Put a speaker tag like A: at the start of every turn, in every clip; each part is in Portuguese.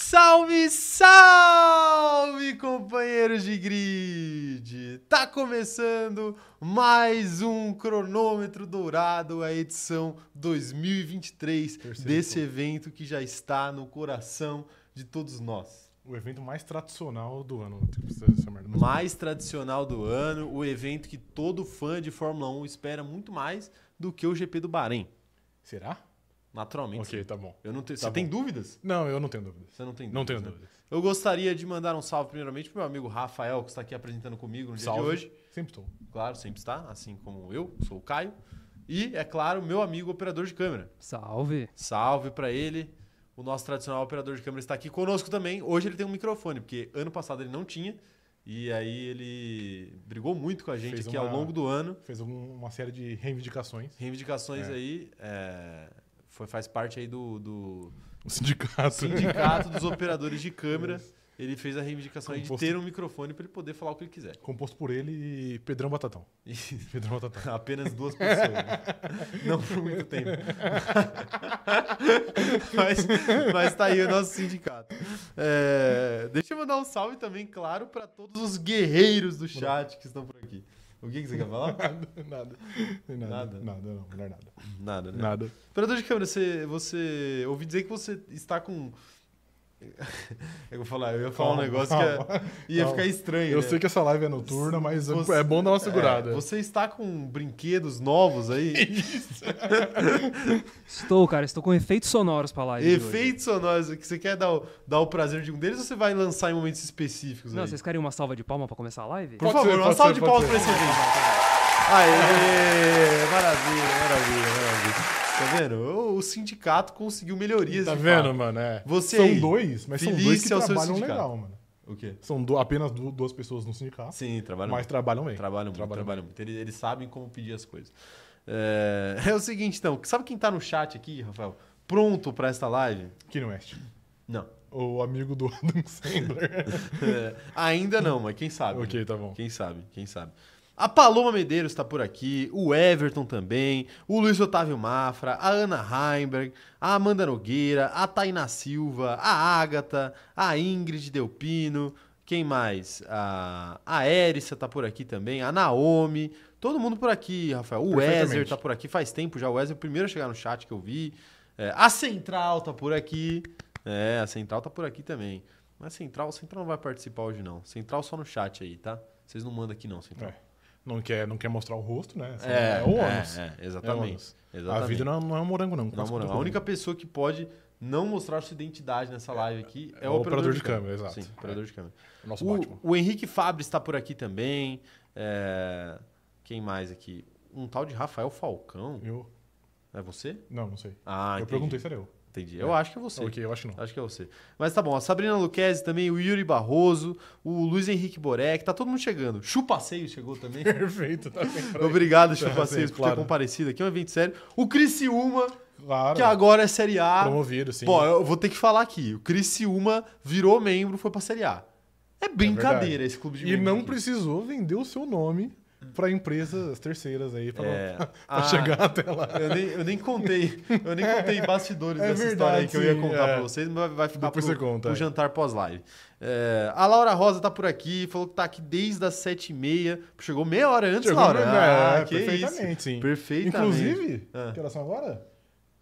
A: Salve, salve, companheiros de grid! Tá começando mais um cronômetro dourado, a edição 2023
B: Terceiro
A: desse
B: ponto.
A: evento que já está no coração de todos nós.
B: O evento mais tradicional do ano. Tipo, essa- essa merda. Mas-
A: Mais tradicional do ano, o evento que todo fã de Fórmula 1 espera muito mais do que o GP do Bahrein.
B: Será?
A: Naturalmente.
B: Ok, tá bom.
A: Eu não tenho.
B: Tá
A: Você tem
B: bom.
A: dúvidas?
B: Não, eu não tenho dúvidas.
A: Você não tem
B: Não tenho
A: né?
B: dúvidas.
A: Eu gostaria de mandar um salve primeiramente pro meu amigo Rafael, que está aqui apresentando comigo no dia de hoje.
B: Sempre estou.
A: Claro, sempre está, assim como eu, sou o Caio. E, é claro, meu amigo operador de câmera.
C: Salve.
A: Salve para ele. O nosso tradicional operador de câmera está aqui conosco também. Hoje ele tem um microfone, porque ano passado ele não tinha. E aí ele brigou muito com a gente
B: Fez
A: aqui
B: uma-
A: ao longo do ano.
B: Fez algum- uma série de reivindicações.
A: Reivindicações
B: É.
A: aí. é, foi, faz parte aí do- do,
B: O sindicato.
A: Sindicato dos Operadores de Câmera. Ele fez a reivindicação aí de
B: Composto.
A: ter um microfone para ele poder falar o que ele quiser.
B: Composto por ele e Pedrão Batatão.
A: E
B: Pedrão Batatão.
A: apenas duas pessoas. né? Não por muito tempo. mas, mas tá aí o nosso sindicato. É, deixa eu mandar um salve também, claro, para todos os guerreiros do chat que estão por aqui. O que, que você quer falar?
B: nada, nada.
A: Nada?
B: Nada. Nada, não. Melhor nada.
A: Nada, né?
B: Nada.
A: Operador de câmera, você, você. eu Ouvi dizer que você está com. Eu vou falar, eu ia falar um
B: Calma,
A: negócio que
B: calma.
A: ia, ia
B: calma.
A: ficar estranho.
B: Eu
A: né?
B: sei que essa live é noturna, mas
A: Você-
B: é bom dar uma segurada.
A: É, você está com brinquedos novos aí?
C: Estou, cara, estou com efeitos sonoros pra live. de hoje.
A: efeitos sonoros que você quer dar o, dar o prazer de um deles ou você vai lançar em momentos específicos
C: Não,
A: aí?
C: vocês querem uma salva de palma pra começar a live?
A: Por
B: Pode
A: favor,
B: ser,
A: uma
B: pode
A: salva
B: ser,
A: de
B: pode
A: palmas
B: ser.
A: para esse evento. Aê, maravilha, maravilha, maravilha. Tá vendo? O, o sindicato conseguiu melhorias.
B: Tá
A: de
B: vendo,
A: fato.
B: mano? É.
A: Você
B: são
A: aí,
B: dois, mas são dois
A: feliz
B: que
A: ao seu
B: trabalham
A: sindicato.
B: legal, mano.
A: O quê?
B: São du- apenas du- duas pessoas no sindicato,
A: Sim, trabalho
B: mas trabalham bem.
A: Trabalham muito,
B: Trabalham
A: trabalham muito. Eles, eles sabem como pedir as coisas. É, é o seguinte, então. Sabe quem tá no chat aqui, Rafael? Pronto pra esta live?
B: Kino West.
A: Não.
B: O amigo do Adam Sandler.
A: É, ainda não, mas quem sabe? né?
B: ok, tá bom.
A: Quem sabe, quem sabe. A Paloma Medeiros está por aqui, o Everton também, o Luiz Otávio Mafra, a Ana Heimberg, a Amanda Nogueira, a Tainá Silva, a Ágata, a Ingrid Delpino, quem mais? A, a Érica tá por aqui também, a Naomi, todo mundo por aqui, Rafael. O
B: Perfeitamente.
A: Weser tá por aqui faz tempo já, o Weser é o primeiro a chegar no chat que eu vi. É, a Central tá por aqui. É, a Central tá por aqui também. Mas Central, Central não vai participar hoje, não. Central só no chat aí, tá? Vocês não mandam aqui, não, Central.
B: É. Não, quer, não quer mostrar o rosto, né? Só-
A: É,
B: é o ônus.
A: é, é,
B: É o
A: exatamente.
B: ônus.
A: exatamente.
B: A vida não é, não é um morango, não.
A: Na
B: Quase
A: moral,
B: tudo
A: a
B: bem.
A: única pessoa que pode não mostrar sua identidade nessa live aqui é,
B: é
A: o operador, de câmera.
B: exato. É.
A: Sim, operador de câmera.
B: O nosso Batman.
A: O, o Henrique Fabre está por aqui também. É, Quem mais aqui? Um tal de Rafael Falcão.
B: Eu?
A: É você?
B: Não, não sei.
A: Ah,
B: eu
A: entendi.
B: perguntei se era eu.
A: entendi. Eu acho que é você.
B: Ok, eu acho que não.
A: Acho que é você. Mas tá bom, a Sabrina Luquezzi também, o Yuri Barroso, o Luiz Henrique Borek, tá todo mundo chegando. Chupasseio chegou também.
B: Perfeito, tá bem. pra-
A: Obrigado,
B: Tá,
A: Chupasseios,
B: sim,
A: por
B: claro.
A: ter comparecido aqui. É um evento sério. O Criciúma,
B: Claro.
A: que agora é Série A.
B: Promovido, sim.
A: Pô, eu vou ter que falar aqui. O Criciúma virou membro, foi pra Série A. É brincadeira
B: verdade.
A: esse clube de
B: e
A: membros
B: não
A: aqui.
B: precisou vender o seu nome pra empresas terceiras aí pra,
A: É.
B: Tá pra
A: Ah.
B: chegar até lá.
A: Eu nem, eu nem contei, eu nem contei bastidores
B: É
A: dessa história aí
B: verdade,
A: que eu ia
B: sim,
A: contar
B: é.
A: pra vocês, mas vai ficar
B: Depois
A: pro,
B: você conta,
A: pro
B: é.
A: jantar pós-live. É, a Laura Rosa tá por aqui, falou que tá aqui desde as 7h30. Chegou meia hora antes,
B: Chegou
A: Laura.
B: na-
A: Ah, que
B: perfeitamente, sim.
A: Isso. Perfeitamente.
B: Inclusive,
A: Ah.
B: que horas são agora?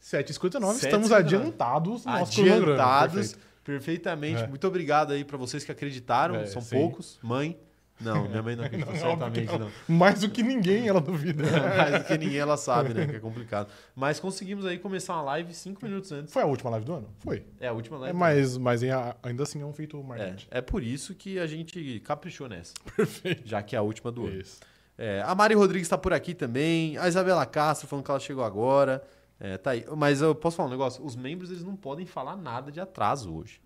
B: 7h59, estamos
A: 7h59.
B: adiantados no nosso cronograma.
A: adiantados.
B: Perfeito.
A: Perfeitamente.
B: É.
A: Muito obrigado aí pra vocês que acreditaram.
B: É,
A: São
B: sim.
A: poucos. Mãe. Não, minha mãe não acreditou,
B: Não,
A: certamente
B: óbvio que
A: não.
B: Mais do que ninguém, ela duvida.
A: Mais do que ninguém ela sabe, né? Que é complicado. Mas conseguimos aí começar uma live cinco minutos antes.
B: Foi a última live do ano? Foi.
A: É a última
B: É,
A: live.
B: mas mas ainda ainda assim é um feito
A: É,
B: marcante.
A: é por isso que a gente caprichou nessa,
B: Perfeito.
A: já que é a última do ano.
B: Isso.
A: É, a Mari Rodrigues tá por aqui também, a Isabela Castro falando que ela chegou agora. É, tá aí. Mas eu posso falar um negócio? Os membros eles não podem falar nada de atraso hoje.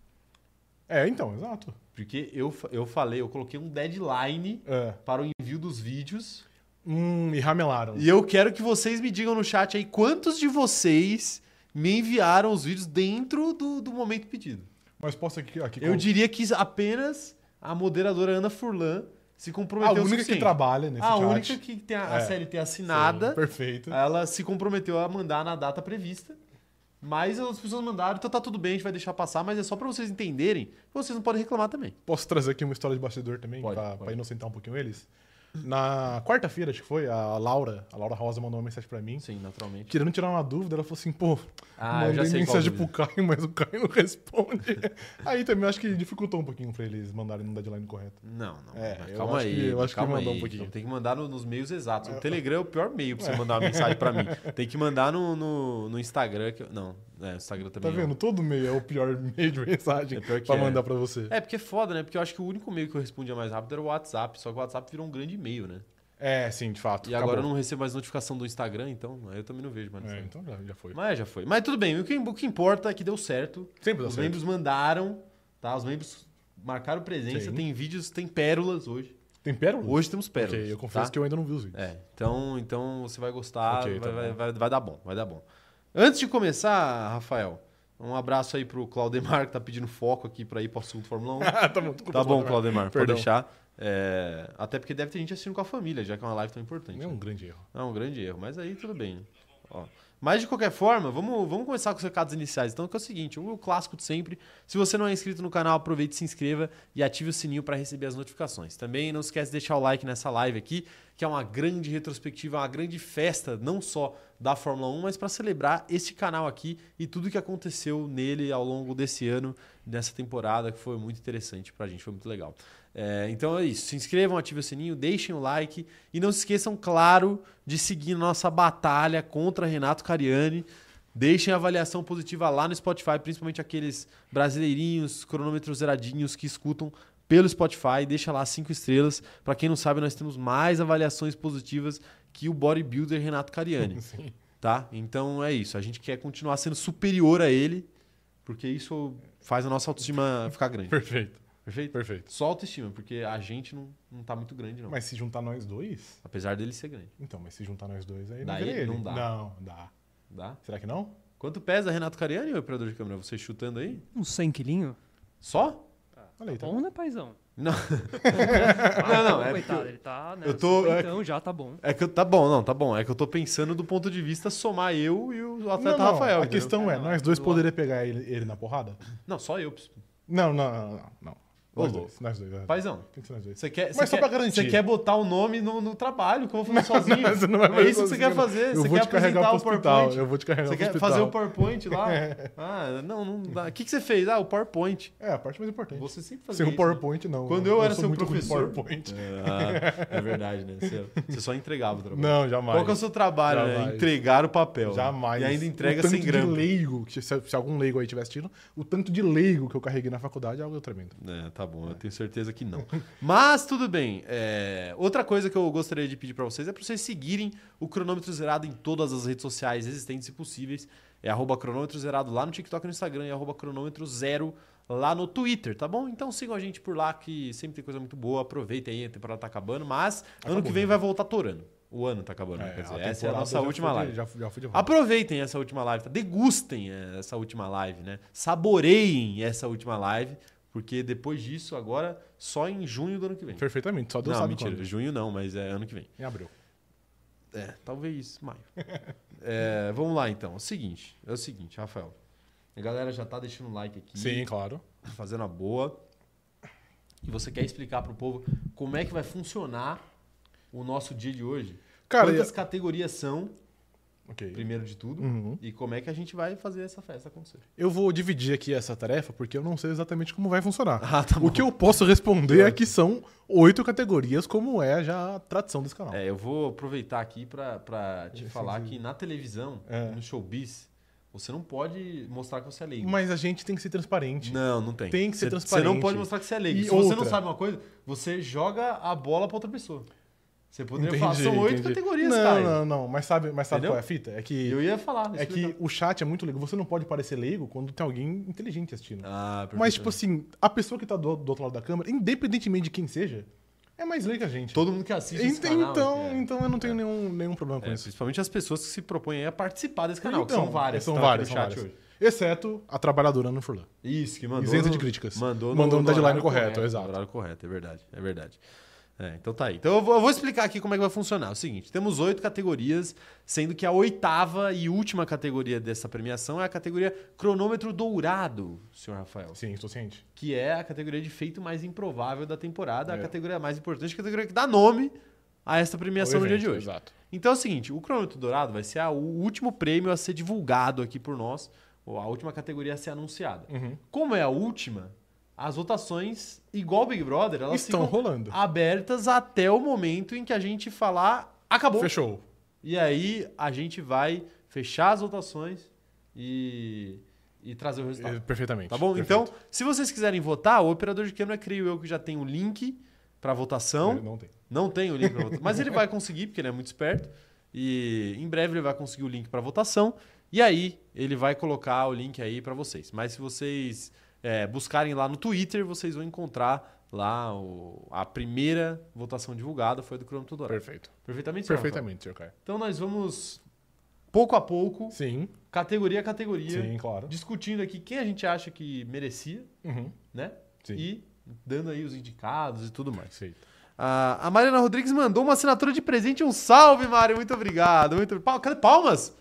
B: É, então, exato.
A: Porque eu, fa- eu falei, eu coloquei um deadline
B: É.
A: para o envio dos vídeos.
B: Hum, e ramelaram.
A: E eu quero que vocês me digam no chat aí quantos de vocês me enviaram os vídeos dentro do, do momento pedido.
B: Mas posso aqui... aqui
A: Eu
B: com-
A: diria que apenas a moderadora Ana Furlan se
B: A
A: comprometeu o
B: única Ah, que
A: suficiente.
B: trabalha nesse
A: a
B: chat.
A: única que tem a, a
B: É.
A: CLT
B: Sim,
A: assinada,
B: Perfeito.
A: ela se comprometeu a mandar na data prevista. Mas as pessoas mandaram, então tá tudo bem, a gente vai deixar passar, mas é só pra vocês entenderem que vocês não podem reclamar também.
B: Posso trazer aqui uma história de bastidor também,
A: Pode,
B: pra,
A: pode.
B: pra inocentar um pouquinho eles? Na quarta-feira, acho que foi, a Laura, a Laura Rosa mandou uma mensagem pra mim.
A: Sim, naturalmente.
B: Querendo tirar uma dúvida, ela falou assim, pô,
A: Ah, eu já sei qual
B: mensagem pro
A: dúvida.
B: Caio, mas o Caio não responde. Aí também acho que dificultou um pouquinho pra eles mandarem no deadline correto.
A: Não, não.
B: É,
A: mas
B: eu
A: calma
B: acho
A: aí.
B: que- eu acho que
A: calma
B: mandou um
A: aí.
B: pouquinho.
A: Então, tem que mandar no- nos meios exatos. O Telegram é o pior meio pra você mandar uma mensagem pra mim. Tem que mandar no, no, no Instagram. Que eu- não, é, o Instagram também.
B: Tá
A: é um-
B: vendo? Todo meio é o pior meio de mensagem
A: É pior que
B: pra
A: é.
B: mandar pra você.
A: É, porque é foda, né? Porque eu acho que o único meio que eu respondia mais rápido era o WhatsApp. Só que o WhatsApp virou um grande e-mail, né?
B: É, sim, de fato.
A: E agora eu
B: acabou.
A: não recebo mais notificação do Instagram, então aí eu também não vejo mais.
B: É,
A: notificação.
B: então já, já foi.
A: Mas já foi. Mas tudo bem, o que, o que importa é que deu certo.
B: Sempre dá
A: Os
B: certo.
A: membros mandaram, tá? Os membros marcaram presença,
B: Sim.
A: tem vídeos, tem pérolas hoje.
B: Tem pérola?
A: Hoje temos pérolas.
B: Ok, eu confesso
A: tá?
B: que eu ainda não vi os vídeos.
A: É, então, então você vai gostar,
B: Ok,
A: vai,
B: tá
A: vai,
B: bom.
A: vai- vai dar bom, vai dar bom. Antes de começar, Rafael, um abraço aí pro Claudemar, que tá pedindo foco aqui pra ir pro assunto Fórmula
B: Ah, tá bom,
A: 1.
B: desculpa,
A: tá bom,
B: Claudemar.
A: Claudemar, pode
B: Perdão.
A: deixar. É, até porque deve ter gente assistindo com a família, já que é uma live tão importante.
B: É
A: né?
B: um grande erro.
A: É um grande erro, mas aí tudo bem. né? Ó. Mas de qualquer forma, vamos, vamos começar com os recados iniciais. Então, que é o seguinte: o clássico de sempre. Se você não é inscrito no canal, aproveite, se inscreva e ative o sininho para receber as notificações. Também não esquece de deixar o like nessa live aqui, que é uma grande retrospectiva, uma grande festa, não só da Fórmula 1, mas para celebrar este canal aqui e tudo que aconteceu nele ao longo desse ano, dessa temporada, que foi muito interessante pra gente, foi muito legal. É, então é isso. Se inscrevam, ativem o sininho, deixem o like e não se esqueçam, claro, de seguir nossa batalha contra Renato Cariani. Deixem a avaliação positiva lá no Spotify, principalmente aqueles brasileirinhos, cronômetros zeradinhos que escutam pelo Spotify. Deixa lá cinco estrelas. Pra quem não sabe, nós temos mais avaliações positivas que o bodybuilder Renato Cariani.
B: Sim.
A: tá? Então é isso. A gente quer continuar sendo superior a ele, porque isso faz a nossa autoestima ficar grande.
B: Perfeito,
A: Perfeito?
B: perfeito.
A: Só autoestima, porque a gente não, não tá muito grande, não.
B: Mas se juntar nós dois.
A: Apesar dele ser grande,
B: Então, mas se juntar nós dois aí
A: Daí
B: não vira ele.
A: não dá.
B: Não, dá.
A: dá?
B: Será que não?
A: Quanto pesa Renato Cariani, o operador de câmera? Você chutando aí?
C: Uns 100 quilinhos?
A: Só?
B: Olha aí, tá.
C: Bom, né, paizão?
A: Não.
C: Ah,
A: não, é
C: Coitado,
A: porque-
C: ele tá, né?
A: eu tô- é
C: Então já tá bom.
A: É que eu- tá bom, não, tá bom. É que eu tô pensando do ponto de vista somar eu e o
B: Não,
A: atleta
B: não,
A: Rafael.
B: a
A: entendeu?
B: questão
C: É,
B: é,
C: não,
B: nós dois
C: do-
B: poderia pegar ele, ele na porrada?
A: Não, só eu. pss.
B: Não, não, não, não. não.
A: Ô,
B: Nós
A: louco.
B: dois, nós dois. é.
A: Paizão,
B: Tem que ser nós dois.
A: você quer.
B: Mas
A: você
B: só
A: quer-
B: pra garantir.
A: Você quer botar o nome no, no trabalho, que eu vou fazer sozinho.
B: Não, você não vai
A: é
B: fazer
A: isso que você
B: sozinho,
A: quer
B: não.
A: fazer.
B: Eu
A: você
B: vou
A: quer
B: te carregar
A: apresentar
B: pro
A: o
B: hospital.
A: PowerPoint.
B: Eu vou te carregar
A: Você
B: pro
A: quer
B: hospital.
A: fazer o PowerPoint lá? Ah, não, não dá. O que, que você fez? Ah, o PowerPoint.
B: É, a parte mais importante.
A: Você sempre fazia
B: Sem o
A: isso, né?
B: PowerPoint, não.
A: Quando eu era
B: sou
A: seu
B: muito ruim em
A: professor.
B: PowerPoint.
A: Ah, é verdade, né? Você, você só entregava o trabalho.
B: Não, jamais.
A: Qual que é o seu trabalho, né?
B: Jamais.
A: Entregar o papel. né?
B: Jamais.
A: E ainda
B: o
A: entrega
B: tanto
A: sem grana.
B: de leigo, que se, se algum leigo aí estiver assistindo, o tanto de leigo que eu carreguei na faculdade é algo tremendo.
A: É, tá bom, eu tenho certeza que não. Mas tudo bem. é, Outra coisa que eu gostaria de pedir pra vocês é pra vocês seguirem o cronômetro zerado em todas as redes sociais existentes e possíveis. É arroba cronômetro zerado lá no TikTok e no Instagram e arroba cronômetro zero lá no Twitter, tá bom? Então sigam a gente por lá que sempre tem coisa muito boa. Aproveitem aí, a temporada tá acabando, mas ano
B: Acabou,
A: que vem
B: né?
A: vai voltar torando. O ano tá acabando, né? quer dizer, essa é a
B: Ah, temporada
A: nossa
B: já
A: última
B: foi de-
A: live. Ah.
B: Já, já fui de volta.
A: Aproveitem essa última live, tá? degustem eh, essa última live, né? Saboreiem essa última live, porque depois disso, agora, só em junho do ano que vem.
B: Perfeitamente, só Deus
A: Não,
B: sabe
A: mentira,
B: quando.
A: junho não, mas é ano que vem.
B: Em abril.
A: É, talvez maio. É, vamos lá então, é o seguinte, é o seguinte, Rafael. A galera já tá deixando um like aqui,
B: Sim, claro.
A: fazendo a boa. E você quer explicar pro povo como é que vai funcionar o nosso dia de hoje?
B: Cara,
A: Quantas
B: e-
A: categorias são,
B: ok.
A: primeiro de tudo,
B: Uhum.
A: e como é que a gente vai fazer essa festa acontecer?
B: Eu vou dividir aqui essa tarefa porque eu não sei exatamente como vai funcionar.
A: Ah, tá
B: o que eu posso responder é que são oito categorias, como é já a tradição desse canal.
A: É, eu vou aproveitar aqui pra- pra te
B: Sim,
A: falar
B: sim.
A: que na televisão,
B: É.
A: no showbiz, você não pode mostrar que você é leigo.
B: Mas a gente tem que ser transparente.
A: Não, não tem.
B: Tem que ser
A: Você- Você não
B: transparente.
A: pode mostrar que você é leigo.
B: E
A: Se você não
B: outra.
A: sabe uma coisa, você joga a bola pra outra pessoa. Você poderia
B: Entendi,
A: falar, são oito
B: entendi.
A: categorias,
B: não,
A: cara.
B: Não, não, mas sabe, mas sabe
A: Entendeu?
B: qual é a fita? É que,
A: Eu ia falar.
B: é que
A: explicar.
B: o chat é muito leigo. Você não pode parecer leigo quando tem alguém inteligente assistindo.
A: Ah, perfeito.
B: mas, tipo assim, a pessoa que tá do, do outro lado da câmera, independentemente de quem seja, é mais leiga que a gente.
A: Todo mundo que assiste esse
B: então,
A: canal...
B: então,
A: é.
B: então eu não tenho nenhum, nenhum problema com
A: É,
B: isso.
A: principalmente as pessoas que se propõem aí a participar desse canal, que
B: Então,
A: são várias.
B: São
A: que estão aqui
B: várias,
A: no
B: são
A: chat
B: várias.
A: hoje.
B: Exceto a trabalhadora no Furlan.
A: Isso, que mandou.
B: Isenta
A: no-
B: de críticas.
A: Mandou no,
B: Mandou no deadline
A: horário
B: correto, exato.
A: No horário correto, é verdade. É verdade. É, então tá aí. Então eu vou, eu vou explicar aqui como é que vai funcionar. É o seguinte, temos oito categorias, sendo que a oitava e última categoria dessa premiação é a categoria cronômetro dourado, senhor Rafael.
B: Sim, estou ciente.
A: Que é a categoria de feito mais improvável da temporada, a
B: É.
A: categoria mais importante, a categoria que dá nome a esta premiação
B: O
A: no dia
B: evento,
A: de hoje.
B: Exato.
A: Então é o seguinte, o cronômetro dourado vai ser a- o último prêmio a ser divulgado aqui por nós, ou a última categoria a ser anunciada.
B: Uhum.
A: Como é a última, as votações, igual Big Brother, elas
B: Estão
A: ficam
B: rolando.
A: abertas Então, assim, até o momento em que a gente falar acabou.
B: Fechou.
A: E aí a gente vai fechar as votações e, e trazer o resultado.
B: Eh, Perfeitamente.
A: Tá bom?
B: Perfeito.
A: Então, se vocês quiserem votar, o operador de câmera, creio eu, que já tem o link para votação.
B: Não tem.
A: Não tem o link para votação. Mas ele vai conseguir, porque ele é muito esperto. E em breve ele vai conseguir o link para votação. E aí ele vai colocar o link aí para vocês. Mas se vocês é, buscarem lá no Twitter, vocês vão encontrar lá o- a primeira votação divulgada foi a do cronômetro dourado.
B: Perfeito.
A: Perfeitamente, senhor Rafael?
B: Perfeitamente, senhor Caio.
A: Então nós vamos, pouco a pouco,
B: Sim,
A: categoria a categoria,
B: sim, claro.
A: discutindo aqui quem a gente acha que merecia,
B: Uhum.
A: né?
B: Sim.
A: E dando aí os indicados e tudo mais.
B: Perfeito.
A: Ah, a Mariana Rodrigues mandou uma assinatura de presente. Um salve, Mário. Muito obrigado. Muito... Pau- Cadê palmas?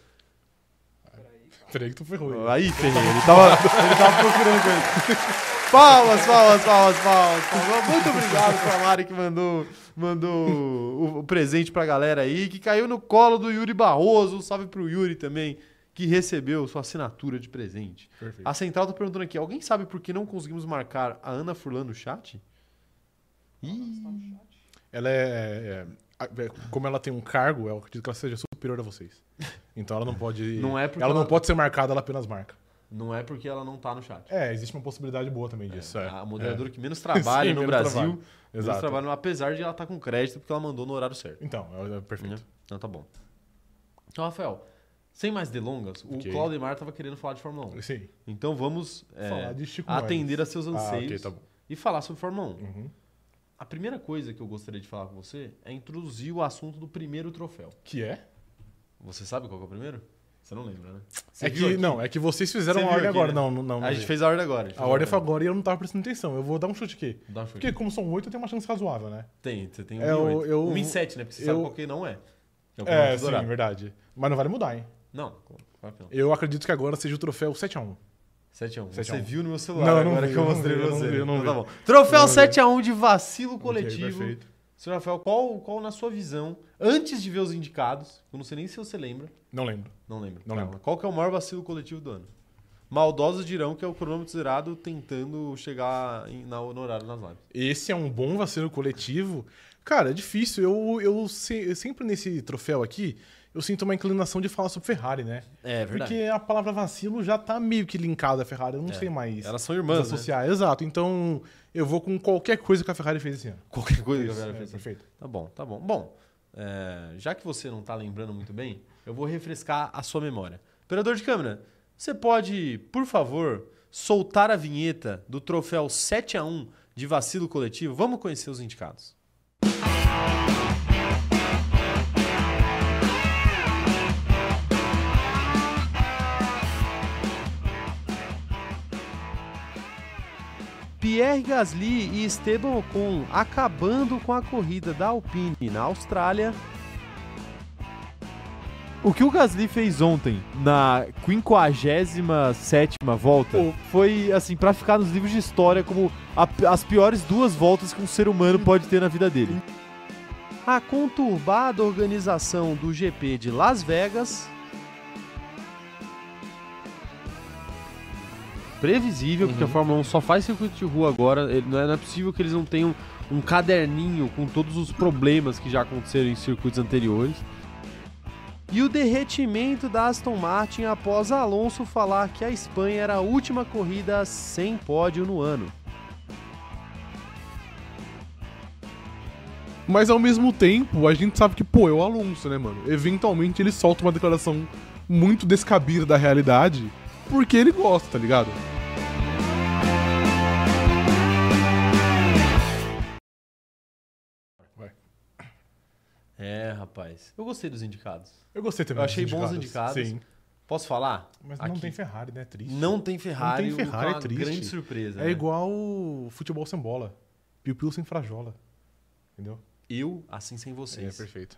B: Peraí que tu ferrou.
A: Aí, Ferreira. Ele tava, ele tava procurando coisa. Palmas, palmas, palmas, palmas, palmas. Muito obrigado pra Mari que mandou, mandou o, o presente pra galera aí, que caiu no colo do Yuri Barroso. Um salve pro Yuri também, que recebeu sua assinatura de presente.
B: Perfeito.
A: A Central tá perguntando aqui, alguém sabe por que não conseguimos marcar a Ana Furlan no chat? Ih,
B: Ela é, é- é- Como ela tem um cargo, eu acredito que ela seja superior a vocês. Então ela não pode.
A: Não é porque
B: ela não
A: ela-
B: pode ser marcada, ela apenas marca.
A: não é porque ela não tá no chat.
B: É, existe uma possibilidade boa também disso. é.
A: A moderadora que menos trabalha
B: Sim,
A: no
B: menos trabalho.
A: Brasil.
B: É.
A: Menos
B: Exato.
A: trabalho, apesar de ela estar com crédito, porque ela mandou no horário certo.
B: Então, é- é perfeito.
A: Né? Então tá bom. Então, Rafael, sem mais delongas,
B: Ok.
A: o Claudemar tava querendo falar de Fórmula 1.
B: Sim.
A: Então vamos é,
B: Falar de Chico
A: atender a seus
B: Noves. Ah,
A: anseios
B: ok, tá bom.
A: e falar sobre Fórmula 1.
B: Uhum.
A: A primeira coisa que eu gostaria de falar com você é introduzir o assunto do primeiro troféu.
B: Que é?
A: Você sabe qual que é o primeiro? Você não lembra, né? Você
B: É
A: viu
B: que,
A: aqui,
B: não, é que vocês fizeram
A: Você
B: a
A: viu
B: ordem
A: aqui,
B: agora.
A: né?
B: Não, não, não.
A: A
B: não
A: gente
B: vi.
A: fez a ordem agora. gente
B: A
A: fez
B: ordem é foi agora e eu não tava prestando atenção. Eu vou dar um chute aqui.
A: Dá um chute.
B: Porque como são oito, eu tenho uma chance razoável, né?
A: Tem, você tem um
B: É, eu-
A: 1,8.
B: eu-
A: 1,7, né? Porque você sabe
B: eu-
A: qual que não é. É, o
B: É,
A: Campeonato
B: sim,
A: Dourado.
B: verdade. Mas não vale mudar, hein?
A: Não, claro que não.
B: Eu acredito que agora seja o troféu 7x1.
A: 7x1.
B: 7 a
A: Você
B: 1.
A: viu no meu celular
B: Não, eu não
A: agora
B: vi,
A: que eu
B: eu não
A: mostrei
B: vi,
A: pra
B: eu não
A: você.
B: vi, eu não
A: Então
B: vi.
A: tá bom. Troféu
B: não vi.
A: 7x1 de vacilo coletivo.
B: perfeito.
A: Senhor Rafael, qual, qual na sua visão, antes de ver os indicados, eu não sei nem se você lembra,
B: Não lembro.
A: não lembro.
B: Não lembro.
A: Qual que é o maior vacilo coletivo do ano? Maldosos dirão que é o cronômetro zerado tentando chegar em- na, no horário nas lives.
B: Esse é um bom vacilo coletivo. Cara, é difícil. Eu, eu, se- eu sempre nesse troféu aqui, eu sinto uma inclinação de falar sobre Ferrari, né?
A: É
B: Porque a palavra vacilo já tá meio que linkada à Ferrari. Eu não sei mais
A: É, Elas são irmãs, né?
B: associar. Exato. Então, eu vou com qualquer coisa que a Ferrari fez esse ano.
A: Qualquer coisa que a
B: Isso,
A: galera
B: é,
A: fez.
B: perfeito.
A: Tá bom, tá bom. Bom, é, já que você não tá lembrando muito bem, eu vou refrescar a sua memória. Operador de câmera, você pode, por favor, soltar a vinheta do troféu 7 a 1 de vacilo coletivo? Vamos conhecer os indicados. Pierre Gasly e Esteban Ocon acabando com a corrida da Alpine na Austrália. O que o Gasly fez ontem na 57ª volta
B: Pô.
A: foi assim para ficar nos livros de história como a- as piores duas voltas que um ser humano pode ter na vida dele. A conturbada organização do GP de Las Vegas previsível, porque a Fórmula 1 só faz circuito de rua agora. Ele- Não é, não é possível que eles não tenham um caderninho com todos os problemas que já aconteceram em circuitos anteriores. E o derretimento da Aston Martin após Alonso falar que a Espanha era a última corrida sem pódio no ano.
B: Mas ao mesmo tempo, a gente sabe que, pô, é o Alonso, né, mano? Eventualmente ele solta uma declaração muito descabida da realidade, porque ele gosta, tá ligado?
A: É, rapaz. Eu gostei dos indicados.
B: Eu gostei também.
A: Eu
B: dos
A: achei bons indicados.
B: Sim.
A: Posso falar?
B: Mas não
A: Aqui.
B: tem Ferrari, né? Triste.
A: Não tem Ferrari,
B: Não tem Ferrari,
A: o que é
B: é
A: uma
B: triste.
A: grande surpresa.
B: É
A: né?
B: igual futebol sem bola. Piu-piu sem frajola. Entendeu?
A: eu assim sem vocês.
B: perfeito.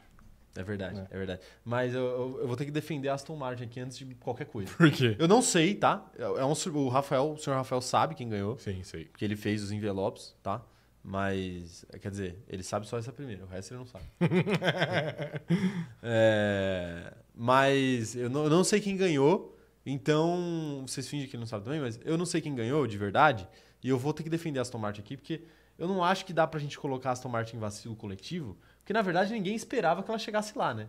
A: É verdade,
B: É.
A: é, verdade. Mas eu, eu- eu vou ter que defender a Aston Martin aqui antes de qualquer coisa.
B: Por quê?
A: Eu não sei, tá? É é um, sur- o Rafael, o senhor Rafael sabe quem ganhou,
B: Sim, sei.
A: porque ele fez os envelopes, tá? Mas, é, quer dizer, ele sabe só essa primeira, o resto ele não sabe. É, mas eu não, eu não sei quem ganhou, então vocês fingem que ele não sabe também, mas eu não sei quem ganhou de verdade, e eu vou ter que defender a Aston Martin aqui, porque eu não acho que dá pra gente colocar a Aston Martin em vacilo coletivo, porque na verdade ninguém esperava que ela chegasse lá, né?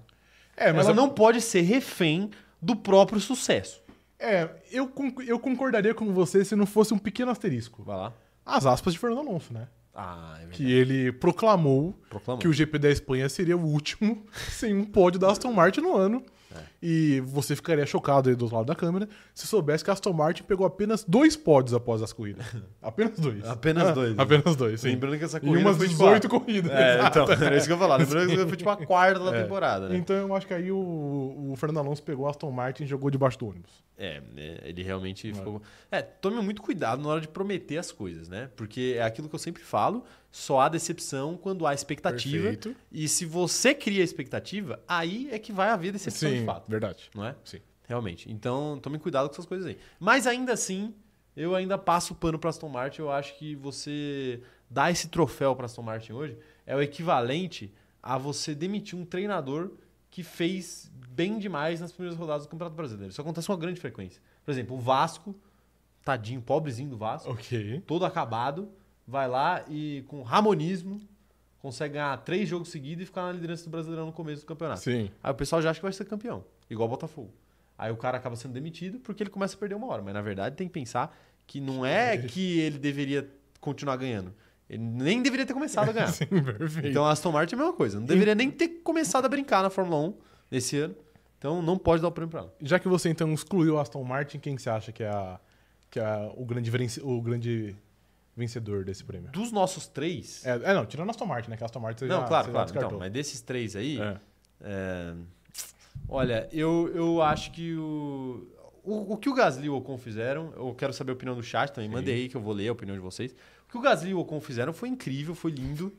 B: É, mas eu-
A: ela não pode ser refém do próprio sucesso.
B: É, eu, con- eu concordaria com você se não fosse um pequeno asterisco.
A: Vai lá.
B: As aspas de Fernando Alonso, né?
A: Ah, é verdade.
B: Que ele proclamou
A: Proclamou.
B: que o GP da Espanha seria o último sem um pódio da Aston Martin no ano.
A: É.
B: E você ficaria chocado aí do outro lado da câmera se soubesse que a Aston Martin pegou apenas dois pódios após as corridas. Apenas dois.
A: Apenas dois, né?
B: Ah, Apenas dois, sim.
A: Lembrando que essa
B: Em
A: corrida
B: umas
A: foi
B: 18
A: tipo, a-
B: corridas.
A: É,
B: exato.
A: então, era isso que eu ia falar. Lembrando que essa foi tipo a quarta da
B: É.
A: temporada, né?
B: Então eu acho que aí o, o Fernando Alonso pegou a Aston Martin e jogou debaixo do ônibus.
A: É, né, ele realmente ficou. É, tome muito cuidado na hora de prometer as coisas, né? Porque é aquilo que eu sempre falo: só há decepção quando há expectativa.
B: Perfeito.
A: E se você cria expectativa, aí é que vai haver decepção de fato.
B: verdade.
A: Não é?
B: Sim.
A: Realmente. Então, tome cuidado com essas coisas aí. Mas ainda assim, eu ainda passo o pano para Aston Martin. Eu acho que você dar esse troféu para Aston Martin hoje é o equivalente a você demitir um treinador que fez bem demais nas primeiras rodadas do Campeonato Brasileiro. Isso acontece com uma grande frequência. Por exemplo, o Vasco, tadinho, pobrezinho do Vasco,
B: Ok.
A: todo acabado, vai lá e com ramonismo consegue ganhar três jogos seguidos e ficar na liderança do Brasileirão no começo do campeonato.
B: Sim.
A: Aí o pessoal já acha que vai ser campeão, igual o Botafogo. Aí o cara acaba sendo demitido porque ele começa a perder uma hora. Mas na verdade tem que pensar que não é que ele deveria continuar ganhando. Ele nem deveria ter começado a ganhar.
B: Sim, perfeito.
A: então a Aston Martin é a mesma coisa. Não deveria nem ter começado a brincar na Fórmula 1 nesse ano. Então não pode dar o prêmio pra ela.
B: Já que você então excluiu a Aston Martin, quem que você acha que é, a- que é a- o, grande venci- o grande vencedor desse prêmio?
A: Dos nossos três.
B: É, é, não, tirando a Aston Martin, né? Que a Aston Martin você
A: não,
B: já,
A: claro,
B: você já
A: claro.
B: descartou.
A: Então, mas desses três aí.
B: É.
A: É, Olha, eu, eu acho que o, o. o que o Gasly e o Ocon fizeram, eu quero saber a opinião do chat também, mandei aí que eu vou ler a opinião de vocês. O que o Gasly e o Ocon fizeram foi incrível, foi lindo,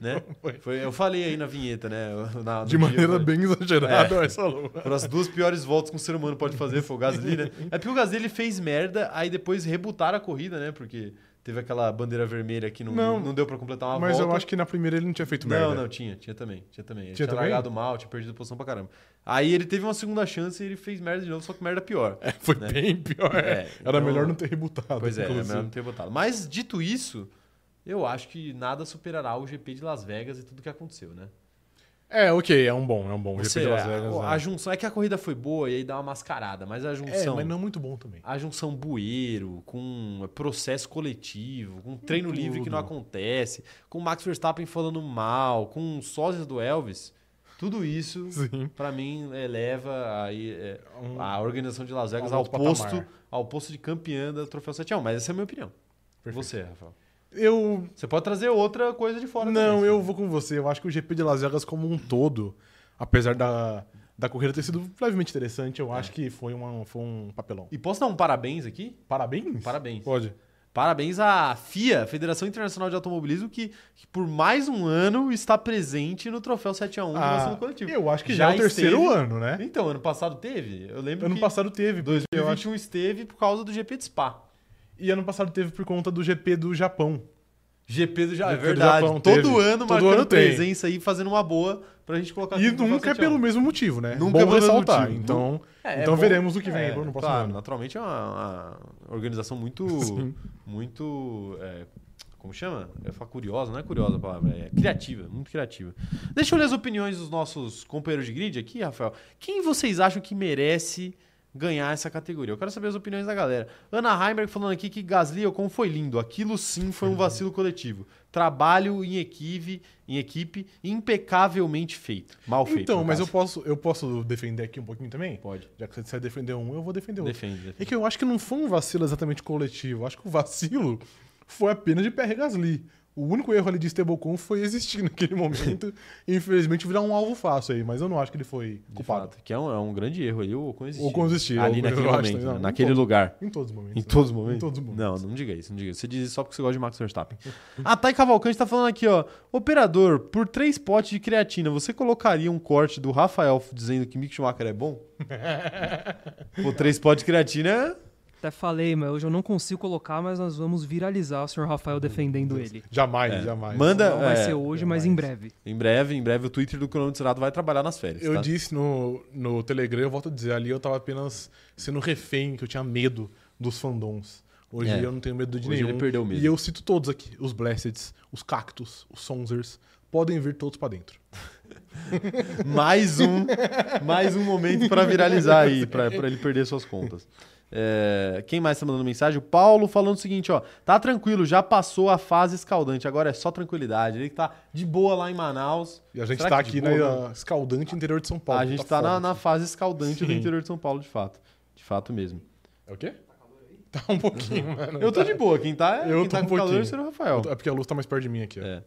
A: né?
B: foi.
A: Foi- eu falei aí na vinheta, né? Eu- na- no
B: De
A: dia, eu
B: maneira
A: falei,
B: bem exagerada, essa lua.
A: Foram as duas piores voltas que um ser humano pode fazer, foi o Gasly, né? É porque o Gasly ele fez merda, aí depois rebutaram a corrida, né? Porque teve aquela bandeira vermelha que não,
B: Não,
A: não, deu pra completar uma
B: Mas
A: volta.
B: eu acho que na primeira ele não tinha feito merda.
A: Não, não, tinha, tinha também, tinha também. Ele
B: Tinha
A: tinha,
B: também?
A: largado mal, tinha perdido posição pra caramba. Aí ele teve uma segunda chance e ele fez merda de novo, só que merda pior.
B: É, foi bem pior.
A: É,
B: Era
A: então-
B: melhor não ter rebutado.
A: pois é, é
B: inclusive.
A: melhor não ter botado. Mas dito isso, eu acho que nada superará o GP de Las Vegas e tudo que aconteceu, né?
B: É, ok, é um bom, é um bom. GP
A: Você,
B: de Las
A: a-
B: Vegas,
A: a,
B: né?
A: junção é que a corrida foi boa e aí dá uma mascarada, mas a
B: É,
A: junção,
B: mas não muito bom também.
A: a junção bueiro com processo coletivo, com treino livre que não
B: Tudo.
A: acontece, com o Max Verstappen falando mal, com sósias do Elvis, tudo isso
B: Sim.
A: Pra mim, eleva aí, é,
B: Um-
A: a organização de Las Vegas
B: um
A: ao
B: outro patamar.
A: posto, ao posto de campeã do Troféu 7 a 1. Mas essa é a minha opinião. Você, Rafael.
B: Eu
A: Você pode trazer outra coisa de fora.
B: Não,
A: também,
B: eu
A: assim.
B: vou com você. Eu acho que o GP de Las Vegas como um todo, apesar da, da corrida ter sido levemente interessante,
A: É.
B: eu acho que foi, uma, foi um papelão.
A: E posso dar um parabéns aqui?
B: Parabéns?
A: Parabéns.
B: Pode.
A: Parabéns à FIA, Federação Internacional de Automobilismo, que, que por mais um ano está presente no Troféu 7 a 1
B: Ah,
A: do vacilo coletivo.
B: eu acho que já, é o
A: esteve-
B: terceiro ano, né?
A: Então, ano passado teve? Eu lembro
B: Ano
A: que
B: passado teve. porque eu acho-
A: 2021 esteve um por causa do GP de Spa.
B: E ano passado teve por conta do GP do Japão.
A: GP do Japão. É
B: GP do
A: verdade.
B: Japão,
A: Todo
B: teve.
A: ano
B: Todo
A: marcando
B: ano tem.
A: presença aí, fazendo uma boa pra gente colocar
B: E
A: aqui no
B: nunca é
A: 47.
B: pelo mesmo motivo, né?
A: Nunca
B: bom
A: é pelo mesmo
B: ressaltar.
A: motivo.
B: Então,
A: É, é
B: então
A: bom.
B: veremos o que vem
A: É,
B: aí no próximo
A: claro,
B: ano.
A: naturalmente é uma, uma organização muito. muito. é, como chama? Eu falo curiosa, não é curiosa a palavra, é criativa, muito criativa. Deixa eu ler as opiniões dos nossos companheiros de grid aqui, Rafael. Quem vocês acham que merece ganhar essa categoria? Eu quero saber as opiniões da galera. Ana Heimberg falando aqui que Gasly Ocon foi lindo. Aquilo sim foi um vacilo coletivo. Trabalho em equipe, em equipe impecavelmente feito. Mal feito.
B: Então,
A: no
B: mas eu
A: caso.
B: posso, eu posso defender aqui um pouquinho também?
A: Pode.
B: Já que você vai defender um, eu vou defender outro.
A: Defende, defende.
B: É que eu acho que não foi um vacilo exatamente coletivo. Eu acho que o vacilo foi apenas de PR Gasly. O único erro ali de Stablecoin foi existir naquele momento e infelizmente virar um alvo fácil aí, mas eu não acho que ele foi
A: De
B: culpado.
A: fato, que é um, é um grande erro ali o Ocon existir.
B: O Ocon existir,
A: Ali
B: eu-
A: naquele
B: eu acho
A: momento,
B: também,
A: né?
B: não,
A: naquele
B: não
A: lugar.
B: Em todos os momentos.
A: Em
B: né?
A: todos os momentos?
B: Em todos os momentos.
A: Não, não diga isso, não diga isso. Você diz isso só porque você gosta de Max Verstappen. A Thay Cavalcante tá falando aqui, ó. Operador, por três potes de creatina, você colocaria um corte do Rafael dizendo que Mick Schumacher é bom? Pô, três potes de creatina... é?
C: Até falei, mas hoje eu não consigo colocar, mas nós vamos viralizar o senhor Rafael defendendo ele.
B: Jamais,
A: é.
B: jamais.
A: Manda...
C: Não vai
A: é,
C: ser hoje, mas
B: jamais.
C: em breve.
A: Em breve, em breve, o Twitter do Cronômetro Zerado vai trabalhar nas férias,
B: Eu
A: tá?
B: disse no, no Telegram, eu volto a dizer, ali eu tava apenas sendo refém, que eu tinha medo dos fandoms. Hoje
A: É.
B: eu não tenho medo de
A: Hoje
B: nenhum.
A: ele perdeu o medo.
B: E eu cito todos aqui: os Blesseds, os Cactus, os Sonsers. Podem vir todos pra dentro.
A: Mais um, mais um momento pra viralizar aí, pra pra ele perder suas contas. É, quem mais tá mandando mensagem? O Paulo falando o seguinte, ó. Tá tranquilo, já passou a fase escaldante, agora é só tranquilidade. Ele que tá de boa lá em Manaus.
B: E a gente
A: Será
B: tá
A: que
B: aqui
A: de boa, né?
B: na escaldante interior de São Paulo.
A: A gente tá, na,
B: foda.
A: na fase escaldante do
B: Sim.
A: interior de São Paulo, de fato. De fato mesmo.
B: É o quê? Tá um pouquinho, mano.
A: Eu tô de boa, quem tá,
B: Eu
A: quem
B: tô
A: tá
B: um
A: com calor
B: pouquinho.
A: será o Rafael.
B: Eu tô- É porque a luz tá mais perto de mim aqui. ó.
A: É.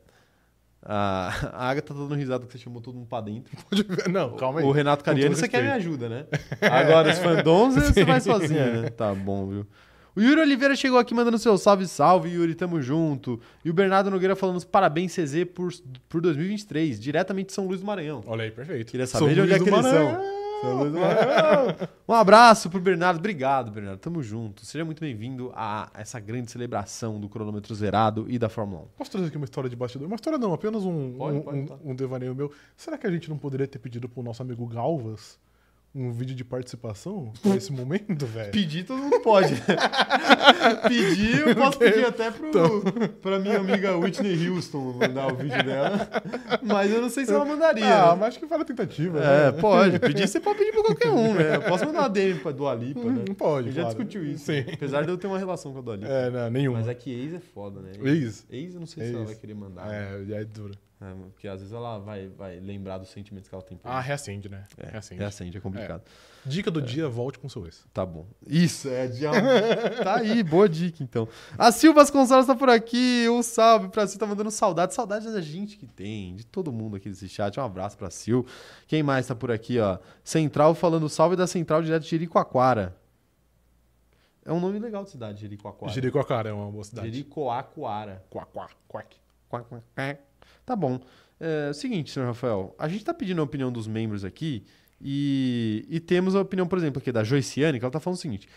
A: A, a Agatha tá dando risada que você chamou todo mundo pra dentro.
B: Pode ver. Não, calma aí.
A: O Renato
B: Com todo
A: Cariani, você quer me
B: respeito.
A: ajuda, né? Agora, os fandoms, você vai sozinho, né? Tá bom, viu? O Yuri Oliveira chegou aqui mandando seu salve, salve, Yuri, tamo junto. E o Bernardo Nogueira falando os parabéns, CZ, por, por 2023, diretamente de São Luís do Maranhão.
B: Olha aí, perfeito.
A: Queria
B: Sou
A: saber de onde é
B: Luiz
A: que
B: do
A: eles são.
B: Maranhão.
A: São Luís do Maranhão. Um abraço pro Bernardo, obrigado, Bernardo, tamo junto. Seja muito bem-vindo a essa grande celebração do cronômetro zerado e da Fórmula 1.
B: Posso trazer aqui uma história de bastidor? Uma história não, apenas um,
A: Pode,
B: um,
A: pode,
B: um-
A: pode.
B: um devaneio meu. Será que a gente não poderia ter pedido pro nosso amigo Galvas um vídeo de participação nesse momento, velho?
A: É. Pedir todo mundo pode. né? pedir, eu posso pedir até pro,
B: então.
A: pra minha amiga Whitney Houston mandar o vídeo dela. Mas eu não sei se ela mandaria.
B: Ah, mas acho que vale a tentativa,
A: É,
B: né?
A: pode. Pedir você pode pedir pra qualquer um, né? Eu posso mandar uma DM pra Dua Lipa, né?
B: Não Uhum, Hum, pode,
A: A gente já
B: claro.
A: discutiu isso. né?
B: Sim.
A: Apesar de eu ter uma relação com a Dua Lipa.
B: É, não, nenhuma.
A: Mas é que ex é foda, né?
B: Ex?
A: Ex eu não sei se
B: Ex.
A: ela vai querer mandar. né?
B: É, e aí dura.
A: É, porque às vezes ela vai, vai lembrar dos sentimentos que ela tem por
B: Ah,
A: ele.
B: reacende, né? Reacende.
A: Reacende, é complicado.
B: Dica do dia, volte com um seu ex.
A: Tá bom. Isso, é dia. tá aí, boa dica, então. A Silva Vasconcelos tá por aqui. Um salve pra Sil, tá mandando saudade. Saudade da gente que tem, de todo mundo aqui desse chat. Um abraço pra Sil. Quem mais tá por aqui, ó? Central falando salve da Central direto de Jericoacoara. É um nome legal de cidade, Jericoacoara.
B: Jericoacoara é uma boa cidade.
A: Jericoacoara.
B: Quá, quá, quack.
A: Quá, quá, quá. Tá bom. É, seguinte, senhor Rafael, a gente tá pedindo a opinião dos membros aqui e, e temos a opinião, por exemplo, aqui da Joiciane, que ela tá falando o seguinte: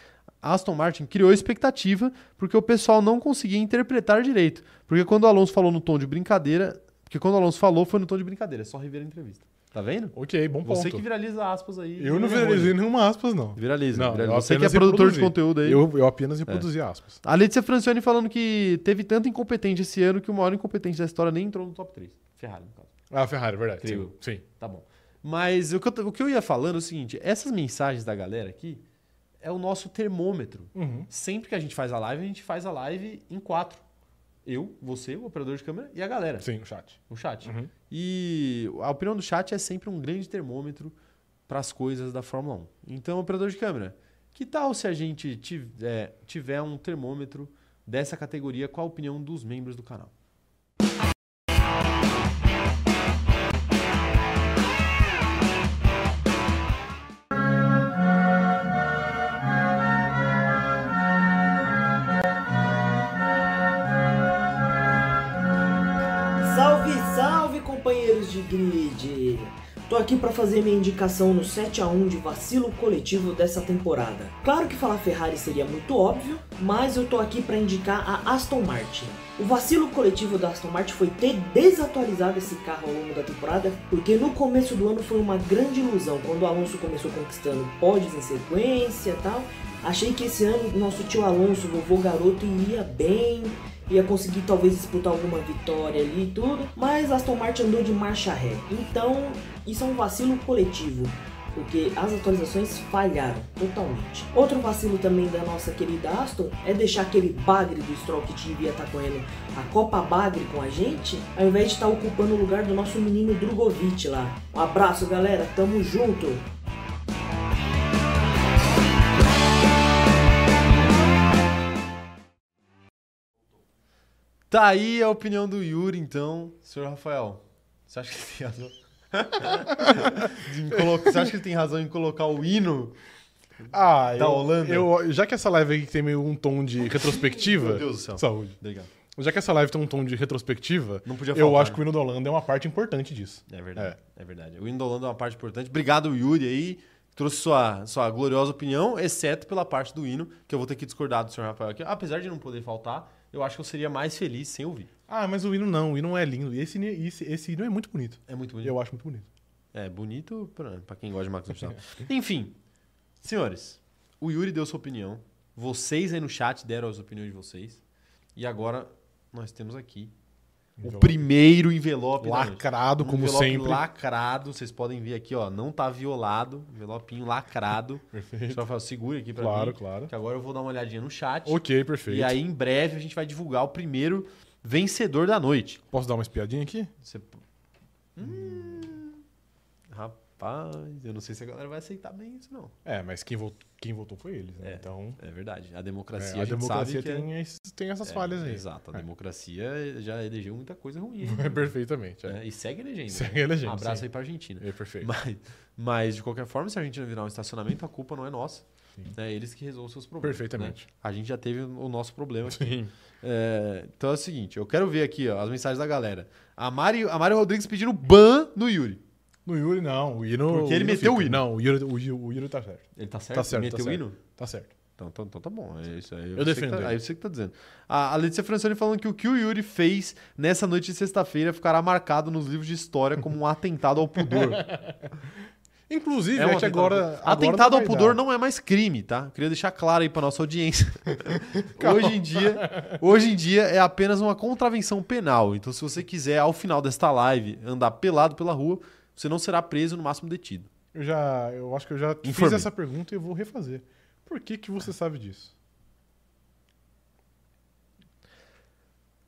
A: a Aston Martin criou expectativa porque o pessoal não conseguia interpretar direito. Porque quando o Alonso falou no tom de brincadeira, porque quando o Alonso falou foi no tom de brincadeira, é só rever a entrevista. Tá vendo?
B: Ok, bom ponto.
A: Você que viraliza aspas aí.
B: Eu não
A: vergonha.
B: viralizei nenhuma aspas, não.
A: Viraliza,
B: Não,
A: viraliza.
B: eu
A: Você que é
B: apenas
A: produtor de
B: reproduzi.
A: conteúdo aí.
B: Eu, eu apenas reproduzi aspas.
A: A Letícia Francione falando que teve tanto incompetente esse ano que o maior incompetente da história nem entrou no top 3. Ferrari, no caso.
B: Ah, Ferrari, verdade.
A: Trigo.
B: Sim. sim.
A: Tá bom. Mas o que, eu, t- o que eu ia falando é o seguinte: essas mensagens da galera aqui é o nosso termômetro.
B: Uhum.
A: Sempre que a gente faz a live, a gente faz a live em quatro. Eu, você, o operador de câmera e a galera,
B: Sim, o chat.
A: o chat.
B: Uhum.
A: E a opinião do chat é sempre um grande termômetro para as coisas da Fórmula 1. Então, operador de câmera, que tal se a gente ti- é, tiver um termômetro dessa categoria com a opinião dos membros do canal?
D: Salve, salve, companheiros de grid! Tô aqui pra fazer minha indicação no 7 a 1 de vacilo coletivo dessa temporada. Claro que falar Ferrari seria muito óbvio, mas eu tô aqui pra indicar a Aston Martin. O vacilo coletivo da Aston Martin foi ter desatualizado esse carro ao longo da temporada, porque no começo do ano foi uma grande ilusão, quando o Alonso começou conquistando pódios em sequência e tal. Achei que esse ano nosso tio Alonso, vovô garoto, iria bem, ia conseguir talvez disputar alguma vitória ali e tudo, mas Aston Martin andou de marcha ré. Então, isso é um vacilo coletivo, porque as atualizações falharam totalmente. Outro vacilo também da nossa querida Aston é deixar aquele bagre do Stroll que devia estar tá correndo a Copa Bagre com a gente, ao invés de estar ocupando o lugar do nosso menino Drogovic lá. Um abraço, galera, tamo junto!
A: Tá aí a opinião do Yuri, então, senhor Rafael. Você acha que ele tem razão? De colo- Você acha que ele tem razão em colocar o hino?
B: Ah,
A: Da
B: eu,
A: Holanda?
B: eu- já que essa live aqui tem meio um tom de retrospectiva.
A: Meu Deus do céu.
B: Saúde.
A: Obrigado.
B: Já que essa live tem um tom de retrospectiva,
A: Não podia
B: eu
A: faltar.
B: acho que o hino da Holanda é uma parte importante disso.
A: É verdade. É, verdade. O hino da Holanda é uma parte importante. Obrigado, Yuri, aí. Trouxe sua, sua gloriosa opinião, exceto pela parte do hino, que eu vou ter que discordar do senhor Rafael aqui. Apesar de não poder faltar, eu acho que eu seria mais feliz sem ouvir.
B: Ah, mas o hino não, o hino é lindo. E esse, hino- esse, esse hino é muito bonito.
A: É muito bonito.
B: Eu acho muito bonito.
A: É bonito pra, pra quem gosta de Max Verstappen. Enfim, senhores, o Yuri deu sua opinião. Vocês aí no chat deram as opiniões de vocês. E agora nós temos aqui o primeiro envelope da noite.
B: Lacrado,
A: Um
B: como
A: envelope
B: sempre.
A: lacrado. Vocês podem ver aqui, ó. Não tá violado. Envelopinho lacrado.
B: Perfeito.
A: Só fala, segura aqui pra
B: Claro,
A: mim.
B: claro.
A: Que agora eu vou dar uma olhadinha no chat.
B: Ok, perfeito.
A: E aí, em breve, a gente vai divulgar o primeiro vencedor da noite.
B: Posso dar uma espiadinha aqui?
A: Você... Hum. Rapaz, eu não sei se a galera vai aceitar bem isso, não.
B: É, mas quem votou, quem votou foi eles, né?
A: É.
B: Então.
A: É verdade. A
B: é,
A: democracia,
B: a
A: a gente
B: democracia
A: sabe que é-
B: tem, es- tem essas
A: é,
B: falhas aí.
A: Exato. A
B: É.
A: democracia já elegeu muita coisa ruim.
B: É, perfeitamente. É.
A: né? E segue elegendo.
B: Segue elegendo,
A: Um abraço
B: sim.
A: aí pra Argentina.
B: É perfeito.
A: Mas, mas, de qualquer forma, se a Argentina virar um estacionamento, a culpa não é nossa.
B: Sim.
A: É eles que resolvem seus problemas.
B: Perfeitamente.
A: né? A gente já teve o nosso problema aqui.
B: Sim.
A: É, então é o seguinte, eu quero ver aqui ó, as mensagens da galera. A Mário a Mari Rodrigues pedindo ban no Yuri.
B: No Yuri, não. O hino.
A: Porque ele
B: hino fica.
A: meteu o hino.
B: Não, o Yuri, o, Yuri- o Yuri tá certo.
A: Ele tá certo?
B: Tá certo,
A: Meteu
B: tá
A: o
B: certo.
A: hino?
B: Tá certo.
A: Então, então, então tá bom, é isso aí.
B: Eu
A: você que
B: defendo
A: Tá,
B: ele.
A: aí você que tá dizendo. A, a Letícia Francione falando que o que o Yuri fez nessa noite de sexta-feira ficará marcado nos livros de história como um atentado ao pudor.
B: Inclusive,
A: um
B: é, que agora. agora
A: atentado ao
B: vai
A: pudor
B: dar.
A: não é mais crime, tá? Queria deixar claro aí pra nossa audiência. hoje em dia, hoje em dia é apenas uma contravenção penal. Então se você quiser ao final desta live andar pelado pela rua, você não será preso, no máximo detido.
B: Eu já. Eu acho que eu já fiz
A: Informe.
B: essa pergunta e eu vou refazer. Por que, que você sabe disso?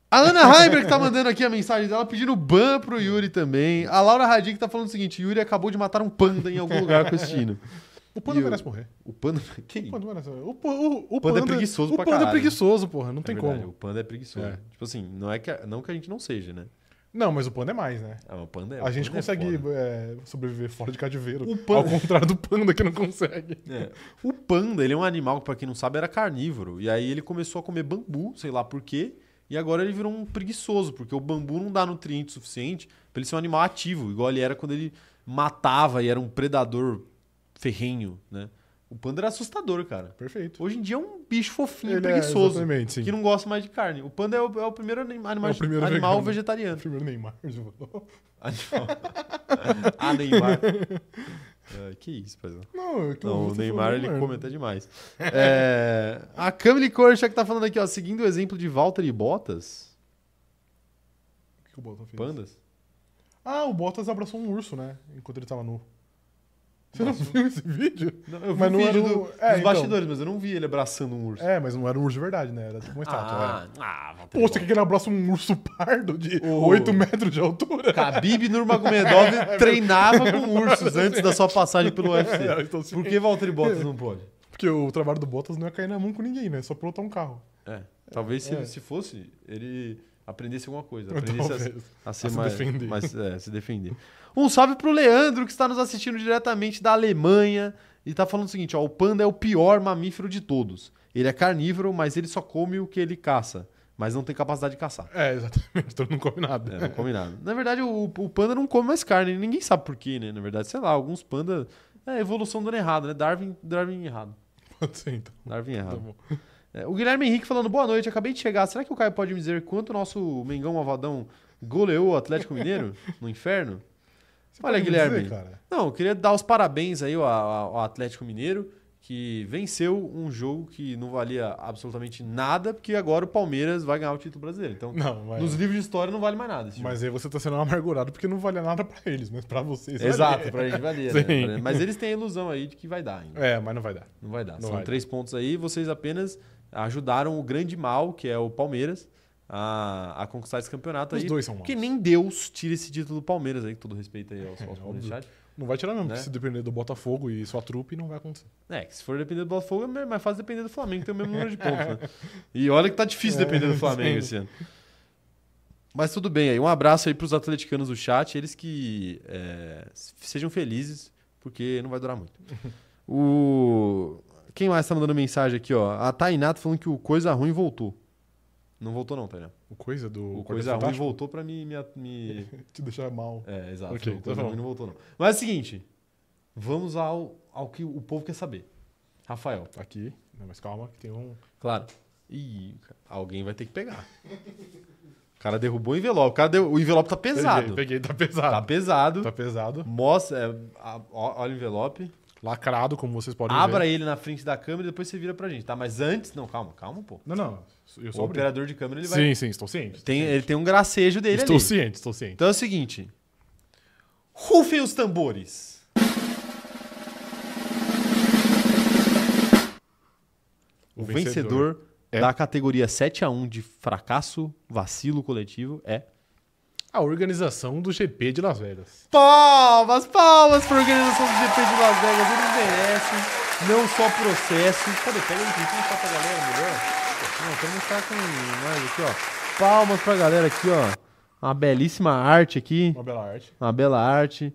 A: A Ana Heimberg tá mandando aqui a mensagem dela pedindo ban pro Yuri também. A Laura Radic tá falando o seguinte: Yuri acabou de matar um panda em algum lugar com esse hino.
B: O panda
A: E o-
B: merece morrer.
A: O panda. Que
B: O
A: isso?
B: panda merece morrer. O, po- o- o
A: Panda é preguiçoso
B: O
A: pra
B: panda é
A: caralho.
B: preguiçoso, porra. Não
A: É
B: tem
A: verdade,
B: como.
A: O panda é preguiçoso.
B: É.
A: Tipo assim, não é que a, não que a gente não seja, né?
B: Não, mas o panda é mais, né?
A: Ah, mas o panda é,
B: a
A: o
B: gente
A: panda é
B: consegue
A: foda.
B: é, sobreviver fora de cativeiro.
A: O panda-
B: Ao contrário do panda que não consegue.
A: É. O panda, ele é um animal que, pra quem não sabe, era carnívoro. E aí ele começou a comer bambu, sei lá por quê. E agora ele virou um preguiçoso, porque o bambu não dá nutriente suficiente pra ele ser um animal ativo, igual ele era quando ele matava e era um predador ferrenho, né? O panda era assustador, cara.
B: Perfeito.
A: Hoje em dia é um bicho fofinho,
B: Ele é,
A: preguiçoso,
B: exatamente, sim.
A: que não gosta mais de carne. O panda é o, é o primeiro anima- animal,
B: É o primeiro
A: animal
B: vegano.
A: vegetariano.
B: Primeiro Neymar. você falou.
A: Animal. ah, Neymar. Ah, que isso, paizão.
B: Não, é que
A: Não,
B: você
A: o
B: falou
A: Neymar ele come até demais. É, a Camille Korchak tá falando aqui, ó, seguindo o exemplo de Walter e Bottas,
B: O que que o Bottas fez?
A: pandas.
B: Ah, o Bottas abraçou um urso, né? Enquanto ele tava nu. Você não viu esse vídeo?
A: Não, eu vi
B: Mas
A: o
B: não
A: vídeo
B: era
A: do-
B: o-
A: dos
B: é, então.
A: bastidores, mas eu não vi ele abraçando um urso.
B: É, mas não era um urso de verdade, né? Era tipo uma estátua.
A: ah, ah,
B: É.
A: Walter.
B: Pô, você quer que ele abraça um urso pardo de
A: O-
B: 8 metros de altura?
A: Khabib Nurmagomedov treinava com ursos antes da sua passagem pelo
B: É,
A: UFC.
B: então, assim,
A: Por que Walter e Bottas não pode?
B: Porque o trabalho do Bottas não é cair na mão com ninguém, né? É só pilotar um carro.
A: É, talvez se,
B: É.
A: se fosse, ele aprendesse alguma coisa. Aprendesse a-
B: Talvez.
A: a, ser
B: A se
A: mais,
B: defender.
A: mais- é, se defender. Um salve pro Leandro, que está nos assistindo diretamente da Alemanha. E tá falando o seguinte: ó, o panda é o pior mamífero de todos. Ele é carnívoro, mas ele só come o que ele caça. Mas não tem capacidade de caçar.
B: É, exatamente. Então não come
A: É,
B: nada.
A: não come nada. Na verdade, o, o panda não come mais carne. Ninguém sabe por quê, né? Na verdade, sei lá, alguns pandas. É, a evolução dando errado, né? Darwin, Darwin errado.
B: Pode ser, então.
A: Darwin
B: Tá
A: errado.
B: bom.
A: É, o Guilherme Henrique falando, boa noite, acabei de chegar. Será que o Caio pode me dizer quanto o nosso Mengão Malvadão goleou o Atlético Mineiro no inferno?
B: Você
A: Olha,
B: pode me
A: Guilherme.
B: dizer, cara?
A: Não, eu queria dar os parabéns aí ao, ao Atlético Mineiro, que venceu um jogo que não valia absolutamente nada, porque agora o Palmeiras vai ganhar o título brasileiro. Então,
B: Não, mas...
A: nos livros de história não vale mais nada. esse jogo.
B: Mas aí você tá sendo amargurado porque não valia nada pra eles, mas pra vocês.
A: Exato,
B: valia.
A: pra gente valer. né?
B: Sim.
A: Pra- Mas eles têm a ilusão aí de que vai dar ainda.
B: É, mas não vai dar.
A: Não vai dar.
B: Não
A: São
B: vai
A: três pontos aí. Vocês apenas ajudaram o grande mal, que é o Palmeiras, a, a conquistar esse campeonato
B: Os
A: aí.
B: dois são maus.
A: Porque nem Deus tira esse título do Palmeiras aí, com todo respeito aí aos, aos
B: É,
A: palmeirenses.
B: óbvio. Não vai tirar mesmo,
A: Né?
B: porque se depender do Botafogo e sua trupe, não vai acontecer.
A: É, que se for depender do Botafogo, é mais fácil depender do Flamengo, que tem o mesmo número de pontos, né? E olha que tá difícil depender do Flamengo
B: É, sim.
A: esse ano. Mas tudo bem aí. Um abraço aí pros atleticanos do chat. Eles que é, sejam felizes, porque não vai durar muito. O... Quem mais tá mandando mensagem aqui, ó? A Tainá tá falando que o Coisa Ruim voltou. Não voltou não, Tainá.
B: O coisa do.
A: O
B: Quarteto
A: Coisa Ruim
B: Fantástico?
A: voltou pra me... me, me...
B: Te deixar mal.
A: É, exato.
B: Ok,
A: o
B: tá
A: Coisa
B: bom.
A: Ruim não voltou não. Mas é o seguinte. Vamos ao, ao que o povo quer saber. Rafael. tá
B: Aqui. Não, mas calma, que tem um.
A: Claro. Ih, cara, alguém vai ter que pegar. O cara derrubou o envelope. O, cara deu- o envelope tá pesado.
B: Peguei, peguei, tá
A: Tá
B: pesado.
A: pesado.
B: Tá pesado.
A: Mostra, é, a- ó- olha o envelope.
B: Lacrado, como vocês podem ver.
A: abra ele na frente da câmera e depois você vira pra gente, tá? Mas antes. Não, calma, calma, pô.
B: Não, não. Eu
A: O
B: sou obrigado.
A: operador de câmera ele vai.
B: Sim, sim, estou ciente.
A: Tem, ele tem um gracejo dele
B: estou
A: ali.
B: ciente, estou ciente.
A: Então é o seguinte: rufem os tambores. O vencedor,
B: é-
A: da categoria 7x1 de fracasso, vacilo coletivo é.
B: A organização do GP de Las Vegas.
A: Palmas, palmas pra organização do GP de Las Vegas, eles merecem. Não só processo. Cadê? Pega um pouquinho só pra galera, melhor. Não, vamos estar com mais aqui, ó. Palmas pra galera aqui, ó. Uma belíssima arte aqui,
B: Uma bela arte.
A: uma bela arte.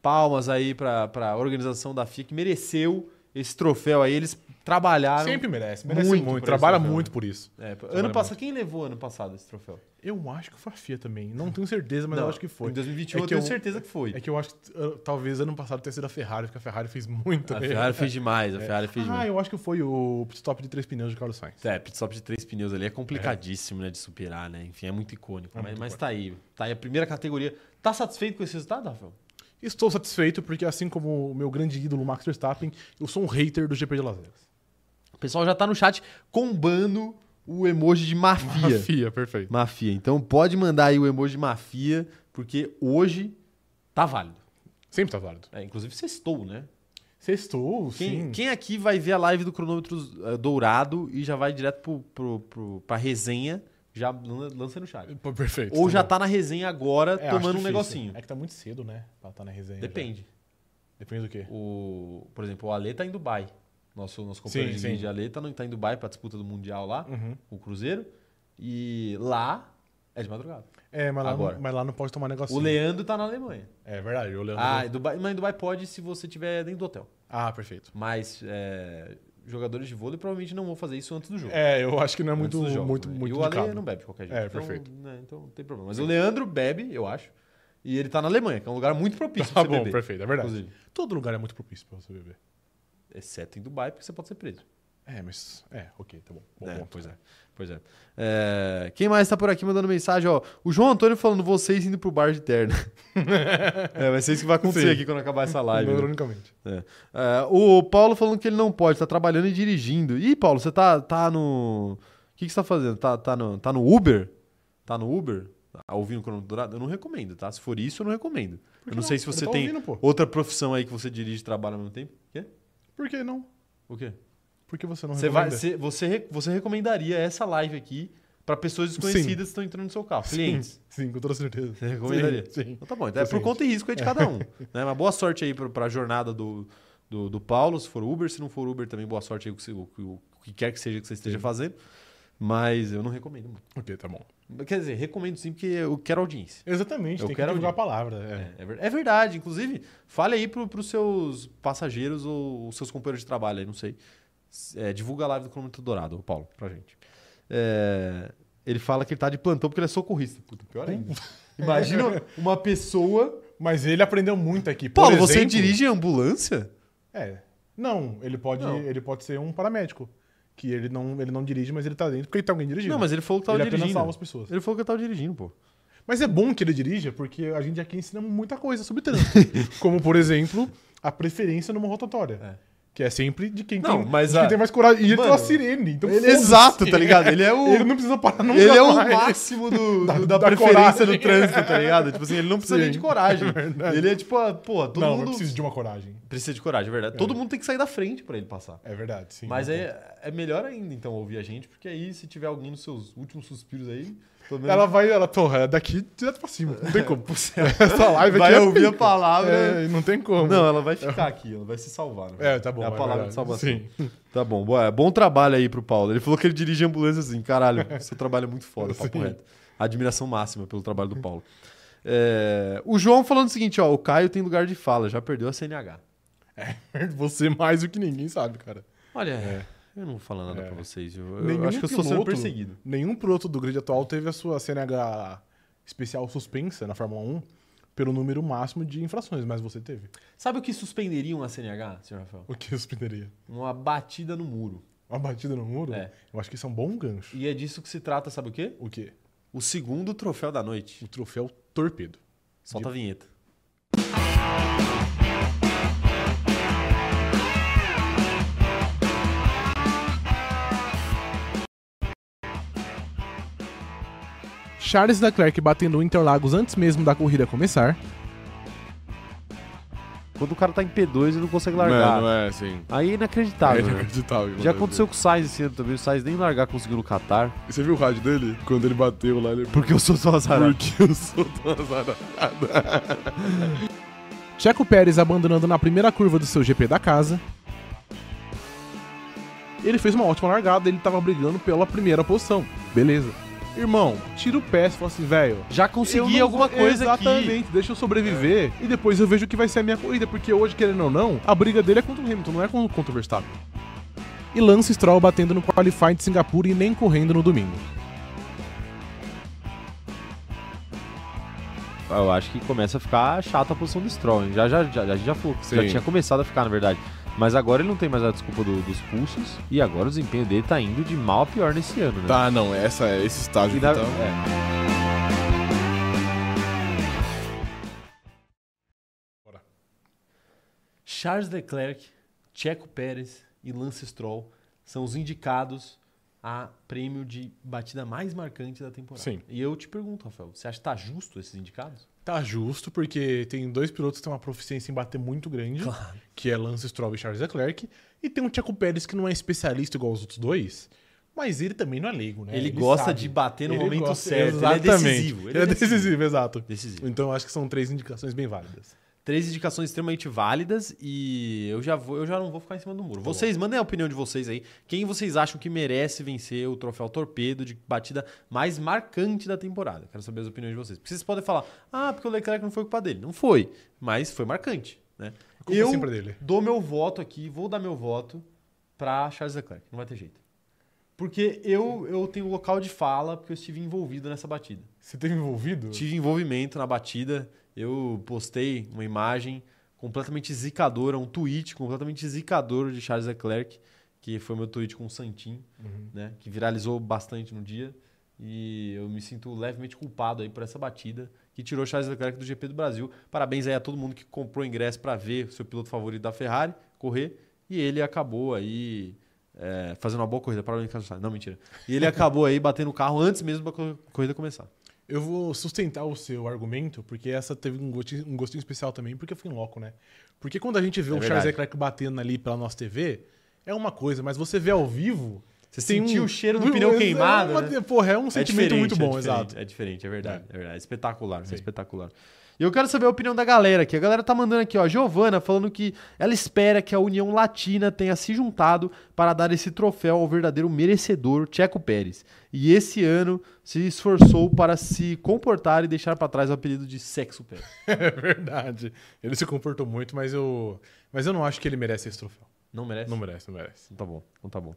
A: Palmas aí pra, pra organização da FIA que mereceu esse troféu aí. Eles trabalharam.
B: Sempre merece, merece
A: muito
B: muito.
A: por
B: trabalha
A: isso, né?
B: muito por isso.
A: É, ano
B: Trabalha
A: passado, quem levou ano passado esse troféu?
B: Eu acho que foi a FIA também. Não tenho certeza, mas eu acho que foi.
A: Em
B: É
A: 2021, eu
B: que
A: tenho certeza que foi.
B: É que eu acho que uh, talvez ano passado tenha sido a Ferrari, porque a Ferrari fez muito.
A: a
B: né?
A: Ferrari fez demais, a Ferrari fez demais.
B: Ah, eu acho que foi o pit stop de três pneus de Carlos Sainz.
A: É, pit stop de três pneus ali é complicadíssimo, né, de superar, né? Enfim, é muito icônico. mas,
B: muito
A: mas tá aí. Tá aí a primeira categoria. Tá satisfeito com esse resultado, Rafael?
B: Estou satisfeito porque, assim como o meu grande ídolo Max Verstappen, eu sou um hater do GP de Las Vegas.
A: O pessoal já tá no chat combando o emoji de mafia.
B: FIA, perfeito.
A: Mafia. Então pode mandar aí o emoji de mafia, porque hoje tá válido.
B: Sempre tá válido.
A: É, inclusive sextou, né?
B: Sextou,
A: Quem,
B: sim.
A: quem aqui vai ver a live do cronômetro eh, dourado e já vai direto pro, pro, pro- pra resenha, já lan- lança no chat.
B: Pô, Perfeito.
A: Ou já
B: bom.
A: tá na resenha agora,
B: É, acho
A: tomando um
B: difícil.
A: negocinho.
B: É que tá muito cedo, né? Pra tá na resenha. já.
A: Depende.
B: Depende do quê?
A: O, por exemplo, o Ale tá em Dubai. Nosso, nosso companheiro
B: Sim,
A: de
B: sim.
A: vídeo Ale tá, no, tá em Dubai pra disputa do Mundial lá,
B: Uhum.
A: o Cruzeiro. E lá é de madrugada.
B: É, mas lá,
A: Agora.
B: não, mas lá não pode tomar negocinho.
A: O Leandro tá na Alemanha.
B: É verdade, o Leandro.
A: Ah, e Dubai, mas em Dubai pode se você tiver dentro do hotel.
B: Ah, perfeito.
A: Mas é, jogadores de vôlei provavelmente não vão fazer isso antes do jogo.
B: É, eu acho que não é muito,
A: Antes dos jogos,
B: muito,
A: né?
B: muito
A: E o Ale
B: indicado.
A: não bebe de qualquer jeito.
B: É,
A: Então,
B: perfeito.
A: né, então não tem problema. Mas o Leandro bebe, eu acho. E ele tá na Alemanha, que é um lugar muito propício
B: Tá
A: pra você
B: bom,
A: beber.
B: perfeito, é verdade.
A: Inclusive.
B: Todo lugar é muito propício pra você beber.
A: Exceto em Dubai, porque você pode ser preso.
B: É, mas. É, ok, tá bom. Bom
A: É,
B: ponto.
A: pois é. Pois é. É, Quem mais tá por aqui mandando mensagem? Ó, o João Antônio falando vocês indo pro bar de terno. é, vai ser isso que vai acontecer
B: Sim.
A: aqui quando acabar essa live. né?
B: Ironicamente.
A: É. É, o Paulo falando que ele não pode, tá trabalhando e dirigindo. Ih, Paulo, você tá, tá no. O que, que você tá fazendo? Tá, tá, no, tá no Uber? Tá no Uber? Tá ouvindo o Cronômetro Dourado? Eu não recomendo, tá? Se for isso, eu não recomendo. Eu não,
B: não?
A: sei se
B: Ele
A: você
B: tá
A: tem
B: ouvindo, pô.
A: outra profissão aí que você dirige e trabalha ao mesmo tempo. O quê?
B: Por que não?
A: O quê?
B: Por que você não
A: Você, vai,
B: recomenda?
A: você, você, re- você recomendaria essa live aqui pra pessoas desconhecidas que estão entrando no seu carro? Ah, Clientes.
B: Sim, sim, com toda certeza.
A: Você recomendaria?
B: Sim, sim.
A: Então tá bom. Então é por
B: Paciente.
A: conta e risco aí de cada um. né? Mas boa sorte aí pra, pra jornada do, do, do Paulo, se for Uber. Se não for Uber também, boa sorte aí com o, que você- o que- o que quer que seja que você esteja fazendo. Mas eu não recomendo muito.
B: Ok, tá bom.
A: Quer dizer, recomendo sim porque eu quero audiência.
B: Exatamente,
A: Eu
B: tem
A: quero
B: que divulgar a
A: ouvir.
B: palavra. É.
A: É, é ver- é verdade. Inclusive, fale aí pro, pros seus passageiros ou os seus companheiros de trabalho aí, não sei. S- é, divulga a live do Cronômetro Dourado, ô Paulo, pra gente. É, ele fala que ele tá de plantão porque ele é socorrista. Puta, pior ainda. Imagina uma pessoa.
B: Mas ele aprendeu muito aqui. Por
A: Paulo, você
B: exemplo-
A: dirige ambulância?
B: É. Não, ele pode,
A: Não.
B: Ele pode ser um paramédico. Que ele não, ele não dirige, mas ele tá dentro porque tem alguém dirigindo.
A: Não, mas ele falou que tava
B: Ele apenas
A: dirigindo.
B: salva as pessoas.
A: Ele falou que eu tava dirigindo, pô.
B: Mas é bom que ele dirija, porque a gente aqui ensina muita coisa sobre trânsito. Como, por exemplo, a preferência numa rotatória. Que é sempre de quem,
A: Não,
B: tem,
A: mas
B: de quem
A: a-
B: tem mais coragem. E ele tem
A: Mano,
B: uma sirene. Então
A: Ele-
B: foda-se.
A: exato, tá ligado? Ele é o-
B: Ele não precisa parar nunca
A: Ele é o
B: mais.
A: máximo do, do- da,
B: da
A: preferência
B: coragem.
A: do trânsito, tá ligado? Tipo assim, ele não precisa
B: Sim,
A: nem de coragem.
B: é verdade.
A: ele é tipo, ah, pô, todo
B: não, eu
A: mundo.
B: preciso de uma coragem.
A: Precisa de coragem, é verdade. Todo mundo tem que sair da frente pra ele passar.
B: É verdade, sim.
A: Mas
B: é...
A: é, é melhor ainda, então, ouvir a gente, porque aí, se tiver alguém nos seus últimos suspiros aí, pelo menos
B: Ela vai, ela torra daqui direto pra cima. Não tem como. Essa live aqui
A: vai
B: é
A: ouvir a
B: pica.
A: palavra.
B: É, não tem como.
A: Não, ela vai ficar aqui, ela vai se salvar. né?
B: É, tá bom.
A: É a palavra
B: verdade.
A: de salvação.
B: Sim.
A: Tá bom, boa, bom trabalho aí pro Paulo. Ele falou que ele dirige ambulância assim, caralho, seu trabalho é muito foda, papo
B: Sim.
A: reto. Admiração máxima pelo trabalho do Paulo. É, o João falando o seguinte, ó, o Caio tem lugar de fala, já perdeu a CNH.
B: Você mais do que ninguém sabe, cara. É.
A: Olha, eu não vou falar nada pra vocês. Eu, eu
B: Nenhum
A: acho que eu estou É. sendo
B: piloto-
A: perseguido.
B: Nenhum piloto do grid atual teve a sua CNH especial suspensa na Fórmula 1 pelo número máximo de infrações, mas você teve.
A: Sabe o que suspenderia uma CNH, senhor Rafael?
B: O que suspenderia?
A: Uma batida no muro.
B: Uma batida no muro?
A: É.
B: Eu acho que isso é um bom gancho.
A: E é disso que se trata, sabe o quê?
B: O quê?
A: O segundo troféu da noite.
B: O troféu torpedo.
A: Solta a vinheta.
B: Charles Leclerc batendo o Interlagos antes mesmo da corrida começar.
E: Quando o cara tá em P2 ele não consegue
B: Não,
E: largar.
B: não é assim.
E: Aí é
B: É
E: inacreditável. né?
B: inacreditável.
E: Já aconteceu com o Sainz esse ano também. O Sainz nem largar conseguiu no Qatar.
B: Você viu o rádio dele? Quando ele bateu lá, ele.
E: Porque eu sou só azarado.
B: Porque eu sou tão azarada. Checo Pérez abandonando na primeira curva do seu GP da casa. Ele fez uma ótima largada, ele tava brigando pela primeira posição. Beleza. Irmão, tira o pé e fala assim, velho.
A: Já
B: eu
A: consegui
B: não
A: alguma
B: vou-
A: coisa aqui.
B: Exatamente, deixa eu sobreviver e depois eu vejo o que vai ser a minha corrida, porque hoje, querendo ou não, a briga dele é contra o Hamilton, não é con- contra o Verstappen. E Lance Stroll batendo no Qualify de Singapura e nem correndo no domingo.
E: Eu acho que começa a ficar chata a posição do Stroll. hein? Já, já, já, a gente já, falou, já
B: Sim.
E: tinha começado a ficar, na verdade. Mas agora ele não tem mais a desculpa do- dos pulsos. E agora o desempenho dele tá indo de mal a pior nesse ano, né?
F: Tá, não, essa, esse estágio
E: E
F: que
E: na-
F: tá.
E: é.
A: Charles Leclerc, Checo Pérez e Lance Stroll são os indicados a prêmio de batida mais marcante da temporada.
B: Sim.
A: E eu te pergunto, Rafael, você acha que tá justo esses indicados?
B: Tá justo, porque tem dois pilotos que têm uma proficiência em bater muito grande, que é Lance Stroll e Charles Leclerc, e tem um Checo Pérez que não é especialista igual os outros dois, mas ele também não é leigo, né?
A: Ele gosta de bater no
B: Ele
A: momento
B: gosta-
A: certo, ele é decisivo, ele
B: Ele é
A: é decisivo.
B: decisivo, exato.
A: Decisivo.
B: Então eu acho que são três indicações bem válidas.
A: Três indicações extremamente válidas e eu já, vou, eu já não vou ficar em cima do
B: Tá
A: muro. Vocês, mandem a opinião de vocês aí. Quem vocês acham que merece vencer o troféu torpedo de batida mais marcante da temporada? Quero saber as opiniões de vocês. Porque vocês podem falar, ah, porque o Leclerc não foi culpa dele. Não foi, mas foi marcante. Né?
B: culpa
A: eu
B: sempre é dele.
A: dou meu voto aqui, vou dar meu voto para Charles Leclerc. Não vai ter jeito. Porque eu, eu tenho local de fala, porque eu estive envolvido nessa batida
B: Você teve envolvido?
A: tive envolvimento na batida. Eu postei uma imagem completamente zicadora, um tweet completamente zicador de Charles Leclerc, que foi meu tweet com o Santin, né, que viralizou bastante no dia. E eu me sinto levemente culpado aí por essa batida que tirou Charles Leclerc do GP do Brasil. Parabéns aí a todo mundo que comprou ingresso para ver o seu piloto favorito da Ferrari correr. E ele acabou aí é, fazendo uma boa corrida. Parabéns, Carlos Sainz. Não, mentira. E ele acabou aí batendo o carro antes mesmo da co- corrida começar.
B: Eu vou sustentar o seu argumento, porque essa teve um gostinho, um gostinho especial também, porque eu fui em loco, né? Porque quando a gente vê o
A: É verdade.
B: Charles Leclerc batendo ali pela nossa TV, é uma coisa, mas você vê ao vivo.
A: Você
B: tem
A: sentiu
B: um-
A: o cheiro do
B: um-
A: pneu
B: é
A: queimado,
B: uma-
A: né?
B: Porra, é um sentimento
A: diferente,
B: muito bom,
A: é diferente,
B: exato.
A: É diferente, é verdade, é, verdade. Espetacular, isso é espetacular. E eu quero saber a opinião da galera aqui. A galera tá mandando aqui, ó, Giovana falando que ela espera que a União Latina tenha se juntado para dar esse troféu ao verdadeiro merecedor, Checo Pérez. E esse ano se esforçou para se comportar e deixar para trás o apelido de Sexo Pérez.
B: É verdade. Ele se comportou muito, mas eu. Mas eu não acho que ele merece esse troféu.
A: Não merece?
B: Não merece, não merece.
A: Então tá bom, então tá bom.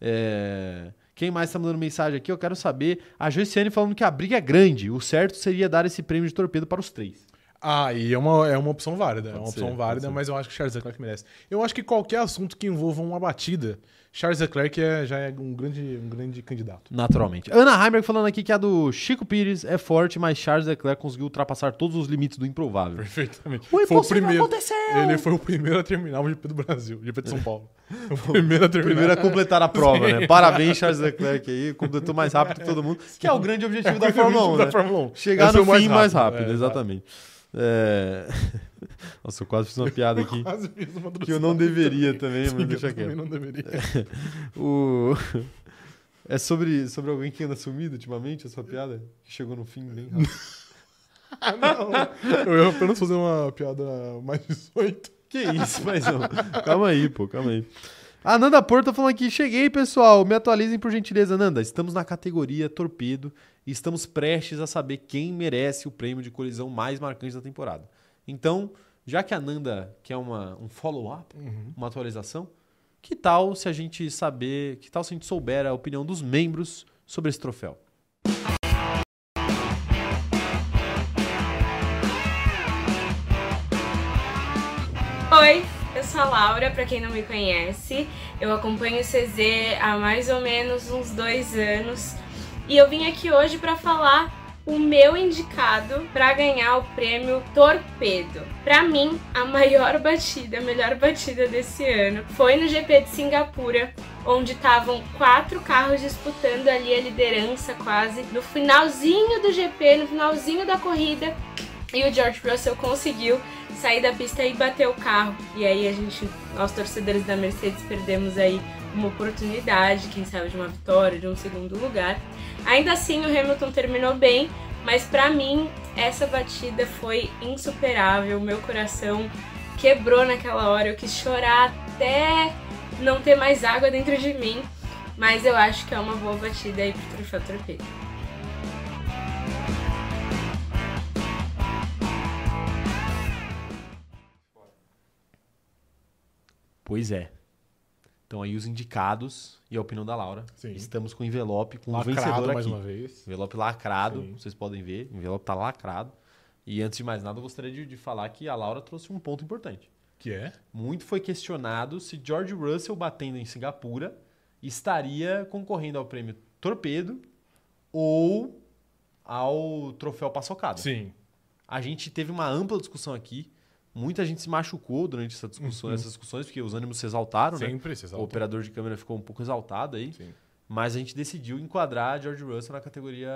A: É, Quem mais tá mandando mensagem aqui? Eu quero saber. A Joiciane falando que a briga é grande. O certo seria dar esse prêmio de torpedo para os três.
B: Ah, e é uma, é uma opção válida. é uma
A: Pode ser,
B: opção
A: pode
B: válida,
A: ser.
B: mas eu acho que Charles Leclerc merece. Eu acho que qualquer assunto que envolva uma batida, Charles Leclerc é- já é um grande, um grande candidato.
A: Naturalmente. Ana Heimberg falando aqui que a do Chico Pires é forte, mas Charles Leclerc conseguiu ultrapassar todos os limites do improvável.
B: Perfeitamente.
A: O
B: foi o
A: impossível
B: primeiro. É
A: aconteceu!
B: Ele foi o primeiro a terminar o GP do Brasil, o GP de São Paulo. O primeiro a terminar.
A: Primeiro a completar a prova, né? Parabéns, Charles Leclerc aí. Completou mais rápido que todo mundo. Que é o grande objetivo da Fórmula 1, né?
B: da Fórmula 1.
A: Chegar
B: Esse é
A: no
B: o mais
A: fim mais
B: rápido,
A: rápido,
B: é,
A: exatamente. É... Nossa, eu quase fiz uma piada aqui
B: Quase fiz uma
A: que eu não deveria também, mas deixa
B: também
A: quieto.
B: não deveria.
A: O... É sobre, sobre alguém que anda sumido ultimamente, essa piada? Que chegou no fim bem rápido.
B: Ah, não. Eu ia apenas fazer uma piada mais 18.
A: Que isso, mas não. Calma aí, pô, calma aí. A Nanda Porto tá falando aqui, cheguei pessoal, me atualizem por gentileza. Nanda, estamos na categoria torpedo e estamos prestes a saber quem merece o prêmio de colisão mais marcante da temporada. Então, já que a Nanda quer uma, um follow-up, uma atualização, que tal se a gente saber, que tal se a gente souber a opinião dos membros sobre esse troféu?
G: Oi, eu sou a Laura, pra quem não me conhece. Eu acompanho o CZ há mais ou menos uns dois anos. E eu vim aqui hoje pra falar o meu indicado pra ganhar o prêmio Torpedo. Pra mim, a maior batida, a melhor batida desse ano foi no GP de Singapura, onde estavam quatro carros disputando ali a liderança quase. No finalzinho do GP, no finalzinho da corrida, e o George Russell conseguiu sair da pista e bater o carro. E aí a gente, nós torcedores da Mercedes, perdemos aí uma oportunidade, quem sabe de uma vitória, de um segundo lugar. Ainda assim, o Hamilton terminou bem, mas pra mim essa batida foi insuperável. Meu coração quebrou naquela hora, eu quis chorar até não ter mais água dentro de mim. Mas eu acho que é uma boa batida aí pro troféu torpedo.
A: Pois é. Então aí os indicados e a opinião da Laura.
B: Sim.
A: Estamos com o envelope, com o Tipo, um vencedor
B: Lacrado
A: aqui.
B: mais uma vez.
A: Envelope lacrado,
B: Sim.
A: vocês podem ver, o envelope tá lacrado. E antes de mais nada, eu gostaria de, de falar que a Laura trouxe um ponto importante.
B: Que é?
A: Muito foi questionado se George Russell batendo em Singapura estaria concorrendo ao prêmio Torpedo ou ao troféu Paçocada.
B: Sim.
A: A gente teve uma ampla discussão aqui. Muita gente se machucou durante essa discussão, essas discussões, porque os ânimos se exaltaram, né?
B: Uhum. Sempre se
A: O
B: exalta.
A: operador de câmera ficou um pouco exaltado aí.
B: Sim.
A: Mas a gente decidiu enquadrar George Russell na categoria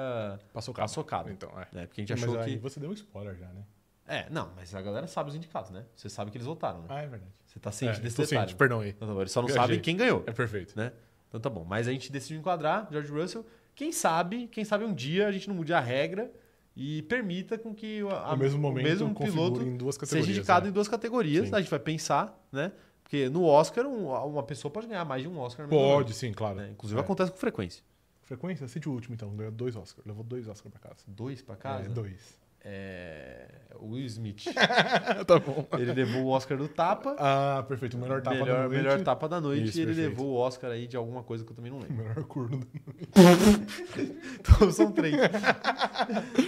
B: Passou cabo.
A: paçocada.
B: Então, é.
A: Né? Porque a gente achou
B: Mas aí
A: que.
B: você deu um spoiler já, né?
A: É, não, mas a galera sabe os indicados, né? Você sabe que eles votaram, né?
B: Ah, é verdade.
A: Você tá ciente
B: é,
A: desse
B: tô
A: detalhe.
B: ciente, perdão aí.
A: Então, tá bom, eles só não
B: Viajei.
A: sabem quem ganhou,
B: É perfeito.
A: né? Então tá bom. Mas a gente decidiu enquadrar George Russell. Quem sabe, quem sabe um dia a gente não mude a regra e permita com que a,
B: No mesmo momento,
A: o mesmo
B: configura
A: piloto
B: em duas
A: seja
B: categorias. né?
A: indicado em duas categorias.
B: Sim.
A: A gente vai pensar, né? Porque no Oscar, um- uma pessoa pode ganhar mais de um Oscar.
B: né?
A: no mesmo ano,
B: Pode, sim, claro.
A: né? Inclusive
B: É.
A: acontece com frequência.
B: Frequência, sente o último então. Ganhou dois Oscars. Levou dois Oscars pra casa.
A: Dois pra casa?
B: É, dois.
A: É, o Will Smith.
B: tá bom.
A: Ele levou o Oscar do tapa.
B: Ah, perfeito. O melhor tapa
A: melhor,
B: da noite.
A: melhor tapa da noite.
B: Isso,
A: e ele
B: perfeito.
A: levou o Oscar aí de alguma coisa que eu também não
B: O
A: lembro.
B: melhor corno da noite.
A: Então são três.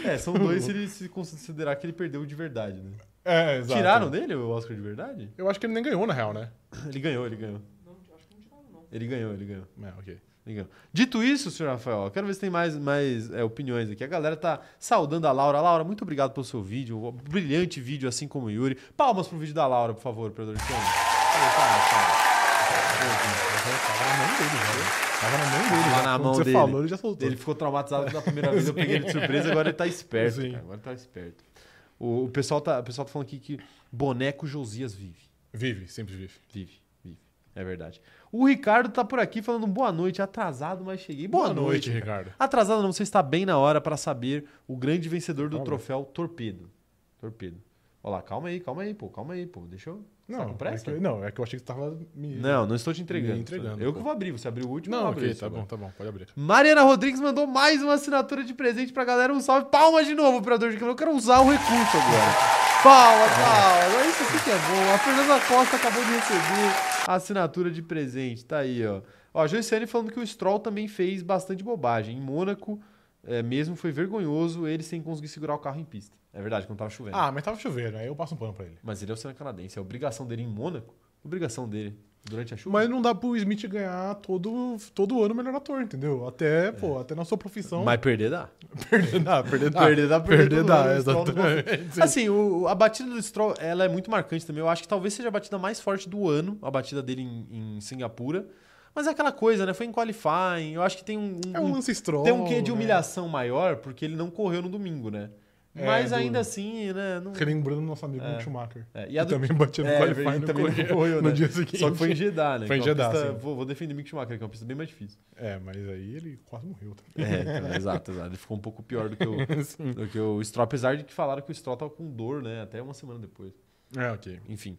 A: é, são dois se ele se considerar que ele perdeu de verdade, né?
B: Uhum. É, exato.
A: Tiraram dele o Oscar de verdade?
B: Eu acho que ele nem ganhou, na real, né?
A: Ele ganhou, ele ganhou. Ele ganhou, ele ganhou.
B: É, ok.
A: Legal. Dito isso, senhor Rafael, eu quero ver se tem mais, mais é, opiniões aqui. A galera tá saudando a Laura. Laura, muito obrigado pelo seu vídeo. um brilhante vídeo, assim como o Yuri. Palmas pro vídeo da Laura, por favor, operador de som.
B: Tava na mão dele.
A: Tava
B: já.
A: na
B: Quando
A: mão
B: você
A: dele. né?
B: falou, ele já soltou.
A: Ele ficou traumatizado da primeira vez, eu peguei ele de surpresa, agora ele tá esperto.
B: Sim.
A: cara, agora tá esperto. O, o pessoal tá, o pessoal tá falando aqui que boneco Josias vive.
B: Vive, sempre vive.
A: Vive, vive. É verdade. O Ricardo tá por aqui falando boa noite, atrasado, mas cheguei. Boa, noite, Ricardo.
B: Ricardo.
A: Atrasado não, você está bem na hora para saber o grande vencedor do
B: Calma.
A: troféu Torpedo. Torpedo. Olha lá, calma aí, calma aí, pô, calma aí, pô. Deixa eu. tá com pressa?
B: É que, não, é que eu achei que você tava me.
A: Não, não estou te entregando.
B: Me entregando,
A: eu
B: pô.
A: que vou abrir, você abriu o último, eu
B: Não,
A: abro
B: ok,
A: esse
B: tá
A: agora.
B: bom, tá bom, pode abrir.
A: Mariana Rodrigues mandou mais uma assinatura de presente pra galera. Um salve. Palmas de novo, operador de câmera. Eu quero usar o recurso agora. Palmas, palmas. É isso aqui que é bom. A Fernanda Costa acabou de receber a assinatura de presente. Tá aí, ó. Ó, a Joiciane falando que o Stroll também fez bastante bobagem. Em Mônaco, é, mesmo foi vergonhoso ele sem conseguir segurar o carro em pista. É verdade, quando tava chovendo.
B: Ah, mas tava chovendo, aí eu passo um pano pra ele.
A: Mas ele é o Senna canadense. É obrigação dele em Mônaco? Obrigação dele durante a chuva?
B: Mas não dá pro Smith ganhar todo, todo ano o melhor ator, entendeu? Até, pô, até na sua profissão.
A: É. Mas Então, perder dá.
B: perder dá, perder dá.
A: Perder dá, perder
B: Perder
A: todo
B: dá,
A: ano, o Stroll não
B: exatamente.
A: Assim, o- a batida do Stroll ela é muito marcante também. Eu acho que talvez seja a batida mais forte do ano, a batida dele em, em Singapura. Mas é aquela coisa, né? Foi em qualifying. Eu acho que tem um, um-
B: É um lance Stroll.
A: tem um quê de
B: né?
A: humilhação maior, porque ele não correu no domingo, né?
B: É,
A: Mas
B: do-
A: ainda assim, né? não-
B: Relembrando nosso amigo Schumacher.
A: É, e
B: E
A: a do-
B: também batia no
A: É,
B: qualify
A: ele
B: no,
A: também não
B: correio
A: correu,
B: no
A: né?
B: dia seguinte.
A: Só que foi em Jeddah, né?
B: Foi em
A: Que é uma
B: Jeddah,
A: pista-
B: sim.
A: vou, vou defender Mick Schumacher, que é uma pista bem mais difícil.
B: É, mas aí ele quase morreu também.
A: É, então, exato, exato. Ele ficou um pouco pior do que, o, do que o Stroll, apesar de que falaram que o Stroll tava com dor, né? Até uma semana depois.
B: É, ok.
A: Enfim.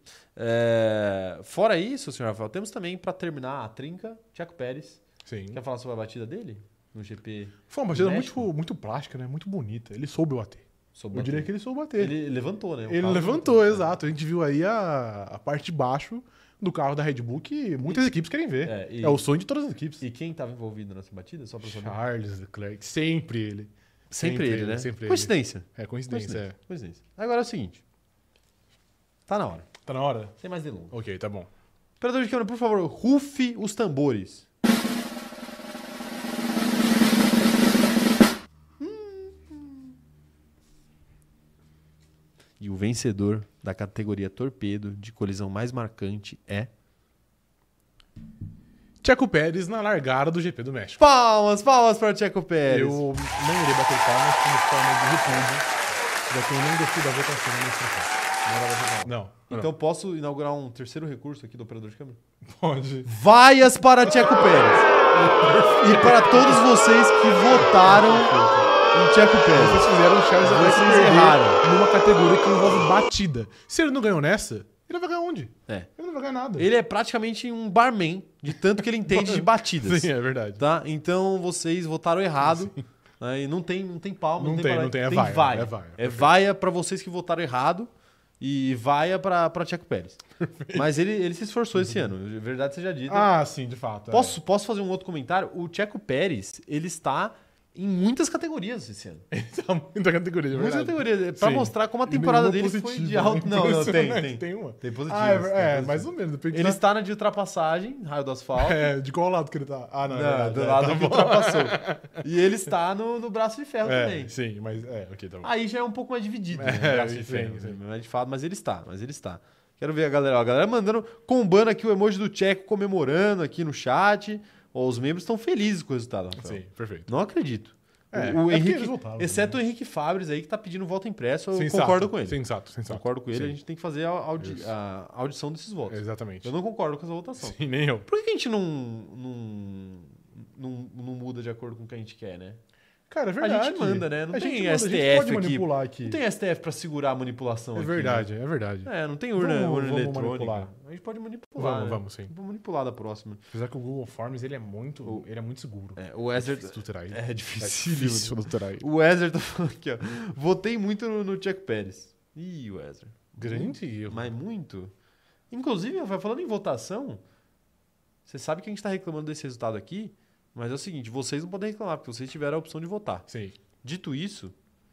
A: É, Fora isso, senhor Rafael, temos também, pra terminar a trinca, Tiago Pérez.
B: Sim.
A: Quer falar sobre a batida dele? No GP
B: Foi uma batida
A: México?
B: muito, muito plástica, né? Muito bonita. Ele soube bater.
A: sobre
B: Eu diria que ele soube bater. É, Ele,
A: Ele levantou, né? O
B: ele
A: carro
B: levantou, exato. A gente viu aí a, a parte de baixo do carro da Red Bull que muitas equipes querem ver.
A: É,
B: É,
A: e-
B: o sonho de todas as equipes.
A: E quem estava envolvido nessa batida? Só pra saber.
B: Charles Leclerc, sempre ele.
A: Sempre, ele, né?
B: Sempre ele.
A: Coincidência.
B: É coincidência.
A: Coincidência. Coincidência. Agora é o seguinte. Tá na hora.
B: é. Tá na hora?
A: Sem mais delongas.
B: Ok, tá bom.
A: Operador de câmera, por favor, rufe os tambores. E o vencedor da categoria torpedo de colisão mais marcante é.
B: Tcheco Pérez na largada do GP do México.
A: Palmas, palmas para o Tcheco Pérez.
B: Eu não irei bater palmas como forma de repúdio, já que eu não gostei da votação da minha estratégia. Não, não.
A: Então posso inaugurar um terceiro recurso aqui do operador de câmera?
B: pode.
A: Vaias para Tcheco Pérez. E para todos vocês que votaram em Tcheco Pérez.
B: Vocês fizeram o Charles Leclerc
A: Vocês
B: perder
A: erraram.
B: numa categoria que envolve batida. Se ele não ganhou nessa, ele vai ganhar onde?
A: É.
B: Ele não vai ganhar nada.
A: Ele é praticamente um barman, de tanto que ele entende de batidas.
B: Sim, é verdade.
A: Tá? Então vocês votaram errado. né? E não tem, não tem palma, não,
B: Não
A: tem
B: tem,
A: palma.
B: não tem, é vaia,
A: vaia.
B: é vaia.
A: É vaia pra vocês que votaram errado e vaia pra, pra Tcheco Pérez. Mas ele, ele se esforçou esse ano, verdade seja dita.
B: Ah, sim, de fato. é.
A: posso, posso fazer um outro comentário? O Tcheco Pérez, ele está em muitas categorias esse ano.
B: Ele tá muito na categoria, é
A: Muitas
B: verdade.
A: categorias. Pra
B: Sim.
A: mostrar como a
B: E
A: temporada
B: nenhuma
A: dele foi
B: positiva,
A: de alto.
B: né?
A: Não, não, tem,
B: Impressionante,
A: tem.
B: tem uma.
A: Tem positivas.
B: Ah, é,
A: tem
B: é,
A: positivas.
B: mais ou menos. Depende
A: Ele
B: da-
A: está na de ultrapassagem, raio do asfalto.
B: É, de qual lado que ele tá? Ah, não, é
A: Não,
B: verdade,
A: do
B: é,
A: lado
B: tá
A: que
B: bom.
A: ultrapassou. E ele está no, no é braço de ferro também.
B: É, sim, mas... É, ok, tá bom.
A: Aí já é um pouco mais dividido, né?
B: É,
A: braço de
B: sim,
A: ferro.
B: sim.
A: Mas de fato, mas ele está, mas ele está. Quero ver a galera, ó, a galera mandando, combando aqui o emoji do Tcheco comemorando aqui no chat. Ó, os membros estão felizes com o resultado, Rafael.
B: Sim, perfeito.
A: Não acredito.
B: É,
A: o o
B: é porque
A: Henrique,
B: eles votaram,
A: exceto o
B: né?
A: Henrique Fabres aí que tá pedindo voto impresso, eu concordo com ele.
B: Sensato, sensato.
A: Concordo com ele,
B: Sim,
A: a gente ah, tem que fazer a, audi-
B: Isso.
A: a audição desses votos.
B: Exatamente.
A: Eu não concordo com essa votação.
B: Sim, nem eu.
A: Por que a gente não, não, não, não muda de acordo com o que a gente quer, né?
B: Cara, é verdade.
A: gente manda, né? Não
B: a
A: tem
B: gente manda, a gente
A: STF
B: pode
A: aqui.
B: manipular aqui.
A: Não tem STF pra segurar a manipulação
B: É
A: aqui,
B: verdade, é verdade.
A: né? É, não tem urna,
B: Vamos-
A: urna
B: vamos
A: eletrônica.
B: manipular.
A: A gente pode manipular.
B: Vamos,
A: né?
B: vamos, sim.
A: Vamos manipular da próxima.
B: Apesar que o Google Forms, ele é muito, ele é muito seguro.
A: É, o Ezra.
B: difícil adulterar ele.
A: É difícil.
B: adulterar ele.
A: O Ezra tá falando aqui, ó. Votei muito no, no Chuck Pérez. Ih, o Ezra.
B: Grande erro.
A: Mas muito. Inclusive, Rafael, falando em votação, você sabe que a gente tá reclamando desse resultado aqui, mas é o seguinte, vocês não podem reclamar, porque vocês tiveram a opção de votar.
B: Sim.
A: Dito isso,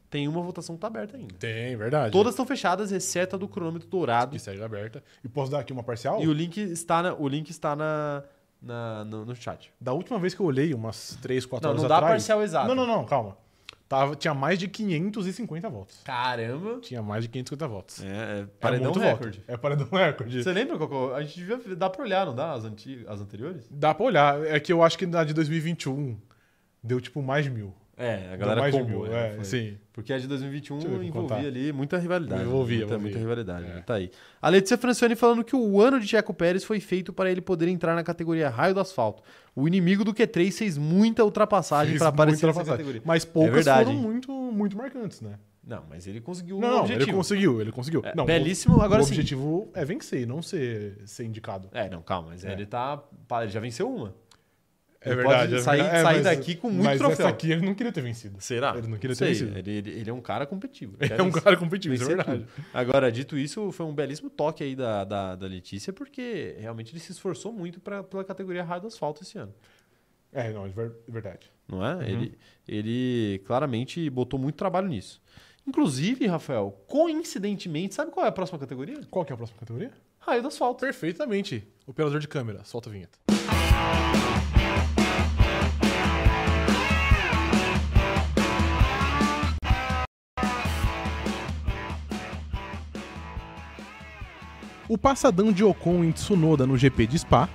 A: tem uma votação que tá aberta ainda.
B: Tem, verdade.
A: Todas estão fechadas, exceto a do cronômetro dourado.
B: Que segue aberta. E posso dar aqui uma parcial?
A: E o link está na, o link está na, na- no, no chat.
B: Da última vez que eu olhei, umas 3, 4
A: Não,
B: horas
A: não dá
B: atrás...
A: parcial exato.
B: Não, não, não, calma. Tava, tinha mais de 550 votos.
A: Caramba!
B: Tinha mais de 550 votos.
A: É, é
B: É
A: paredão
B: muito
A: recorde.
B: voto. É paredão recorde.
A: Você lembra, Cocô? A gente devia dar pra olhar, não dá? As, anti- as anteriores?
B: Dá pra olhar. É que eu acho que na de 2021 deu tipo mais de mil.
A: É, a
B: Deu
A: galera
B: mais de
A: combo,
B: mil,
A: né?
B: é,
A: Foi.
B: sim.
A: Porque a de 2021
B: Deixa eu ver,
A: envolvia
B: vou contar.
A: ali muita rivalidade. né?
B: Envolvia,
A: muita,
B: envolvia.
A: muita rivalidade. né?
B: É.
A: Tá aí. A Letícia Francione falando que o ano de Checo Pérez foi feito para ele poder entrar na categoria raio do asfalto. O inimigo do Q3 fez muita ultrapassagem
B: Fez
A: para
B: muita
A: aparecer nessa
B: ultrapassagem.
A: categoria. É
B: Mas poucas
A: verdade,
B: foram
A: hein?
B: é muito, muito marcantes, né?
A: Não, mas ele conseguiu
B: Não,
A: o
B: não,
A: objetivo.
B: ele conseguiu, ele conseguiu.
A: É,
B: não,
A: belíssimo,
B: o-
A: agora
B: O
A: sim.
B: objetivo é vencer e não ser, ser indicado.
A: É, não, calma, mas
B: É.
A: ele tá. pá, Ele já venceu uma.
B: É
A: Ele
B: verdade.
A: pode
B: é
A: sair-
B: verdade. É, mas-
A: sair daqui com muito
B: mas
A: troféu.
B: Essa aqui ele não queria ter vencido.
A: Será?
B: Ele não queria
A: Sei,
B: ter vencido.
A: Ele, ele- ele é um cara competitivo.
B: Ele
A: quer
B: é um
A: vencer-
B: cara competitivo, isso é
A: vencer
B: verdade.
A: tudo. Agora, dito isso, foi um belíssimo toque aí da, da, da Letícia, porque realmente ele se esforçou muito pra, pela categoria raio do asfalto esse ano.
B: É, não, é ver- verdade.
A: Não é? Ele, ele claramente botou muito trabalho nisso. Inclusive, Rafael, coincidentemente, sabe qual é a próxima categoria?
B: Qual que é a próxima categoria?
A: Raio do asfalto.
B: Perfeitamente. Operador de câmera, solta a vinheta. O passadão de Ocon em Tsunoda no GP de Spa.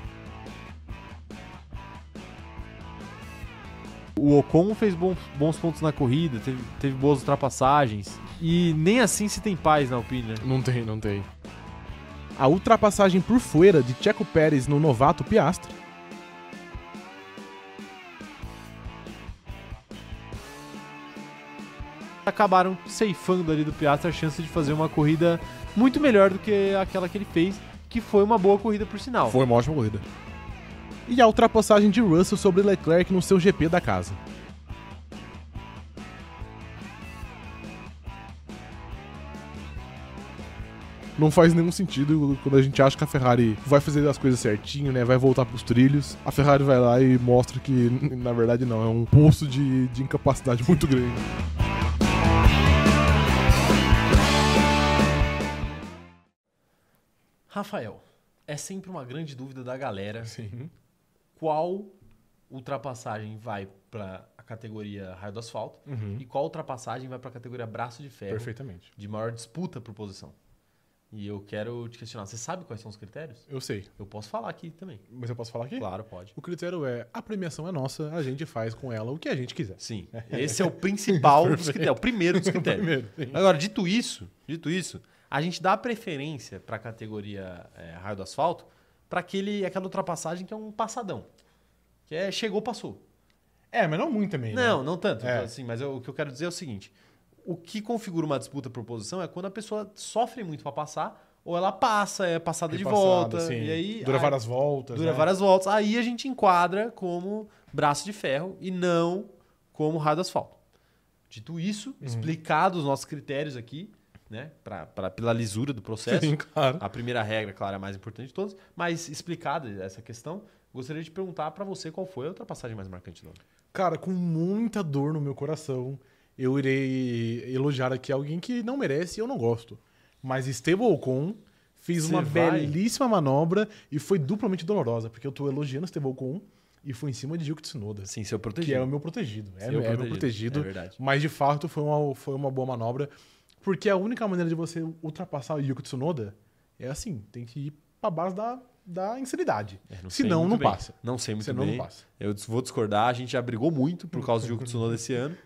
E: O Ocon fez bons, bons pontos na corrida, teve, teve boas ultrapassagens. E nem assim se tem paz na Alpine, né?
B: Não tem, não tem. A ultrapassagem por fora de Checo Pérez no novato Piastre.
E: acabaram ceifando ali do Piastra a chance de fazer uma corrida muito melhor do que aquela que ele fez, que foi uma boa corrida por sinal.
B: Foi uma ótima corrida. E a ultrapassagem de Russell sobre Leclerc no seu GP da casa. Não faz nenhum sentido quando a gente acha que a Ferrari vai fazer as coisas certinho, né? Vai voltar pros trilhos. A Ferrari vai lá e mostra que, na verdade, não. É um poço de, de incapacidade muito grande.
A: Rafael, é sempre uma grande dúvida da galera
B: Sim.
A: qual ultrapassagem vai para a categoria raio do asfalto e qual ultrapassagem vai para a categoria braço de ferro
B: Uhum. Perfeitamente.
A: de maior disputa por posição. E eu quero te questionar, você sabe quais são os critérios?
B: Eu sei.
A: Eu posso falar aqui também.
B: Mas eu posso falar aqui?
A: Claro, pode.
B: O critério é, a premiação é nossa, a gente faz com ela o que a gente quiser. É
A: Sim, esse é o principal dos critérios, É o primeiro dos critérios.
B: Primeiro, sim.
A: Agora, dito isso, dito isso, a gente dá preferência para a categoria é, raio do asfalto para aquele aquela ultrapassagem que é um passadão, que é chegou passou.
B: É, mas não muito também. né?
A: Não, não tanto.
B: É.
A: Assim, mas eu- o que eu quero dizer é o seguinte: o que configura uma disputa por posição é quando a pessoa sofre muito para passar ou ela passa, é passada de
B: Repassado,
A: volta
B: assim,
A: e aí
B: Dura
A: aí-
B: várias voltas.
A: dura
B: né?
A: várias voltas. Aí a gente enquadra como braço de ferro e não como raio do asfalto. Dito isso,
B: Uhum.
A: explicados os nossos critérios aqui, né, pra, pra- pela lisura do processo,
B: Sim, claro.
A: a primeira regra, claro, é a mais importante de todas, mas explicada essa questão, gostaria de perguntar pra você qual foi a ultrapassagem mais marcante do ano.
B: Cara, com muita dor no meu coração, eu irei elogiar aqui alguém que não merece e eu não gosto. Mas Esteban Ocon fez
A: Você
B: uma
A: vai?
B: belíssima manobra e foi duplamente dolorosa, porque eu tô elogiando Esteban Ocon e foi em cima de Yuki Tsunoda,
A: Sim,
B: que é
A: seu
B: o
A: protegido.
B: meu protegido. É,
A: Sim, é
B: é meu
A: o protegido,
B: protegido.
A: é verdade.
B: Mas de fato foi uma, foi uma boa manobra, porque a única maneira de você ultrapassar o Yuki Tsunoda é assim, tem que ir pra base da, da insanidade.
A: É, sei
B: Senão
A: muito
B: não
A: bem.
B: passa.
A: Não sei muito
B: Senão
A: bem.
B: não passa.
A: Eu dis- vou discordar, a gente já brigou muito por causa do Yuki Tsunoda esse ano,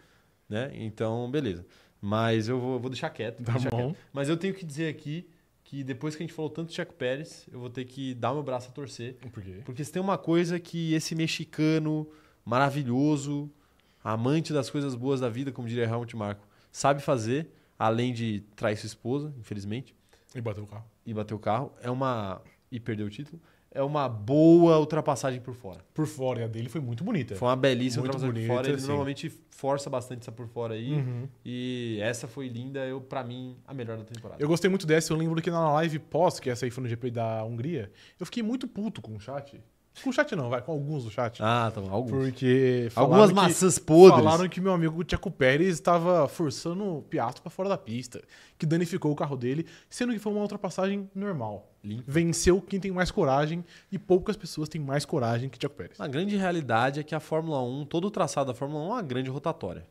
A: né? Então, beleza. Mas eu vou, vou deixar quieto. vou
B: Tá
A: deixar
B: bom.
A: quieto. Mas eu tenho que dizer aqui que depois que a gente falou tanto do Checo Pérez, eu vou ter que dar meu braço a torcer.
B: Por quê?
A: Porque se tem uma coisa que esse mexicano maravilhoso, amante das coisas boas da vida, como diria Helmut Marko, sabe fazer, além de trair sua esposa, infelizmente,
B: E bateu o carro.
A: e bater o carro, é uma. e perder o título, é uma boa ultrapassagem por fora.
B: por fora. E a dele foi muito bonita.
A: Foi uma belíssima
B: Muito
A: ultrapassagem
B: bonita,
A: por fora. Ele
B: sim.
A: normalmente força bastante essa por fora aí.
B: Uhum.
A: E essa foi linda, eu para mim, a melhor da temporada.
B: Eu gostei muito dessa. Eu lembro que na live pós, que essa aí foi no GP da Hungria, eu fiquei muito puto com o chat. Com o chat não, vai, com alguns do chat.
A: Ah, tá bom. Alguns.
B: Porque falaram
A: Algumas
B: que-
A: maçãs podres.
B: Falaram que meu amigo Tiago Pérez estava forçando o Piastro pra fora da pista, que danificou o carro dele, sendo que foi uma ultrapassagem normal.
A: Limpa.
B: Venceu quem tem mais coragem e poucas pessoas têm mais coragem que Tiago Pérez.
A: A grande realidade é que a Fórmula 1, todo o traçado da Fórmula 1 é uma grande rotatória.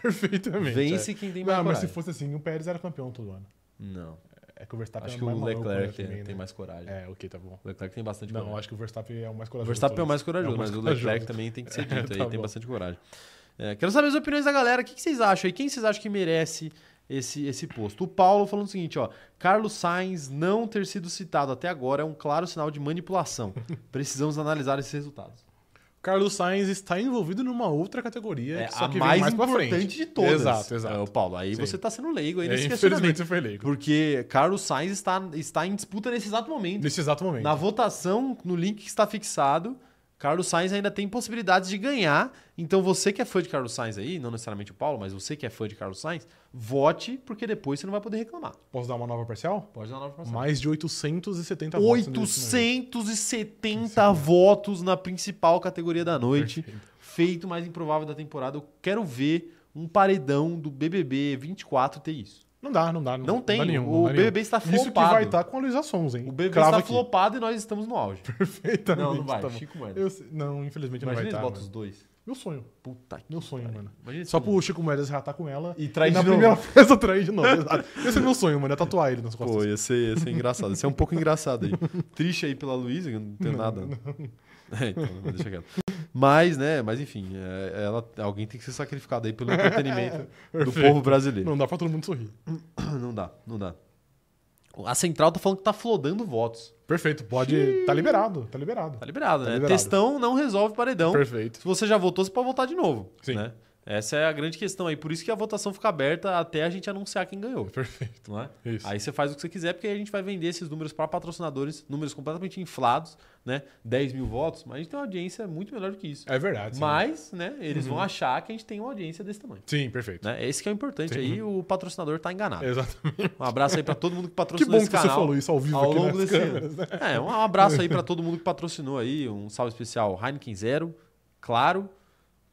B: Perfeitamente. é.
A: Vence quem tem mais
B: Não, mas se
A: coragem.
B: fosse assim, o Pérez era campeão todo ano.
A: Não.
B: É que o Verstappen
A: acho
B: é
A: que
B: mais
A: o
B: maluco, né,
A: Leclerc
B: também, né?
A: tem mais coragem.
B: É, ok, tá bom.
A: O Leclerc tem bastante
B: Não,
A: coragem.
B: acho que o Verstappen é o mais corajoso.
A: O Verstappen é o mais
B: de todos.
A: corajoso,
B: É o mais
A: mas
B: corajoso.
A: o Leclerc também tem que ser dito aí,
B: tá
A: tem
B: bom.
A: bastante coragem. É, quero saber as opiniões da galera. O que, que vocês acham aí? Quem vocês acham que merece esse, esse posto? O Paulo falando o seguinte, ó. Carlos Sainz não ter sido citado até agora é um claro sinal de manipulação. Precisamos analisar esses resultados.
B: Carlos Sainz está envolvido numa outra categoria,
A: É
B: que só
A: a
B: que
A: mais,
B: vem mais pra frente.
A: importante de todas.
B: Exato, exato.
A: É, o Paulo, aí
B: Sim.
A: você tá sendo leigo aí
B: É,
A: nesse
B: infelizmente
A: questionamento.
B: você foi leigo.
A: Porque Carlos Sainz está, está em disputa nesse exato momento.
B: Nesse exato momento.
A: Na votação, no link que está fixado, Carlos Sainz ainda tem possibilidades de ganhar. Então você que é fã de Carlos Sainz aí, não necessariamente o Paulo, mas você que é fã de Carlos Sainz, vote, porque depois você não vai poder reclamar.
B: Posso dar uma nova parcial?
A: Pode dar nova votação.
B: Mais de 870 votos. nesse momento.
A: 870 votos na principal categoria da noite. Feito mais improvável da temporada. Eu quero ver um paredão do BBB 24 ter isso.
B: Não dá, não dá.
A: Não
B: dá
A: tem,
B: nenhum,
A: o
B: não dá nenhum.
A: BBB está
B: Isso que
A: flopado.
B: vai estar com a Luísa Sons, hein?
A: O BBB
B: Cravo
A: está
B: aqui.
A: flopado e nós estamos no auge.
B: Perfeitamente.
A: Não, não vai.
B: tá bom.
A: Chico Moedas.
B: Eu sei- não, infelizmente
A: Imagina
B: não
A: eles
B: vai tá, né?
A: botam os
B: estar.
A: dois.
B: Meu sonho.
A: Puta que
B: Meu sonho, mano.
A: Imagina
B: Só
A: esse
B: pro Chico Moedas ratar com ela.
A: E trair
B: na
A: de novo.
B: primeira festa trair de novo. exato. Esse é meu sonho, mano. É tatuar ele nas costas.
A: Pô, ia ser, ia ser engraçado. Isso é um pouco engraçado aí. Triste aí pela Luísa, que não tem nada. É, então, deixa quieto. Mas, né, mas enfim, é, ela, alguém tem que ser sacrificado aí pelo entretenimento do
B: Perfeito.
A: povo brasileiro.
B: Não dá pra todo mundo sorrir.
A: Não. dá, não dá. A Central tá falando que tá flodando votos.
B: Perfeito, pode. Tá liberado, tá liberado.
A: Tá liberado,
B: Tá
A: né?
B: liberado.
A: Testão não resolve paredão.
B: Perfeito.
A: Se você já votou, você pode votar de novo.
B: Sim.
A: Né? Essa é a grande questão aí. Por isso que a votação fica aberta até a gente anunciar quem ganhou. Perfeito. Não é?
B: Isso.
A: Aí você faz o que você quiser, porque aí a gente vai vender esses números para patrocinadores, números completamente inflados, né? 10 mil votos, mas a gente tem uma audiência muito melhor do que isso.
B: É verdade. sim. Uhum.
A: mas, né, eles vão achar que a gente tem uma audiência desse tamanho.
B: Sim, perfeito.
A: Né? Esse que é o importante aí, o patrocinador tá enganado.
B: Exatamente.
A: Um abraço aí para todo mundo que
B: Que
A: patrocinou
B: bom que
A: esse canal.
B: você falou isso ao vivo
A: Ao
B: aqui
A: longo
B: nas
A: desse
B: câmeras. né?
A: ano. É, um abraço aí para todo mundo que patrocinou aí. Um salve especial Heineken Zero, Claro.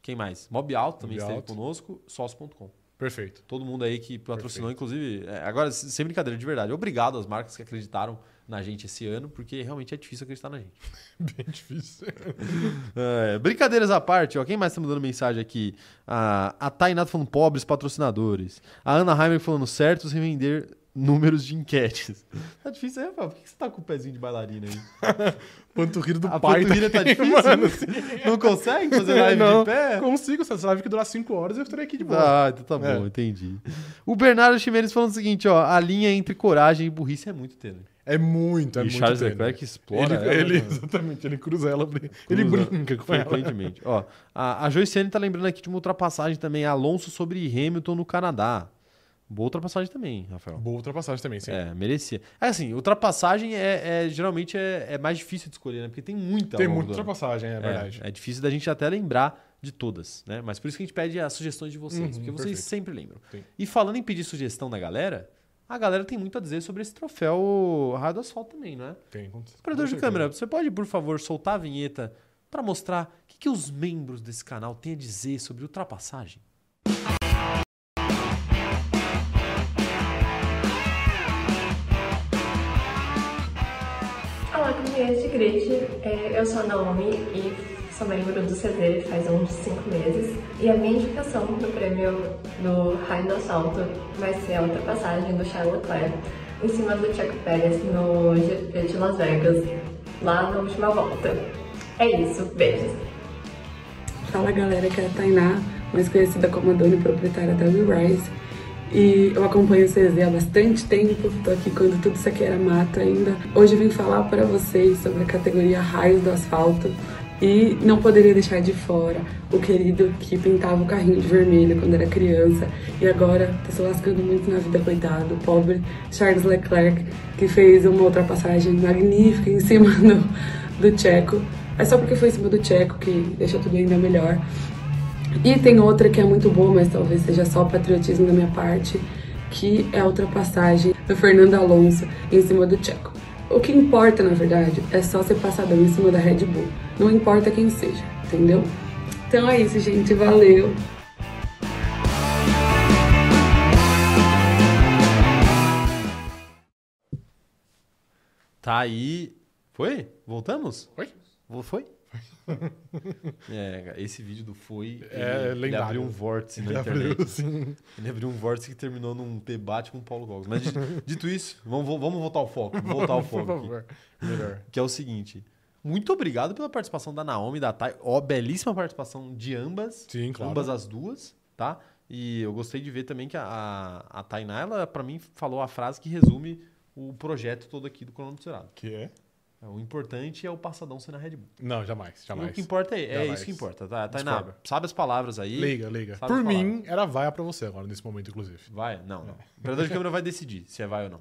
A: Quem mais? Mob Alto também
B: Mob
A: esteve
B: Alto.
A: conosco, sócio.com.
B: Perfeito.
A: Todo mundo aí que patrocinou, inclusive. é, agora, s- sem brincadeira, de verdade. Obrigado às marcas que acreditaram na gente esse ano, porque realmente é difícil acreditar na gente.
B: Bem difícil.
A: É, brincadeiras à parte, ó. Quem mais tá mandando mensagem aqui? A, a Tainato falando pobres patrocinadores. A Ana Heimer falando certos em vender números de enquetes. Tá difícil aí, Rafael. Por que que você tá com o pezinho de bailarina aí? Tá
B: Panturrilho do
A: A
B: pai.
A: panturrilha tá difícil?
B: Mano, É,
A: Não consegue fazer live
B: Não.
A: de pé?
B: Consigo, se essa live que durar 5 horas, eu estarei aqui de boa.
A: Ah, então tá
B: É.
A: bom, entendi. O Bernardo Chimenez falando o seguinte, ó. A linha entre coragem e burrice é muito tênue.
B: É muito, é
A: e
B: muito.
A: Charles
B: tênue.
A: Leclerc explora
B: ele,
A: ela,
B: ele-
A: né?
B: exatamente, ele cruza ela, ele ele
A: Cruza.
B: brinca com ela.
A: frequentemente. Ó, a, a Joiciane tá lembrando aqui de uma ultrapassagem também. Alonso sobre Hamilton no Canadá. Boa ultrapassagem também, Rafael.
B: Boa ultrapassagem também, sim.
A: É, merecia. É assim, ultrapassagem é, é- geralmente é, é mais difícil de escolher, né? Porque tem muita. ao
B: Tem
A: longo
B: muita
A: do ano.
B: ultrapassagem, é verdade.
A: É, é difícil da gente até lembrar de todas, né? Mas por isso que a gente pede as sugestões de vocês,
B: Uhum,
A: porque vocês
B: perfeito.
A: sempre lembram.
B: Sim.
A: E falando em pedir sugestão da galera, a galera tem muito a dizer sobre esse troféu Raio do Asfalto também, não é?
B: Tem. com-
A: Operador
B: com
A: de
B: certeza.
A: câmera, você pode, por favor, soltar a vinheta para mostrar o que, que os membros desse canal têm a dizer sobre ultrapassagem?
H: Olá, companheiros de grid. É, Eu sou a Naomi e sou membro do CZ faz uns 5 meses. E a minha indicação do prêmio do Raio do Assalto vai ser a ultrapassagem do Charles Leclerc em cima do Chuck Pérez no GP de Las Vegas, lá na última volta. É isso, beijos!
I: Fala galera, que é a Tainá, mais conhecida como a dona e proprietária da Will Rise. E eu acompanho o CZ há bastante tempo, tô aqui quando tudo isso aqui era mato ainda. Hoje eu vim falar para vocês sobre a categoria Raios do Asfalto e não poderia deixar de fora o querido que pintava o carrinho de vermelho quando era criança e agora tá se lascando muito na vida, coitado, pobre Charles Leclerc, que fez uma ultrapassagem magnífica em cima do, do Tcheco. É só porque foi em cima do Tcheco que deixa tudo ainda melhor. E tem outra que é muito boa, mas talvez seja só patriotismo da minha parte, que é a ultrapassagem do Fernando Alonso em cima do Tcheco. O que importa, na verdade, é só ser passadão em cima da Red Bull. Não importa quem seja, entendeu? Então é isso, gente. Valeu!
A: Tá aí. Foi? Voltamos?
B: Foi.
A: Vo- Foi? É, esse vídeo do Foi. Ele,
B: É
A: ele
B: lendário.
A: abriu um vórtice na
B: Ele
A: internet.
B: abriu, sim.
A: Ele abriu um vórtice que terminou num debate com o Paulo Gomes. Mas di- dito isso, vamos, vo- vamos voltar ao foco. Vamos voltar ao
B: Por
A: foco. aqui,
B: favor. Melhor.
A: que é o seguinte. Muito obrigado pela participação da Naomi e da Thay. Ó, belíssima participação de ambas.
B: Sim, claro.
A: Ambas as duas, tá? E eu gostei de ver também que a, a, a Tainá, ela, pra mim, falou a frase que resume o projeto todo aqui do Cronômetro Zerado.
B: Que é?
A: É, O importante é o passadão ser na Red Bull.
B: Não, jamais, jamais.
A: O que importa é, é
B: Jamais.
A: isso que importa, tá? Tainá,
B: Discordo.
A: sabe as palavras aí.
B: Liga, liga.
A: Sabe
B: Por
A: falar.
B: mim, era vaia pra você agora, nesse momento, inclusive.
A: Vai? Não, não. O operador de câmera vai decidir se é vai ou não.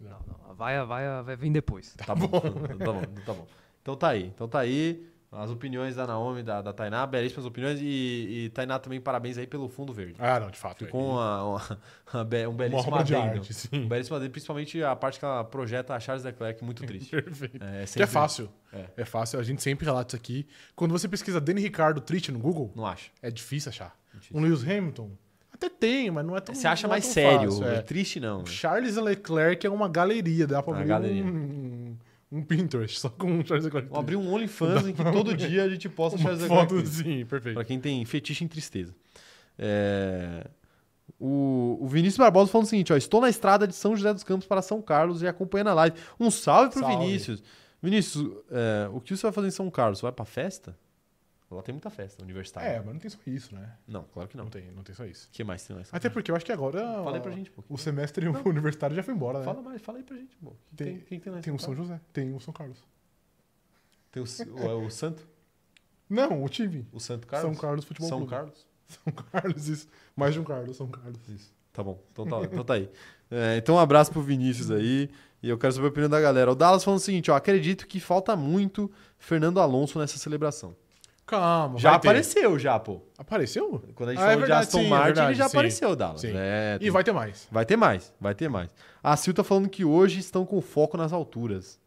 C: Não, não. A vaia, vaia vai vir depois.
A: Tá, bom. tá bom, tá bom. Então tá aí. Então tá aí. As opiniões da Naomi e da, da Tainá, belíssimas opiniões. E, e Tainá também parabéns aí pelo fundo verde.
B: Ah, não, de fato.
A: Ficou uma, uma- uma be- um
B: uma
A: belíssimo
B: obra de
A: adendo.
B: arte, sim.
A: Um belíssimo adendo, principalmente a parte que ela projeta a Charles Leclerc, muito triste.
B: Perfeito.
A: É,
B: Que é
A: sempre-
B: fácil.
A: É.
B: É. fácil, a gente sempre relata isso aqui. Quando você pesquisa Danny Ricardo triste no Google,
A: Não acha?
B: é difícil achar.
A: Difícil.
B: Um Lewis Hamilton, até tem, mas não é tão
A: Você acha
B: não é
A: mais
B: tão
A: sério.
B: fácil, é.
A: Triste não. né?
B: Charles Leclerc é uma galeria, dá pra
A: Uma
B: abrir
A: galeria.
B: Um, um Pinterest só com um Charles Leclerc.
A: Vou abrir um OnlyFans em que todo dia a gente posta
B: uma
A: Charles
B: foto, assim.
A: Leclerc.
B: sim, perfeito.
A: Pra quem tem fetiche em tristeza. É, O, o Vinícius Barbosa falando o seguinte: ó, estou na estrada de São José dos Campos para São Carlos e acompanhando a live. Um salve pro
B: Salve.
A: Vinícius. Vinícius, é, o que você vai fazer em São Carlos? Você vai pra festa? Lá tem muita festa universitária.
B: É, mas não tem só isso, né?
A: Não, claro que não.
B: Não
A: O
B: tem, não tem só isso.
A: que mais tem lá? em São
B: Até
A: Carlos?
B: porque eu acho que agora
A: Fala aí Tá. pra gente um pouquinho.
B: o semestre universitário já foi embora, né?
A: Fala mais, fala aí pra gente. Pô. Quem
B: Tem- um
A: tem, quem tem lá em
B: Tem
A: São
B: o São José, tem o São Carlos.
A: Carlos? Tem o, o, é o Santo?
B: Não, o time.
A: O Santo Carlos?
B: São Carlos Futebol
A: São
B: Clube.
A: Carlos?
B: São Carlos, isso. Mais de um Carlos, São Carlos.
A: Isso. Tá bom, então tá, então tá aí. É, então um abraço pro Vinícius aí. E eu quero saber a opinião da galera. O Dallas falando o seguinte, ó. Acredito que falta muito Fernando Alonso nessa celebração.
B: Calma.
A: Já
B: vai ter.
A: apareceu, já, pô.
B: Apareceu?
A: Quando a gente
B: Ah, é
A: falou
B: verdade,
A: de Aston
B: sim, é
A: Martin, ele
B: verdade,
A: já
B: sim.
A: apareceu o Dallas.
B: Sim.
A: É,
B: E
A: tem-
B: vai ter mais.
A: vai ter mais, vai ter mais. A Sil tá falando que hoje estão com foco nas alturas.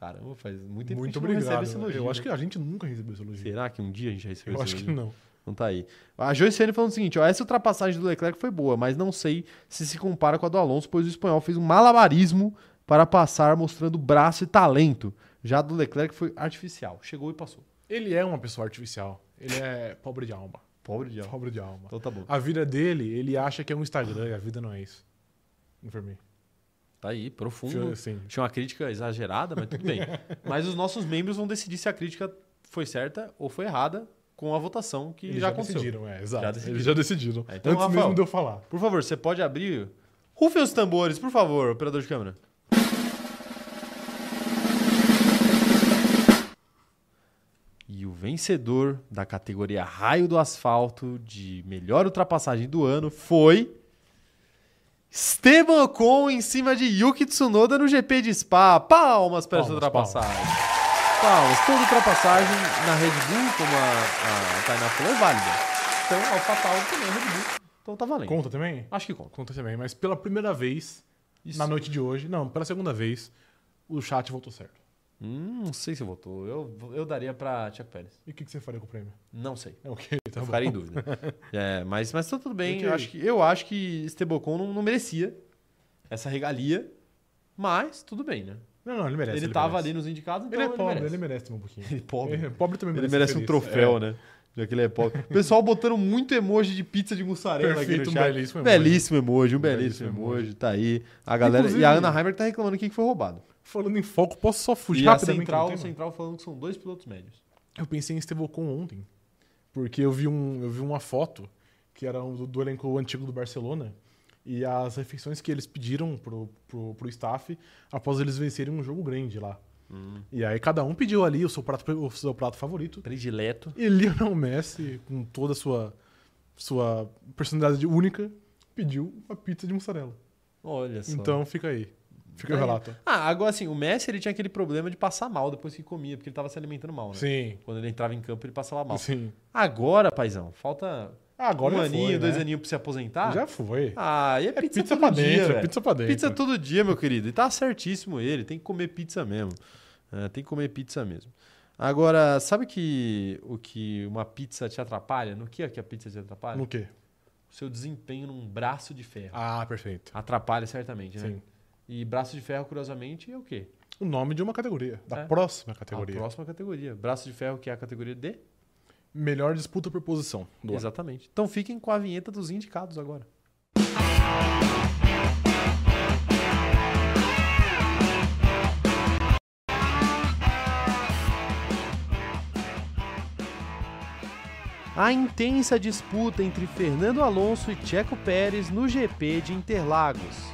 A: Caramba, faz muito
B: Muito
A: tempo que a gente não
B: obrigado.
A: recebe esse elogio.
B: Eu acho
A: né?
B: que a gente nunca recebeu esse elogio.
A: Será que um dia a gente
B: Eu
A: recebeu esse
B: acho que
A: elogio?
B: não.
A: Então tá aí. A Joiciane falando o seguinte, ó, essa ultrapassagem do Leclerc foi boa, mas não sei se se compara com a do Alonso, pois o espanhol fez um malabarismo para passar mostrando braço e talento. Já a do Leclerc foi artificial. Chegou e passou.
B: Ele é uma pessoa artificial. Ele é pobre de alma.
A: Pobre diabo.
B: Pobre de alma.
A: Então tá bom.
B: A vida dele, ele acha que é um Instagram e a vida não é isso. Informei.
A: Tá aí, profundo.
B: Deixa eu- Sim.
A: Tinha uma crítica exagerada, mas tudo bem. mas os nossos membros vão decidir se a crítica foi certa ou foi errada com a votação que
B: Eles
A: já
B: já,
A: aconteceu.
B: decidiram, é, exato.
A: Já decidiram.
B: Eles já decidiram.
A: É, então,
B: Antes
A: Rafael.
B: mesmo de eu falar.
A: Por favor, você pode abrir. Rufem os tambores, por favor, operador de câmera. E o vencedor da categoria Raio do Asfalto de melhor ultrapassagem do ano foi. Esteban Ocon em cima de Yuki Tsunoda no GP de Spa. Palmas para essa
B: Palmas,
A: ultrapassagem. Palmas. Toda ultrapassagem na Red Bull, como a, a Tainá falou, é válida. Então, ao fatal também é Red Bull. Então tá valendo.
B: Conta também?
A: Acho que conta.
B: Conta também, mas pela primeira vez, na noite de hoje, não, pela segunda vez, o chat voltou certo.
A: Hum, não sei se votou. Eu, eu daria pra Chuck Pérez.
B: E o que, que você faria com o prêmio?
A: Não sei.
B: É o quê? Tá
A: Eu
B: bom.
A: ficaria em dúvida. É, mas, mas tá tudo bem.
B: Ok.
A: Eu acho que, eu acho que Estebocon não, não merecia essa regalia. Mas tudo bem, né?
B: Não, não, ele merece.
A: ele, tava
B: merece.
A: ali nos indicados, então
B: Ele
A: ele,
B: é pobre,
A: merece.
B: ele merece também um pouquinho.
A: Ele é pobre.
B: Ele é pobre também
A: Ele
B: merece.
A: merece
B: ser
A: um
B: feliz.
A: troféu,
B: É.
A: né? Já que ele é pobre. O pessoal botando muito emoji de pizza de mussarela aqui
B: Perfeito,
A: no
B: um
A: chat.
B: belíssimo emoji.
A: belíssimo emoji. Um belíssimo,
B: belíssimo
A: emoji. Tá aí. A galera. E
B: Inclusive-
A: a Ana Heimer tá reclamando aqui que foi roubado.
B: Falando em foco, posso só fugir
A: E a
B: rapidamente? do
A: Central,
B: tema?
A: Central falando que são dois pilotos médios.
B: Eu pensei em Estevocon ontem, porque eu vi, um, eu vi uma foto que era um do, do elenco antigo do Barcelona e as refeições que eles pediram pro, pro, pro staff após eles vencerem um jogo grande lá.
A: Hum.
B: E aí cada um pediu ali o seu prato, o seu prato favorito.
A: Predileto.
B: E Lionel Messi, com toda a sua, sua personalidade única, pediu uma pizza de mussarela.
A: Olha só.
B: Então fica aí. Fica o
A: Aí-
B: relato.
A: Ah, agora assim, o Messi ele tinha aquele problema de passar mal depois que comia, porque ele tava se alimentando mal, né?
B: Sim.
A: Quando ele entrava em campo, ele passava mal.
B: Sim.
A: Agora, paizão, falta
B: Ah, Agora
A: um
B: já
A: aninho,
B: foi,
A: dois
B: né?
A: aninhos pra se aposentar.
B: Já foi.
A: Ah, e é, pizza,
B: pizza
A: todo
B: pra
A: dia,
B: dentro, é
A: velho.
B: pizza pra dentro.
A: Pizza todo dia, meu querido. E tá certíssimo ele, tem que comer pizza mesmo. É, tem que comer pizza mesmo. Agora, sabe que o que uma pizza te atrapalha? No que é que a pizza te atrapalha?
B: No quê?
A: O seu desempenho num braço de ferro.
B: Ah, perfeito.
A: Atrapalha certamente, né?
B: Sim.
A: E braço de ferro, curiosamente, é o quê?
B: O nome de uma categoria. Da
A: É.
B: próxima categoria.
A: A próxima categoria. Braço de ferro, que é a categoria D.
B: Melhor disputa por posição. Do ano.
A: Exatamente. Então fiquem com a vinheta dos indicados agora. A intensa disputa entre Fernando Alonso e Checo Pérez no GP de Interlagos.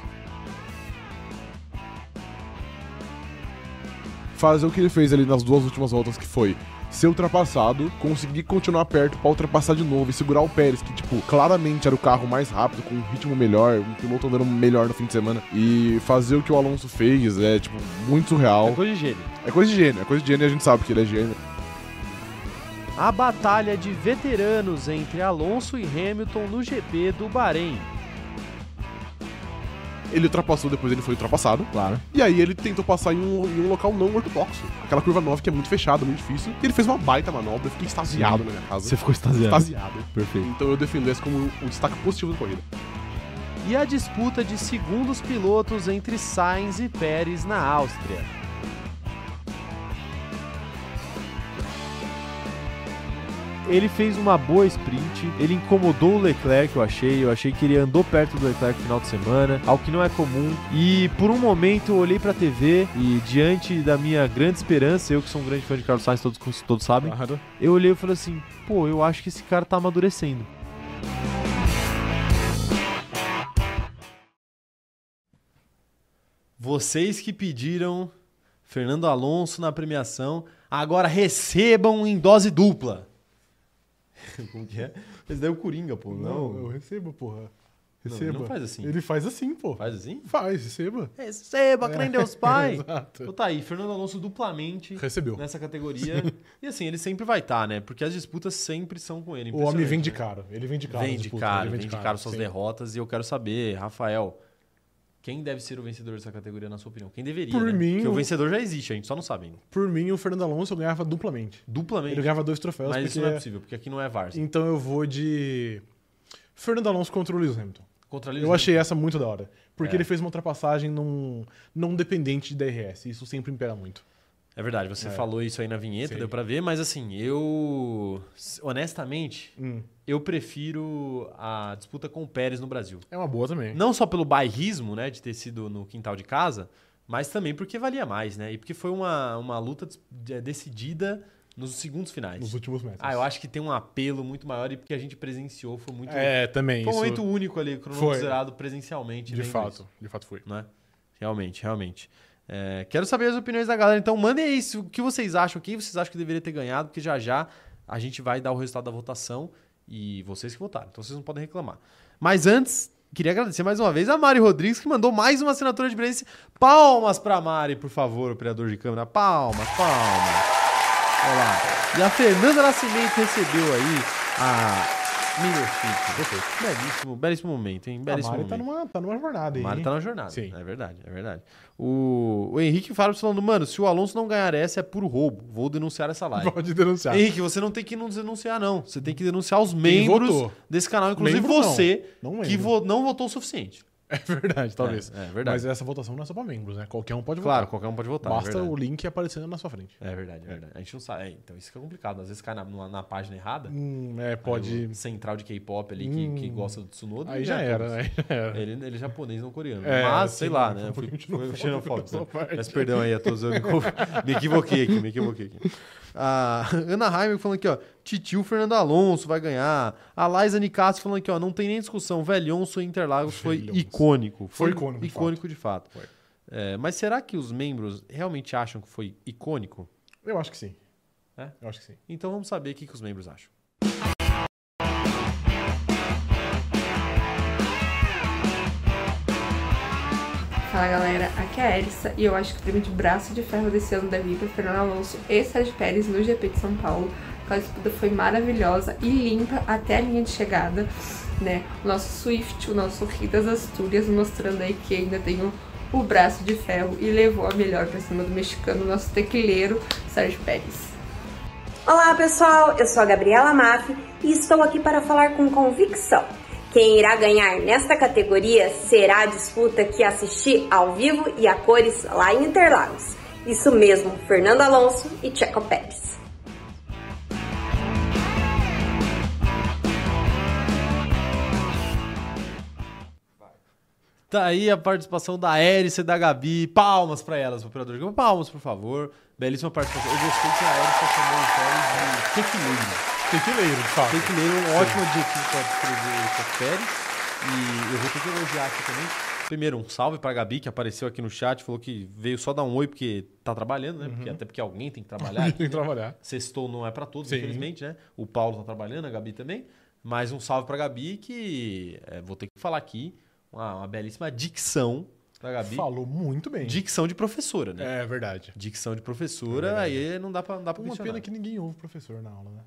F: Fazer o que ele fez ali nas duas últimas voltas, que foi ser ultrapassado, conseguir continuar perto pra ultrapassar de novo e segurar o Pérez, que, tipo, claramente era o carro mais rápido, com um ritmo melhor, um piloto andando melhor no fim de semana. E fazer o que o Alonso fez é, tipo, muito surreal.
A: coisa de gênio.
F: É coisa de gênio, é coisa de gênio e a gente sabe que ele é gênio.
A: A batalha de veteranos entre Alonso e Hamilton no GP do Bahrein.
F: Ele ultrapassou, depois ele foi ultrapassado. Claro. E aí ele tentou passar em um, em um local não ortodoxo. Aquela curva 9 que é muito fechada, muito difícil. E ele fez uma baita manobra, eu fiquei extasiado na minha casa.
E: Você ficou extasiado.
F: Extasiado.
E: Perfeito.
F: Então eu defendo esse como o destaque positivo da corrida.
A: e a disputa de segundos pilotos entre Sainz e Pérez na Áustria.
E: Ele fez uma boa sprint, ele incomodou o Leclerc, eu achei. Eu achei que ele andou perto do Leclerc no final de semana, algo que não é comum. E por um momento eu olhei pra TV e diante da minha grande esperança, eu que sou um grande fã de Carlos Sainz, todos, todos sabem, eu olhei e falei assim, pô, eu acho que esse cara tá amadurecendo.
A: Vocês que pediram Fernando Alonso na premiação. Agora recebam em dose dupla. Como que é? Mas daí é o Coringa, pô.
B: Não,
A: Não,
B: eu recebo, porra.
A: Não,
B: Receba.
A: ele não faz assim.
B: Ele faz assim, pô. Faz,
A: faz assim?
B: receba.
A: Receba, crê em Deus
B: É,
A: Pai.
B: Exato.
A: Então tá aí, Fernando Alonso duplamente
B: Recebeu.
A: nessa categoria. e assim, ele sempre vai estar, né? Porque as disputas sempre são com ele.
B: O homem vem de
A: cara.
B: caro. Ele vem de caro.
A: Vem
B: nas
A: de
B: disputas,
A: cara,
B: ele
A: vem de cara suas
B: sim.
A: derrotas. E eu quero saber, Rafael, quem deve ser o vencedor dessa categoria, na sua opinião? Quem deveria?
B: Por
A: né?
B: mim,
A: Porque
B: o-
A: o vencedor já existe, a gente só não sabe ainda.
B: Por mim, o Fernando Alonso eu ganhava duplamente.
A: Duplamente.
B: Ele ganhava dois troféus.
A: Mas
B: porque
A: isso não é possível, porque aqui não é Varsa.
B: Então eu vou de Fernando Alonso contra o Lewis Hamilton.
A: Contra Lewis
B: Eu achei essa muito da hora. Porque
A: É.
B: ele fez uma ultrapassagem num, não dependente de DRS. Isso sempre me pega muito.
A: Hamilton. É verdade, você
B: É.
A: falou isso aí na vinheta,
B: Sim.
A: deu pra ver, mas assim, eu. Honestamente,
B: Hum.
A: eu prefiro a disputa com o Pérez no Brasil.
B: É uma boa também.
A: Não só pelo bairrismo, né, de ter sido no quintal de casa, mas também porque valia mais, né? E porque foi uma, uma luta des- de- decidida nos segundos finais.
B: Nos últimos metros.
A: Ah, eu acho que tem um apelo muito maior e porque a gente presenciou foi muito.
B: É, também.
A: foi um
B: isso,
A: momento único ali, cronometrado presencialmente.
B: De
A: vendo
B: fato.
A: isso,
B: De fato foi.
A: né? Realmente, realmente. É, quero saber as opiniões da galera, então mandem aí se- o que vocês acham, quem vocês acham que deveria ter ganhado, porque já já a gente vai dar o resultado da votação e vocês que votaram, então vocês não podem reclamar. Mas antes, queria agradecer mais uma vez a Mari Rodrigues que mandou mais uma assinatura de presente. Palmas pra Mari, por favor, operador de câmera. Palmas, palmas. Olha lá. E a Fernanda Nascimento recebeu aí a Milofit. Perfeito. Belíssimo, belíssimo momento, hein?
B: A
A: Belíssimo
B: Mari tá
A: momento.
B: numa, tá numa jornada aí.
A: O Mário
B: hein?
A: tá na jornada.
B: Sim.
A: É verdade, é verdade. O, o Henrique Fábio falando, mano, se o Alonso não ganhar essa é puro roubo. Vou denunciar essa live.
B: Pode denunciar.
A: Henrique, você não tem que nos denunciar, não. Você tem que denunciar os
B: Quem
A: membros
B: votou?
A: desse canal, inclusive
B: Membro não.
A: você,
B: Não
A: que
B: lembro.
A: vo- não votou o suficiente.
B: É verdade, talvez.
A: É, é verdade.
B: Mas essa votação não é só pra membros, né? Qualquer um pode
A: Claro,
B: votar.
A: qualquer um pode votar. é
B: Basta
A: verdade.
B: o link aparecendo na sua frente.
A: É verdade, é verdade. A gente não sabe. É, então isso que é complicado. Às vezes cai na, na- na página errada.
B: Hum, é,
A: Aí
B: pode.
A: o Central de K-pop ali que, que
B: Hum.
A: gosta do Tsunoda. é
B: Aí já era, né? Já era.
A: Ele, ele é japonês, não coreano.
B: É,
A: Mas,
B: sim,
A: sei
B: por
A: lá, né?
B: favor,
A: Eu fui,
B: a gente não
A: fui
B: fala
A: xenofóbico.
B: dessa
A: né?
B: parte.
A: Mas perdão aí a todos, eu me, co- me equivoquei aqui, me equivoquei aqui. A Ana Heimer falando aqui, ó. Titio Fernando Alonso vai ganhar. A Laisa Nicasso falando aqui, ó. Não tem nem discussão. Velhonso e Interlagos foi
B: Velhonso.
A: icônico.
B: Foi icônico, de
A: Icônico de fato.
B: Foi.
A: É, mas será que os membros realmente acham que foi icônico?
B: Eu acho que sim.
A: É?
B: Eu acho que sim.
A: Então vamos saber o que, que os membros acham.
J: Fala galera, aqui é a Erissa e eu acho que o prêmio de braço de ferro desse ano deve ir para Fernando Alonso e Sérgio Pérez no GP de São Paulo. A disputa foi maravilhosa e limpa até a linha de chegada, né? O nosso Swift, o nosso Rei das Astúrias, mostrando aí que ainda tem o- o braço de ferro e levou a melhor para cima do mexicano, nosso tequileiro Sérgio Pérez.
K: Olá pessoal, eu sou a Gabriela Maff e estou aqui para falar com convicção. Quem irá ganhar nesta categoria será a disputa que assisti ao vivo e a cores lá em Interlagos. Isso mesmo, Fernando Alonso e Checo Pérez.
A: Tá aí a participação da Érice e da Gabi. Palmas pra elas, operador. de campo. Palmas, por favor. Belíssima participação. Eu gostei que a Érice chamou o Pérez de tequileiro.
B: Tequileiro, de fato.
A: Tequileiro é um ótimo adjetivo pra descrever o Checo Pérez. E eu vou ter que elogiar aqui também. Primeiro, um salve pra Gabi, que apareceu aqui no chat. Falou que veio só dar um oi porque tá trabalhando, né? Porque, até porque alguém tem que trabalhar.
B: Uhum.
A: né?
B: Tem que trabalhar.
A: Sextou não é pra todos,
B: Sim.
A: infelizmente, né? O Paulo tá trabalhando, a Gabi também. Mas um salve pra Gabi, que é, vou ter que falar aqui uma, uma belíssima dicção da Gabi.
B: Falou muito bem.
A: Dicção de professora, né?
B: É verdade. É
A: Dicção de professora, aí não dá pra, não dá pra
B: Uma
A: questionar.
B: pena que ninguém ouve o professor na aula, né?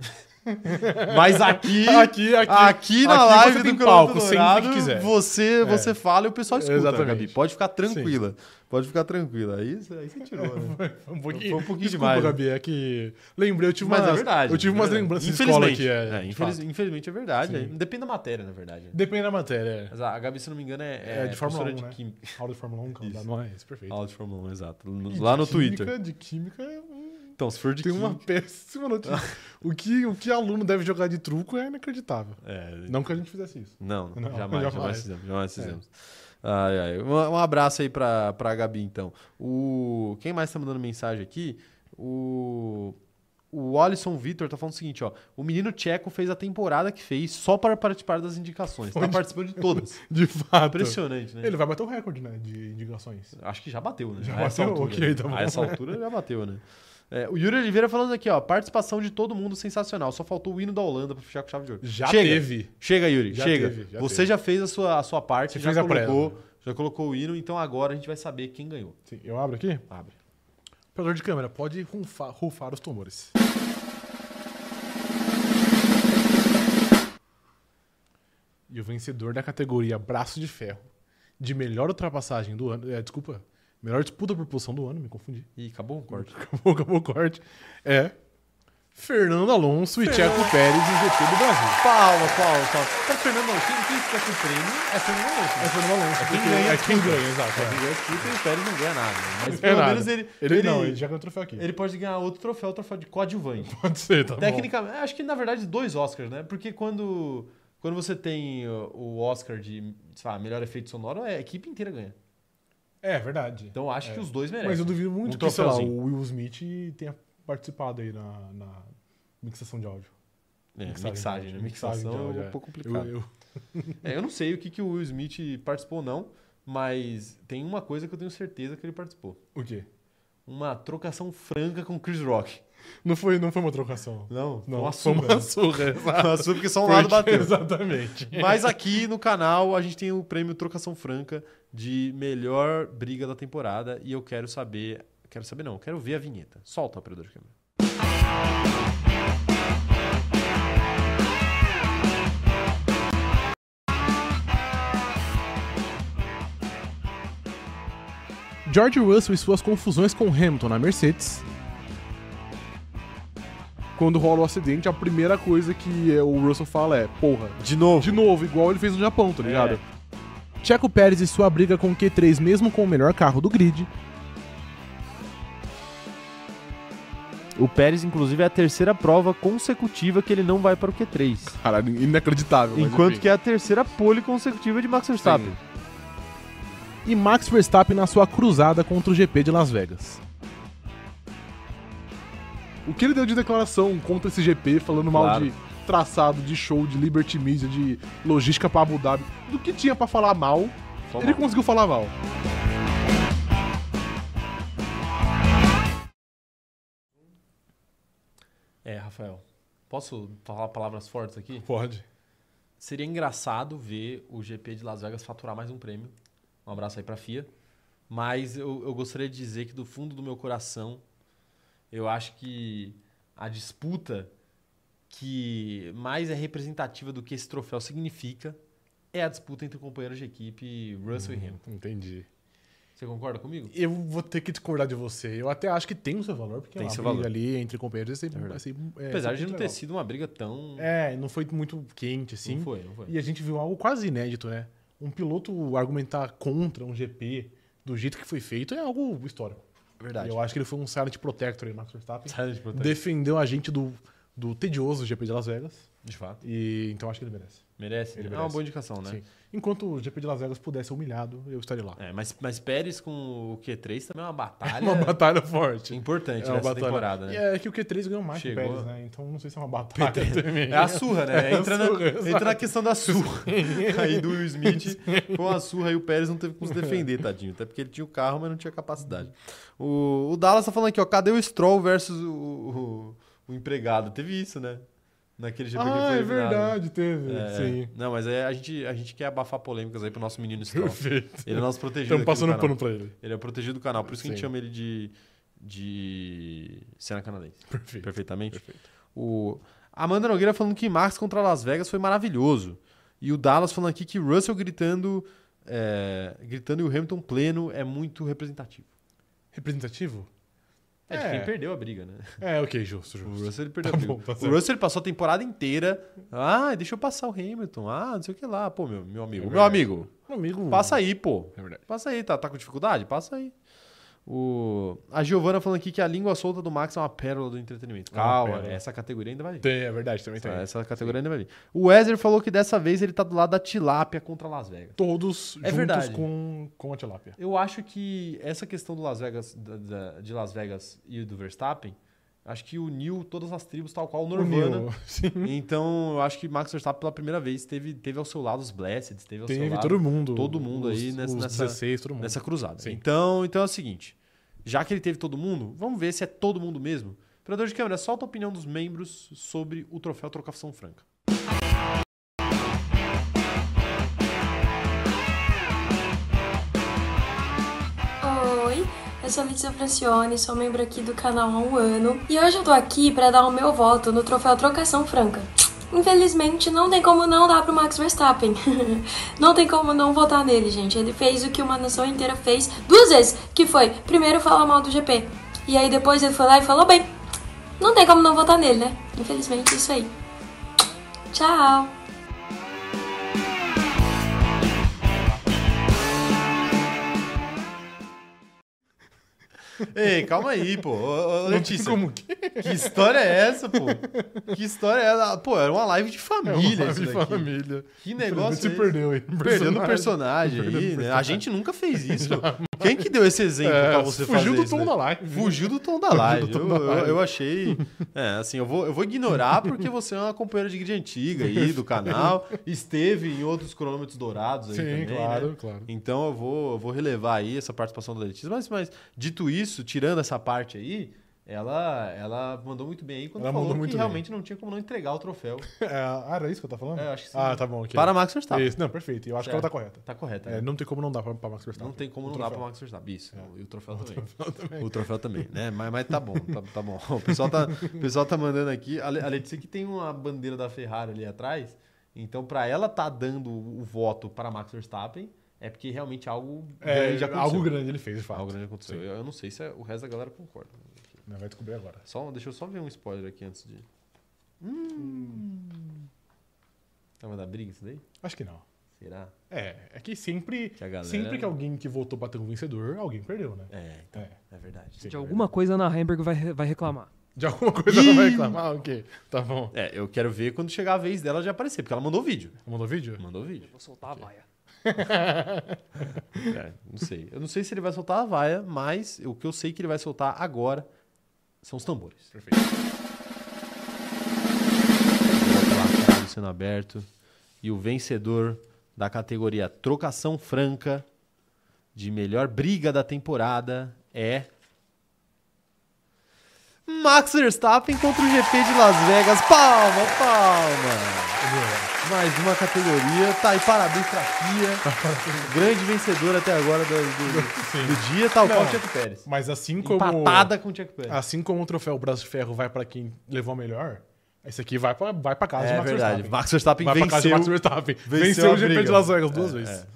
A: Mas aqui,
B: Aqui, aqui.
A: aqui na
B: Aqui você
A: live
B: tem
A: do
B: palco
A: Crono
B: sempre
A: Dourado,
B: que quiser. É.
A: Você, você fala e o pessoal escuta, né,
B: Exatamente.
A: Gabi. Pode ficar tranquila. Pode ficar tranquila. Aí, aí você tirou, né?
B: Foi um pouquinho,
A: Foi um pouquinho
B: Desculpa,
A: demais, né?
B: Gabi, é que... Lembrei, eu tive
A: Mas
B: umas...
A: é verdade.
B: Eu tive
A: é
B: umas
A: verdade.
B: lembranças de escola aqui,
A: Infelizmente.
B: é.
A: É,
B: de
A: infeliz-
B: fato.
A: infelizmente é verdade.
B: Sim.
A: É, Depende da matéria, na verdade.
B: Depende da matéria,
A: Mas a a Gabi, se não me engano, é,
B: é. É de Fórmula 1,
A: professora
B: né?
A: de Química.
B: Aula de Fórmula 1, calma,
A: Isso.
B: não é isso, perfeito.
A: Aula de Fórmula 1, exato.
B: E
A: Lá
B: de
A: no
B: química,
A: Twitter.
B: De química, hum,
A: Então, se for de
B: tem uma
A: química-
B: péssima notícia. o, que, o que aluno deve jogar de truco é inacreditável.
A: É,
B: Não que a gente fizesse isso.
A: Não,
B: Não,
A: jamais, jamais,
B: jamais. É.
A: fizemos. Jamais fizemos. Ai, ai. Um, um abraço aí pra, pra Gabi, então. O, quem mais tá mandando mensagem aqui? O, o Alisson Vitor tá falando o seguinte, ó. O menino tcheco fez a temporada que fez só para participar das indicações. Tá
B: Onde-
A: participando de todas.
B: De fato.
A: Impressionante, né?
B: Ele vai bater o recorde, né? De indicações.
A: Acho que já bateu, né?
B: Já
A: A essa
B: bateu?
A: altura.
B: Ok, tá bom.
A: A essa altura já bateu, né? É, o Yuri Oliveira falando aqui, ó. Participação de todo mundo sensacional. Só faltou o hino da Holanda pra fechar com chave de ouro.
B: Já
A: chega.
B: teve.
A: Chega, Yuri.
B: Já
A: chega.
B: teve, já
A: Você
B: teve.
A: já fez a sua, a sua parte,
B: Você
A: já
B: fez a né?
A: colocou, já colocou o hino, então agora a gente vai saber quem ganhou.
B: Sim, eu abro aqui?
A: Abre.
B: Operador de câmera, pode rufar, rufar os tumores. E o vencedor da categoria Braço de Ferro, de melhor ultrapassagem do ano. É, desculpa. Melhor disputa por posição do ano, me confundi.
A: Ih, acabou o corte.
B: Acabou, acabou o corte. É. Fernando Alonso e Tcheco Pérez em GP do Brasil.
A: Palma, palma, palma. Então, Fernando Alonso, quem, quem fica com o prêmio é Fernando Alonso.
B: É Fernando Alonso,
A: É quem
B: porque
A: ganha,
B: é quem
A: tudo.
B: ganha, exato,
A: É
B: é.
A: quem ganha tudo e o Pérez não ganha nada. né? Mas
B: Não
A: pelo
B: ganha
A: menos
B: nada.
A: ele...
B: Ele não, ele já ganhou o troféu aqui.
A: Ele pode ganhar outro troféu, o troféu de coadjuvante.
B: Pode ser, tá bom.
A: Tecnicamente, acho que na verdade dois Oscars, né? Porque quando, quando você tem o- o Oscar de, sei lá, melhor efeito sonoro, é a equipe inteira ganha.
B: É verdade.
A: Então acho que os dois merecem.
B: Mas eu duvido muito
A: um
B: que, sei lá,
A: troféuzinho.
B: o Will Smith tenha participado aí na, na mixação de áudio.
A: É, mixagem, né? Mixação
B: de áudio,
A: é um pouco complicado.
B: Eu, eu-
A: É, eu não sei o que, que o Will Smith participou, não, mas tem uma coisa que eu tenho certeza que ele participou.
B: O quê?
A: Uma trocação franca com o Chris Rock.
B: Não foi, não foi uma trocação.
A: Não,
B: Não,
A: uma
B: foi
A: surra.
B: uma surra, exato.
A: Uma surra, porque só um lado bateu.
B: Exatamente.
A: Mas aqui no canal a gente tem o prêmio Trocação Franca de melhor briga da temporada e eu quero saber. Quero saber não, quero ver a vinheta. Solta, operador de câmera.
B: George Russell e suas confusões com Hamilton na Mercedes. Quando rola o acidente, a primeira coisa que é, o Russell fala é: porra,
A: De novo. É.
B: de novo, igual ele fez no Japão, tá ligado? Checo Pérez e sua briga com o Q3, mesmo com o melhor carro do grid.
E: O Pérez, inclusive, é a terceira prova consecutiva que ele não vai para o Q3.
F: Caralho, inacreditável. mas
E: enquanto
F: enfim.
E: que é a terceira pole consecutiva de Max Verstappen.
B: e Max Verstappen na sua cruzada contra o GP de Las Vegas.
F: O que ele deu de declaração contra esse GP, falando mal
E: Claro.
F: de traçado, de show, de Liberty Media, de logística pra Abu Dhabi, do que tinha pra falar mal,
A: Só
F: ele
A: mal.
F: conseguiu falar mal.
A: É, Rafael. Posso falar palavras fortes aqui?
B: Pode.
A: Seria engraçado ver o GP de Las Vegas faturar mais um prêmio. Um abraço aí pra FIA. Mas eu, eu gostaria de dizer que do fundo do meu coração, eu acho que a disputa que mais é representativa do que esse troféu significa é a disputa entre companheiros de equipe Russell e Hamilton.
B: Hum, Entendi.
A: Você concorda comigo?
B: Eu vou ter que discordar de você. Eu até acho que tem o seu valor, porque
A: Tem
B: a
A: seu
B: briga
A: valor.
B: ali entre companheiros é sempre, é sempre- é
A: Apesar de
B: sempre
A: não ter
B: legal.
A: sido uma briga tão.
B: É, não foi muito quente assim.
A: Não foi, não foi.
B: E a gente viu algo quase inédito, né? Um piloto argumentar contra um GP do jeito que foi feito é algo histórico.
A: Verdade.
B: E Eu acho que ele foi um silent protector aí, Max Verstappen.
A: Silent protector.
B: Defendeu a gente do, do tedioso GP de Las Vegas.
A: De fato.
B: E então acho que ele merece.
A: Merece.
B: Ele
A: né? É uma
B: merece.
A: boa indicação, né?
B: Sim. Enquanto o GP de Las Vegas pudesse ser humilhado, eu estaria lá.
A: É, mas, mas Pérez com o Q3 também é uma batalha.
B: uma batalha forte.
A: Importante nessa temporada, né?
B: É que o Q3 ganhou mais
A: Chegou.
B: que o Pérez, né? Então não sei se é uma batalha também.
A: É a surra, né?
B: É a
A: entra,
B: surra,
A: na,
B: exato.
A: entra na questão da surra. aí do Will Smith, com a surra, aí o Pérez não teve como
B: É.
A: se defender, tadinho. Até porque ele tinha o carro, mas não tinha capacidade. O, o Dallas tá falando aqui, ó. Cadê o Stroll versus o, o- o empregado? Teve isso, né? Naquele GP que ele
B: Ah,
A: foi
B: é
A: eliminado.
B: verdade, teve.
A: É,
B: Sim.
A: Não, mas é, a, gente, a gente quer abafar polêmicas aí pro nosso menino Stroll.
B: Perfeito.
A: Ele é nosso protegido.
B: Estamos
A: aqui do
B: passando
A: canal.
B: pano pra ele.
A: Ele é o protegido do canal, por isso que a gente
B: Sim.
A: chama ele de, de cena canadense.
B: Perfeito.
A: Perfeitamente. O Amanda Nogueira falando que Max contra Las Vegas foi maravilhoso. E o Dallas falando aqui que Russell gritando, é, gritando e o Hamilton pleno é muito representativo.
B: Representativo?
A: É, de
B: É.
A: quem perdeu a briga, né?
B: É, ok, justo,
A: O
B: justo.
A: Russell ele perdeu
B: Tá
A: a briga.
B: bom, tá
A: o
B: certo.
A: Russell ele passou a temporada inteira. Ah, deixa eu passar o Hamilton. Ah, não sei o que lá. Pô, meu, meu amigo. meu amigo,
B: Um amigo.
A: passa aí, pô.
B: É verdade.
A: Passa aí, tá, tá com dificuldade? Passa aí. O... A Giovana falando aqui que a língua solta do Max é uma pérola do entretenimento.
B: É uma
A: Calma, né?
B: pérola.
A: essa categoria ainda vai vir.
B: Tem, é verdade, também tem.
A: Essa, essa categoria ainda vai vir. O Wesley falou que dessa vez ele tá do lado da tilápia contra Las Vegas.
B: Todos juntos
A: É verdade.
B: Com, com a tilápia.
A: Eu acho que essa questão do Las Vegas, da- da- de Las Vegas e do Verstappen Acho que uniu todas as tribos, tal qual o
B: Uniu,
A: Norvana.
B: sim.
A: Então, eu acho que Max Verstappen, pela primeira vez, teve, teve ao seu lado os Blessed, teve ao seu
B: Teve
A: lado.
B: todo mundo.
A: Todo mundo aí
B: Os-
A: nessa,
B: os
A: nessa,
B: 16, todo mundo.
A: nessa cruzada.
B: Sim.
A: Então, então é o seguinte: já que ele teve todo mundo, vamos ver se é todo mundo mesmo. Operador de câmera, solta a opinião dos membros sobre o troféu Trocação Franca.
L: Oi, eu sou a Letícia Francione, sou membro aqui do canal há um ano e hoje eu tô aqui pra dar o meu voto no troféu Trocação Franca. Infelizmente, não tem como não dar pro Max Verstappen. não tem como não votar nele, gente. Ele fez o que uma nação inteira fez duas vezes, que foi primeiro falar mal do GP e aí depois ele foi lá e falou bem. Não tem como não votar nele, né? Infelizmente, é isso aí. Tchau!
A: Ei, calma aí, pô. Ô, ô,
B: Não tem
A: Letícia,
B: como
A: que história é essa, pô? Que história é essa? Pô, era uma live de família
B: É uma
A: isso
B: live de
A: daqui.
B: família.
A: Que
B: Infelizmente
A: negócio
B: se
A: é esse?
B: perdeu aí no
A: Perdeu no
B: personagem.
A: personagem
B: Perdeu
A: aí,
B: no
A: né? A
B: personagem.
A: gente nunca fez isso.
B: Jamais.
A: Quem que deu esse exemplo
B: É,
A: pra você fazer
B: fugiu do
A: isso,
B: tom
A: né?
B: da live.
A: Fugiu do tom da
B: Fugiu do
A: live.
B: tom
A: Eu,
B: da
A: eu-
B: live.
A: eu achei... É, assim, eu vou, eu vou ignorar porque você é uma companheira de grid antiga aí do canal. Esteve em outros cronômetros dourados aí
B: Sim,
A: também, né?
B: claro, claro.
A: Então eu vou, eu vou relevar aí essa participação da Letícia. Mas, mas, dito isso, tirando essa parte aí, ela, ela mandou muito bem aí quando
B: Ela
A: falou
B: mandou
A: que
B: muito bem.
A: realmente não tinha como não entregar o troféu.
B: É, ah, era isso que eu tava falando?
A: É, eu acho que sim.
B: Ah, tá bom. ok.
A: Para Max Verstappen.
B: Isso, não, perfeito. Eu acho que ela tá correta.
A: Tá correta.
B: É,
A: né?
B: não tem como não dar pra, pra Max Verstappen.
A: Não tem como
B: O
A: não dar
B: troféu. É.
A: pra Max Verstappen. Isso, e o troféu também.
B: também.
A: O troféu também, né? Mas, mas tá bom, tá, tá bom. O pessoal tá, o pessoal tá mandando aqui. A Le- a Letícia que tem uma bandeira da Ferrari ali atrás. Então, pra ela tá dando o voto para Max Verstappen, é porque realmente algo
B: É,
A: grande aconteceu.
B: algo grande ele fez, de fato.
A: Algo grande aconteceu. Eu, eu não sei se é- o resto da galera concorda.
B: Não, vai descobrir agora.
A: Só, deixa eu só ver um spoiler aqui antes de. Hum. Tá vai dar briga isso daí?
B: Hum. Acho que não.
A: Será?
B: É, é que sempre que,
A: a galera-
B: sempre que alguém que votou bateu um vencedor, alguém perdeu, né?
A: É, então, é verdade.
C: De alguma coisa na Heimberg vai, re- vai reclamar.
B: De alguma coisa ela vai reclamar, ok. Tá bom.
A: É, eu quero ver quando chegar a vez dela de aparecer, porque ela mandou vídeo.
B: Mandou vídeo?
A: Mandou vídeo.
C: Vou soltar a baia.
A: É, não sei. Eu não sei se ele vai soltar a vaia, mas o que eu sei que ele vai soltar agora são os tambores.
B: Perfeito.
A: Placar sendo aberto. E o vencedor da categoria Trocação Franca de melhor briga da temporada é. Max Verstappen contra o GP de Las Vegas. Palma, palma. Mais uma categoria. Tá aí, parabéns pra FIA. Grande vencedor até agora do, do, do dia, tal qual o Checo Pérez.
B: Mas assim como.
A: Empatada com o Checo Pérez.
B: Assim como o troféu Braço de Ferro vai pra quem levou a melhor, esse aqui vai pra, vai pra casa
A: É
B: de Max
A: verdade.
B: Verstappen.
A: Max Verstappen
B: vai pra casa de Max
A: venceu-
B: Verstappen.
A: venceu
B: Venceu,
A: a
B: o GP de
A: briga.
B: Las Vegas
A: É,
B: duas
A: é,
B: vezes.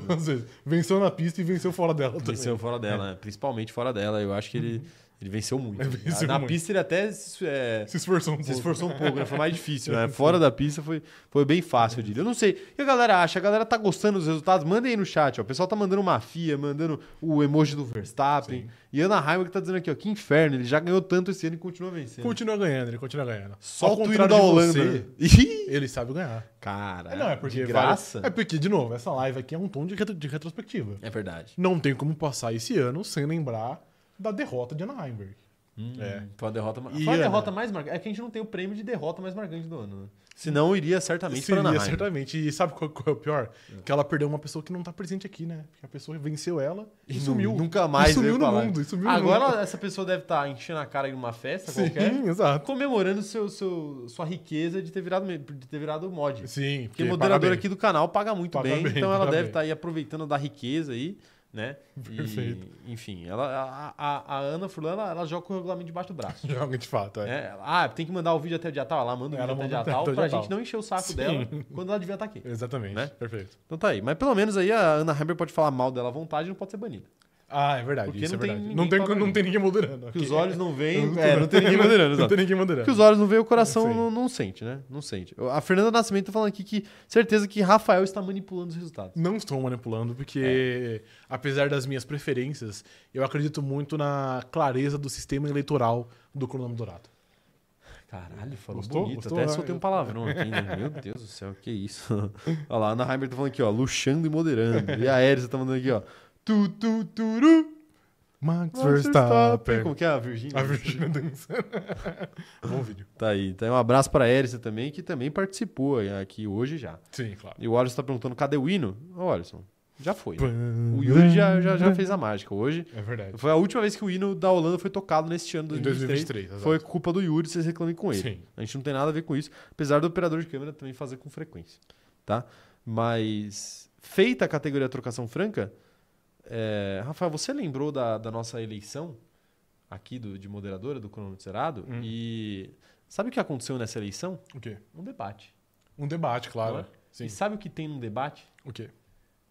B: Duas vezes. Venceu na pista e venceu fora dela também.
A: Venceu fora dela, né? principalmente fora dela. Eu acho que ele, ele venceu muito.
B: Ele É, venceu
A: Na
B: muito.
A: pista ele até se, é,
B: Se esforçou um
A: se
B: pouco.
A: esforçou um pouco, né? Foi mais difícil, né? Fora da pista foi, foi bem fácil, eu diria. Eu não sei. O que a galera acha? A galera tá gostando dos resultados? Mandem aí no chat, ó. O pessoal tá mandando mafia, mandando o emoji do Verstappen. E Ana Heimer que tá dizendo aqui, ó, que inferno, ele já ganhou tanto esse ano e continua vencendo.
B: Continua ganhando, ele continua ganhando.
A: Só
B: Ao
A: o Twino
B: contrário
A: da
B: de
A: Holanda.
B: você,
A: Ih!
B: ele sabe ganhar.
A: Cara,
B: Não, é porque.
A: Tá? de graça.
B: vale- É porque, de novo, essa live aqui é um tom de, retro- de retrospectiva.
A: É verdade.
B: Não tem como passar esse ano sem lembrar da derrota de Ana Heimberg.
A: Hum,
B: É.
A: Foi a derrota, ma-
B: E
A: foi a
B: Ana?
A: derrota mais marcante. É que a gente não tem o prêmio de derrota mais marcante do ano, né? Senão iria certamente para
B: Seria,
A: Anaheim.
B: certamente. E sabe qual, qual é o pior? Que ela perdeu uma pessoa que não tá presente aqui, né? Porque a pessoa venceu ela e,
A: nu-
B: sumiu.
A: Nunca mais
B: E sumiu
A: veio
B: no
A: falar.
B: mundo. E sumiu
A: Agora
B: no mundo.
A: essa pessoa deve estar enchendo a cara em uma festa
B: Sim,
A: qualquer.
B: exato.
A: Comemorando seu, seu- sua riqueza de ter virado, me- de ter virado mod.
B: Sim,
A: Porque
B: porque
A: moderadora
B: parabéns.
A: aqui do canal paga muito
B: Paga
A: bem,
B: bem,
A: então ela
B: paga
A: deve
B: bem.
A: estar aí aproveitando da riqueza aí, né? E,
B: Perfeito.
A: enfim, ela, a, a- a Ana Furlan, ela, ela joga com o regulamento debaixo do braço.
B: Joga de fato, é.
A: né? Ah, tem que mandar o vídeo até o dia tal. Ela manda o
B: Ela
A: vídeo até o
B: manda
A: dia
B: até
A: tal
B: o dia
A: pra
B: tal.
A: gente não encher o saco
B: Sim.
A: dela quando ela devia estar aqui.
B: Exatamente.
A: Né?
B: Perfeito.
A: Então tá aí. Mas pelo menos aí a Ana Heimberg pode falar mal dela à vontade e não pode ser banida.
B: Ah, é verdade.
A: Porque
B: isso
A: não
B: é
A: tem
B: verdade.
A: ninguém
B: não, tem,
A: pra
B: não
A: ver.
B: tem ninguém moderando.
A: Que os
B: aqui.
A: olhos não veem.
B: Não
A: É, não tem ninguém moderando.
B: Não
A: exato.
B: tem ninguém moderando.
A: Que os olhos não veem, o coração
B: Sim.
A: não, não sente, né? Não sente. A Fernanda Nascimento tá falando aqui que certeza que Rafael está manipulando os resultados. É.
B: Não estou manipulando, porque apesar das minhas preferências, eu acredito muito na clareza do sistema eleitoral do cronômetro dourado.
A: Caralho, falou
B: Gostou?
A: bonito.
B: Gostou?
A: Até
B: Ah,
A: soltei
B: eu-
A: um palavrão aqui, né? Meu Deus do céu, que isso. Olha lá, a Ana Heimer tá falando aqui, ó, luxando e moderando. E a Erisa tá mandando aqui, ó, tu, tu, turu.
B: Max
A: Max
B: Verstappen.
A: Verstappen. Como que é a Virgínia?
B: A Virgínia dançando. Bom vídeo.
A: Tá aí. Então, um abraço pra Érica também, que também participou é, aqui hoje já.
B: Sim, claro.
A: E o Alisson tá perguntando, cadê o hino? Ô, Alisson, já foi. né? O Yuri já, já, já fez a mágica. Hoje
B: É verdade.
A: foi a última vez que o hino da Holanda foi tocado neste ano de 2023.
B: 2023,
A: foi culpa do Yuri, vocês reclamem com ele.
B: Sim.
A: A gente não tem nada a ver com isso, apesar do operador de câmera também fazer com frequência, tá? Mas feita a categoria trocação franca, é, Rafael, você lembrou da, da nossa eleição aqui do, de moderadora do cronômetro zerado? E sabe o que aconteceu nessa eleição?
B: Hum. O quê?
A: Um debate.
B: Um debate, claro.
A: Não é?
B: Sim.
A: E sabe o que tem num debate?
B: O quê?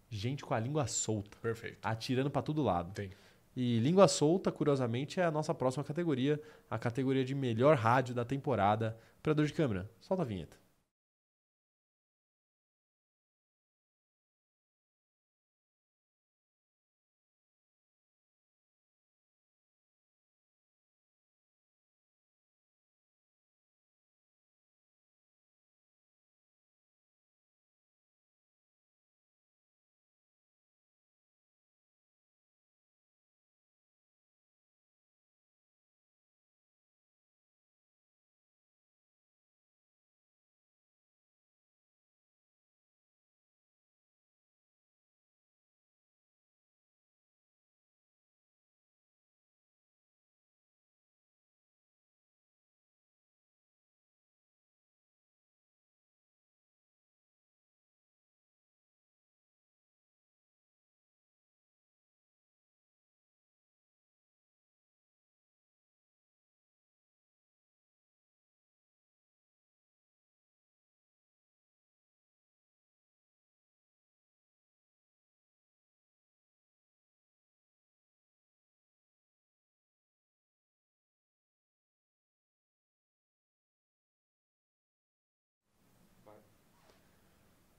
A: Gente com a língua solta.
B: Perfeito.
A: Atirando pra todo lado.
B: Tem.
A: E língua solta, curiosamente, é a nossa próxima categoria, a categoria de melhor rádio da temporada. Operador de câmera, solta a vinheta.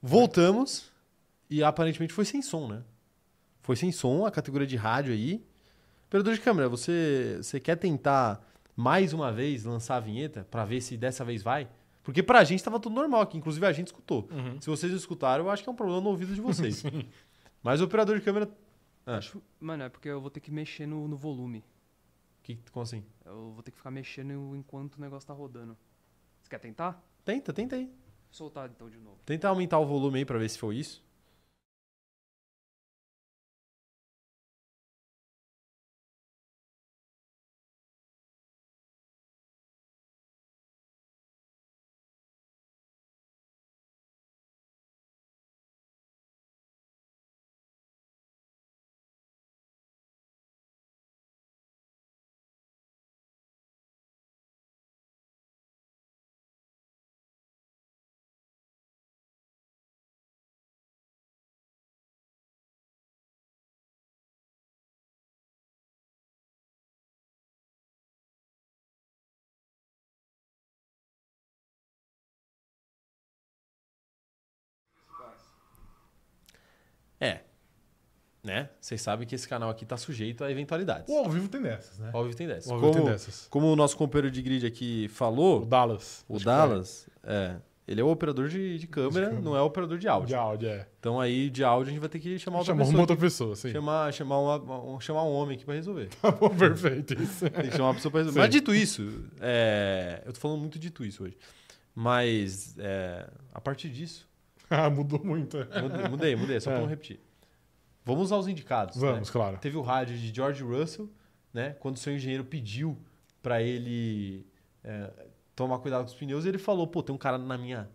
A: Voltamos e aparentemente foi sem som, né? Foi sem som, a categoria de rádio aí. Operador de câmera, você, você quer tentar mais uma vez lançar a vinheta pra ver se dessa vez vai? Porque pra gente tava tudo normal aqui, inclusive a gente escutou. Se vocês não escutaram, eu acho que é um problema no ouvido de vocês. Mas o operador de câmera. Ah,
C: Acho- Mano, é porque eu vou ter que mexer no, no volume.
A: que, como assim?
C: Eu vou ter que ficar mexendo enquanto o negócio tá rodando. Você quer tentar? Vou
A: Tenta, tenta aí.
C: soltar então de novo.
A: Tenta aumentar o volume aí pra ver se foi isso. É. Né? Vocês sabem que esse canal aqui tá sujeito a eventualidades.
B: O ao vivo tem dessas, né?
A: O Ao vivo tem dessas.
B: O ao vivo
A: como,
B: tem dessas.
A: como o nosso companheiro de grid aqui falou,
B: O Dallas.
A: o
B: Acho que
A: Dallas, é, ele é o operador de, de câmera,
B: câmera.
A: não é o operador de
B: foi.
A: áudio.
B: De áudio, é.
A: Então aí de áudio a gente vai ter que chamar outra
B: Chamou uma
A: pessoa.
B: outra
A: aqui.
B: pessoa, sim.
A: Chamar, chamar, uma- um, chamar um homem aqui pra resolver.
B: Tá bom, perfeito. Isso.
A: Tem que chamar uma pessoa pra resolver.
B: Sim.
A: Mas dito isso, é, eu tô falando muito dito isso hoje. Mas é, a partir disso,
B: Ah, mudou muito.
A: mudei, mudei, mudei, só pra um
B: É.
A: não repetir. Vamos aos indicados. né?
B: Vamos, claro.
A: Teve o rádio de George Russell, né? Quando seu engenheiro pediu pra ele é, tomar cuidado com os pneus, ele falou: pô, tem um cara na minha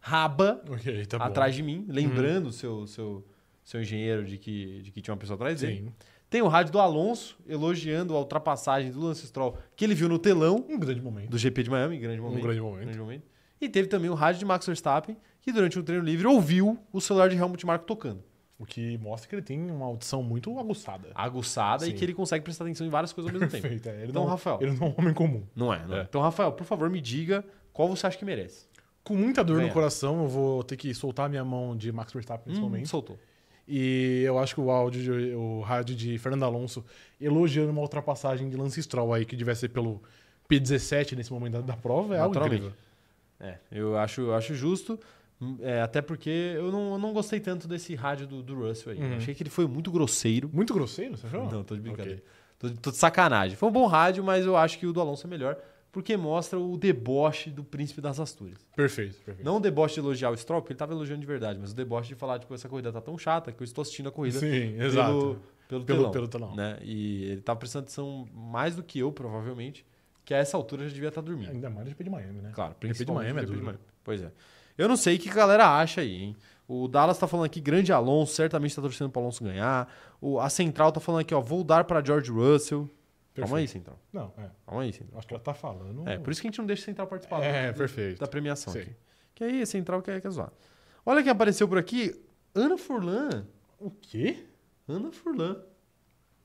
A: raba
B: Ok, tá bom. Uhum.
A: atrás de mim, lembrando seu, seu, seu engenheiro de que, de que tinha uma pessoa atrás dele.
B: Sim. um
A: Tem o rádio do Alonso elogiando a ultrapassagem do Lance Stroll que ele viu no telão
B: Um grande momento. Um
A: do GP de Miami, grande momento.
B: grande momento.
A: E teve também o rádio de Max Verstappen, que durante um treino livre ouviu o celular de Helmut Marko tocando.
B: O que mostra que ele tem uma audição muito aguçada.
A: Aguçada e
B: Sim.
A: que ele consegue prestar atenção em várias coisas ao mesmo tempo.
B: Perfeito. é. Ele
A: Então,
B: não,
A: Rafael.
B: Ele não é um homem comum.
A: Não é, não é.
B: É.
A: Então, Rafael, por favor, me diga qual você acha que merece.
B: Com muita dor
A: Venha.
B: no coração, eu vou ter que soltar minha mão de Max Verstappen nesse
A: Hum,
B: momento.
A: Soltou.
B: E eu acho que o áudio, de- o rádio de Fernando Alonso elogiando uma ultrapassagem de Lance Stroll aí, que devia ser pelo P17 nesse momento da, da prova, é algo
A: Naturalmente.
B: incrível.
A: É, eu acho, eu acho justo. É, até porque eu não, eu não gostei tanto desse rádio do, do Russell aí.
B: Uhum.
A: Achei que ele foi muito grosseiro.
B: Muito grosseiro, você achou?
A: Não, tô de brincadeira. Tô, de- tô de sacanagem. Foi um bom rádio, mas eu acho que o do Alonso é melhor, porque mostra o deboche do príncipe das Astúrias.
B: Perfeito, perfeito.
A: Não o deboche de elogiar o Stroll, porque ele tava elogiando de verdade, mas o deboche de falar, tipo, essa corrida tá tão chata que eu estou assistindo a corrida
B: Sim,
A: pelo,
B: exato. Pelo-
A: pelo, telão.
B: pelo telão.
A: Né? E ele tava prestando atenção mais do que eu, provavelmente, que a essa altura já devia estar dormindo.
B: Ainda mais GP de Miami, né?
A: Claro,
B: GP de
A: principalmente
B: Miami é
A: GP de
B: duro.
A: Miami. Pois é. Eu não sei o que a galera acha aí, hein? O Dallas tá falando aqui, grande Alonso, certamente tá torcendo pro Alonso ganhar. O, a Central tá falando aqui, ó, vou dar pra George Russell. Calma aí,
B: Perfeito.
A: Central.
B: Não, é.
A: Calma aí, Central.
B: Acho que ela tá falando.
A: É, por isso que a gente não deixa o Central participar né?
B: É,
A: do-
B: perfeito.
A: da premiação
B: Sei.
A: aqui. Que aí, a Central quer, quer zoar. Olha quem apareceu por aqui, Ana Furlan.
B: O quê?
A: Ana Furlan.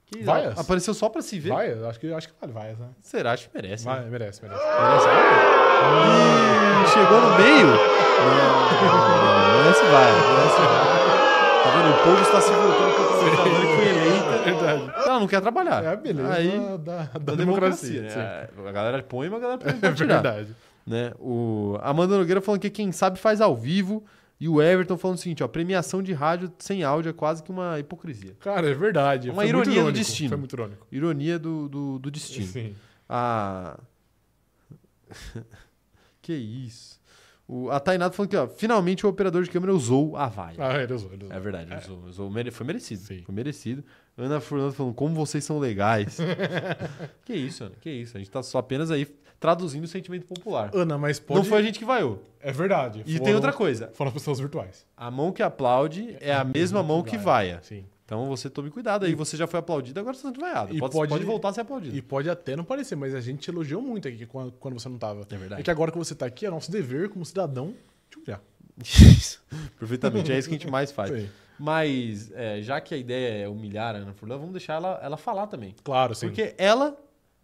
A: Que
B: Vaias?
A: Apareceu só pra se ver.
B: Vai, acho que, acho que vale, vai, né?
A: Será? Acho que merece.
B: Vai,
A: né?
B: merece, merece.
A: Merece. Ih, chegou no meio. Não, não, merece vai. Merece vai. Tá vendo? O povo está se voltando contra o ditador que foi eleita. Verdade. Ela não quer trabalhar.
B: É a beleza
A: Ah, Aí,
B: da- da- da democracia,
A: né? A galera põe, mas a galera põe
B: É
A: pra tirar.
B: verdade.
A: Né? O Amanda Nogueira falando que quem sabe faz ao vivo. E o Everton falando o seguinte, ó, premiação de rádio sem áudio é quase que uma hipocrisia.
B: Cara, é verdade.
A: Uma
B: Foi muito
A: ironia do
B: irônico,
A: destino.
B: Foi muito irônico.
A: Ironia do, do, do destino.
B: Sim.
A: A... que isso. O, a Tainá tá falando que, ó, finalmente o operador de câmera usou a vaia.
B: Ah, ele usou, ele usou.
A: É verdade, usou, usou. Mere- Foi merecido. Foi merecido. Ana Fernanda falando, como vocês são legais. que isso, Ana, que isso. A gente tá só apenas aí traduzindo o sentimento popular.
B: Ana, mas pode...
A: Não foi a gente que vaiou.
B: É verdade.
A: E tem
B: Foram-
A: outra coisa.
B: Foram as pessoas virtuais.
A: A mão que aplaude é a mesma mão que vaia.
B: Sim.
A: Então você tome cuidado aí. Você já foi aplaudido, agora você tá sendo vaiado. Pode, pode voltar a ser aplaudido.
B: E pode até não parecer, mas a gente te elogiou muito aqui quando, quando você não tava. É
A: verdade.
B: É que agora que você tá aqui, é nosso dever como cidadão te humilhar.
A: Perfeitamente, é isso que a gente mais faz.
B: Sim.
A: Mas, é, já que a ideia é humilhar a Ana Furlan, vamos deixar ela, ela falar também.
B: Claro, sim.
A: Porque ela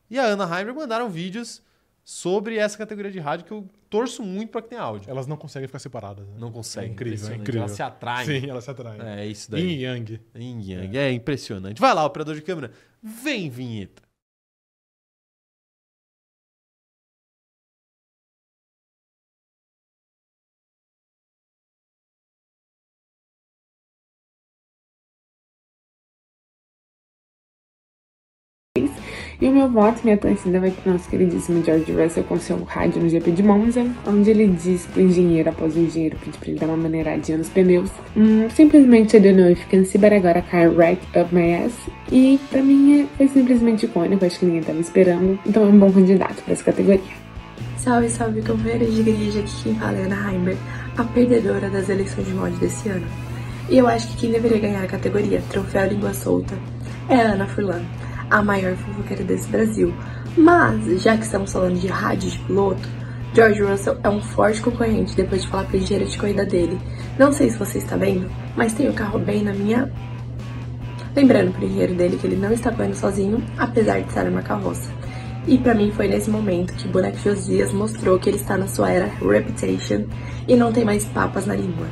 A: e a Ana Heimer mandaram vídeos sobre essa categoria de rádio que eu torço muito pra que tenha áudio.
B: Elas não conseguem ficar separadas. Né?
A: Não consegue.
B: É incrível, é
A: impressionante.
B: incrível.
A: Elas se atraem.
B: Sim, elas se atraem.
A: É isso daí.
B: Yin e yang.
A: Yin e yang. É. impressionante. Vai lá, operador de câmera. Vem, vinheta.
I: E o meu voto, minha torcida, vai para o nosso queridíssimo George Russell com seu rádio no GP de Monza, onde ele diz pro engenheiro, após o engenheiro pedir para ele dar uma maneiradinha nos pneus, "Hum, simplesmente I don't know if you can see, but I got a car right up my ass. E pra mim é, foi simplesmente icônico, acho que ninguém tava esperando, então é um bom candidato para essa categoria.
H: Salve, salve, companheiros de igreja. Aqui quem fala é Ana Heimberg, a perdedora das eleições de molde desse ano. E eu acho que quem deveria ganhar a categoria Troféu Língua Solta é a Ana Furlan, a maior fofoqueira desse Brasil. Mas, já que estamos falando de rádio de piloto, George Russell é um forte concorrente depois de falar para engenheiro de corrida dele. Não sei se você está vendo, mas tem o carro bem na minha. Lembrando pro engenheiro dele que ele não está correndo sozinho, apesar de estar numa carroça. E pra mim foi nesse momento que Boneco Josias mostrou que ele está na sua era Reputation e não tem mais papas na língua.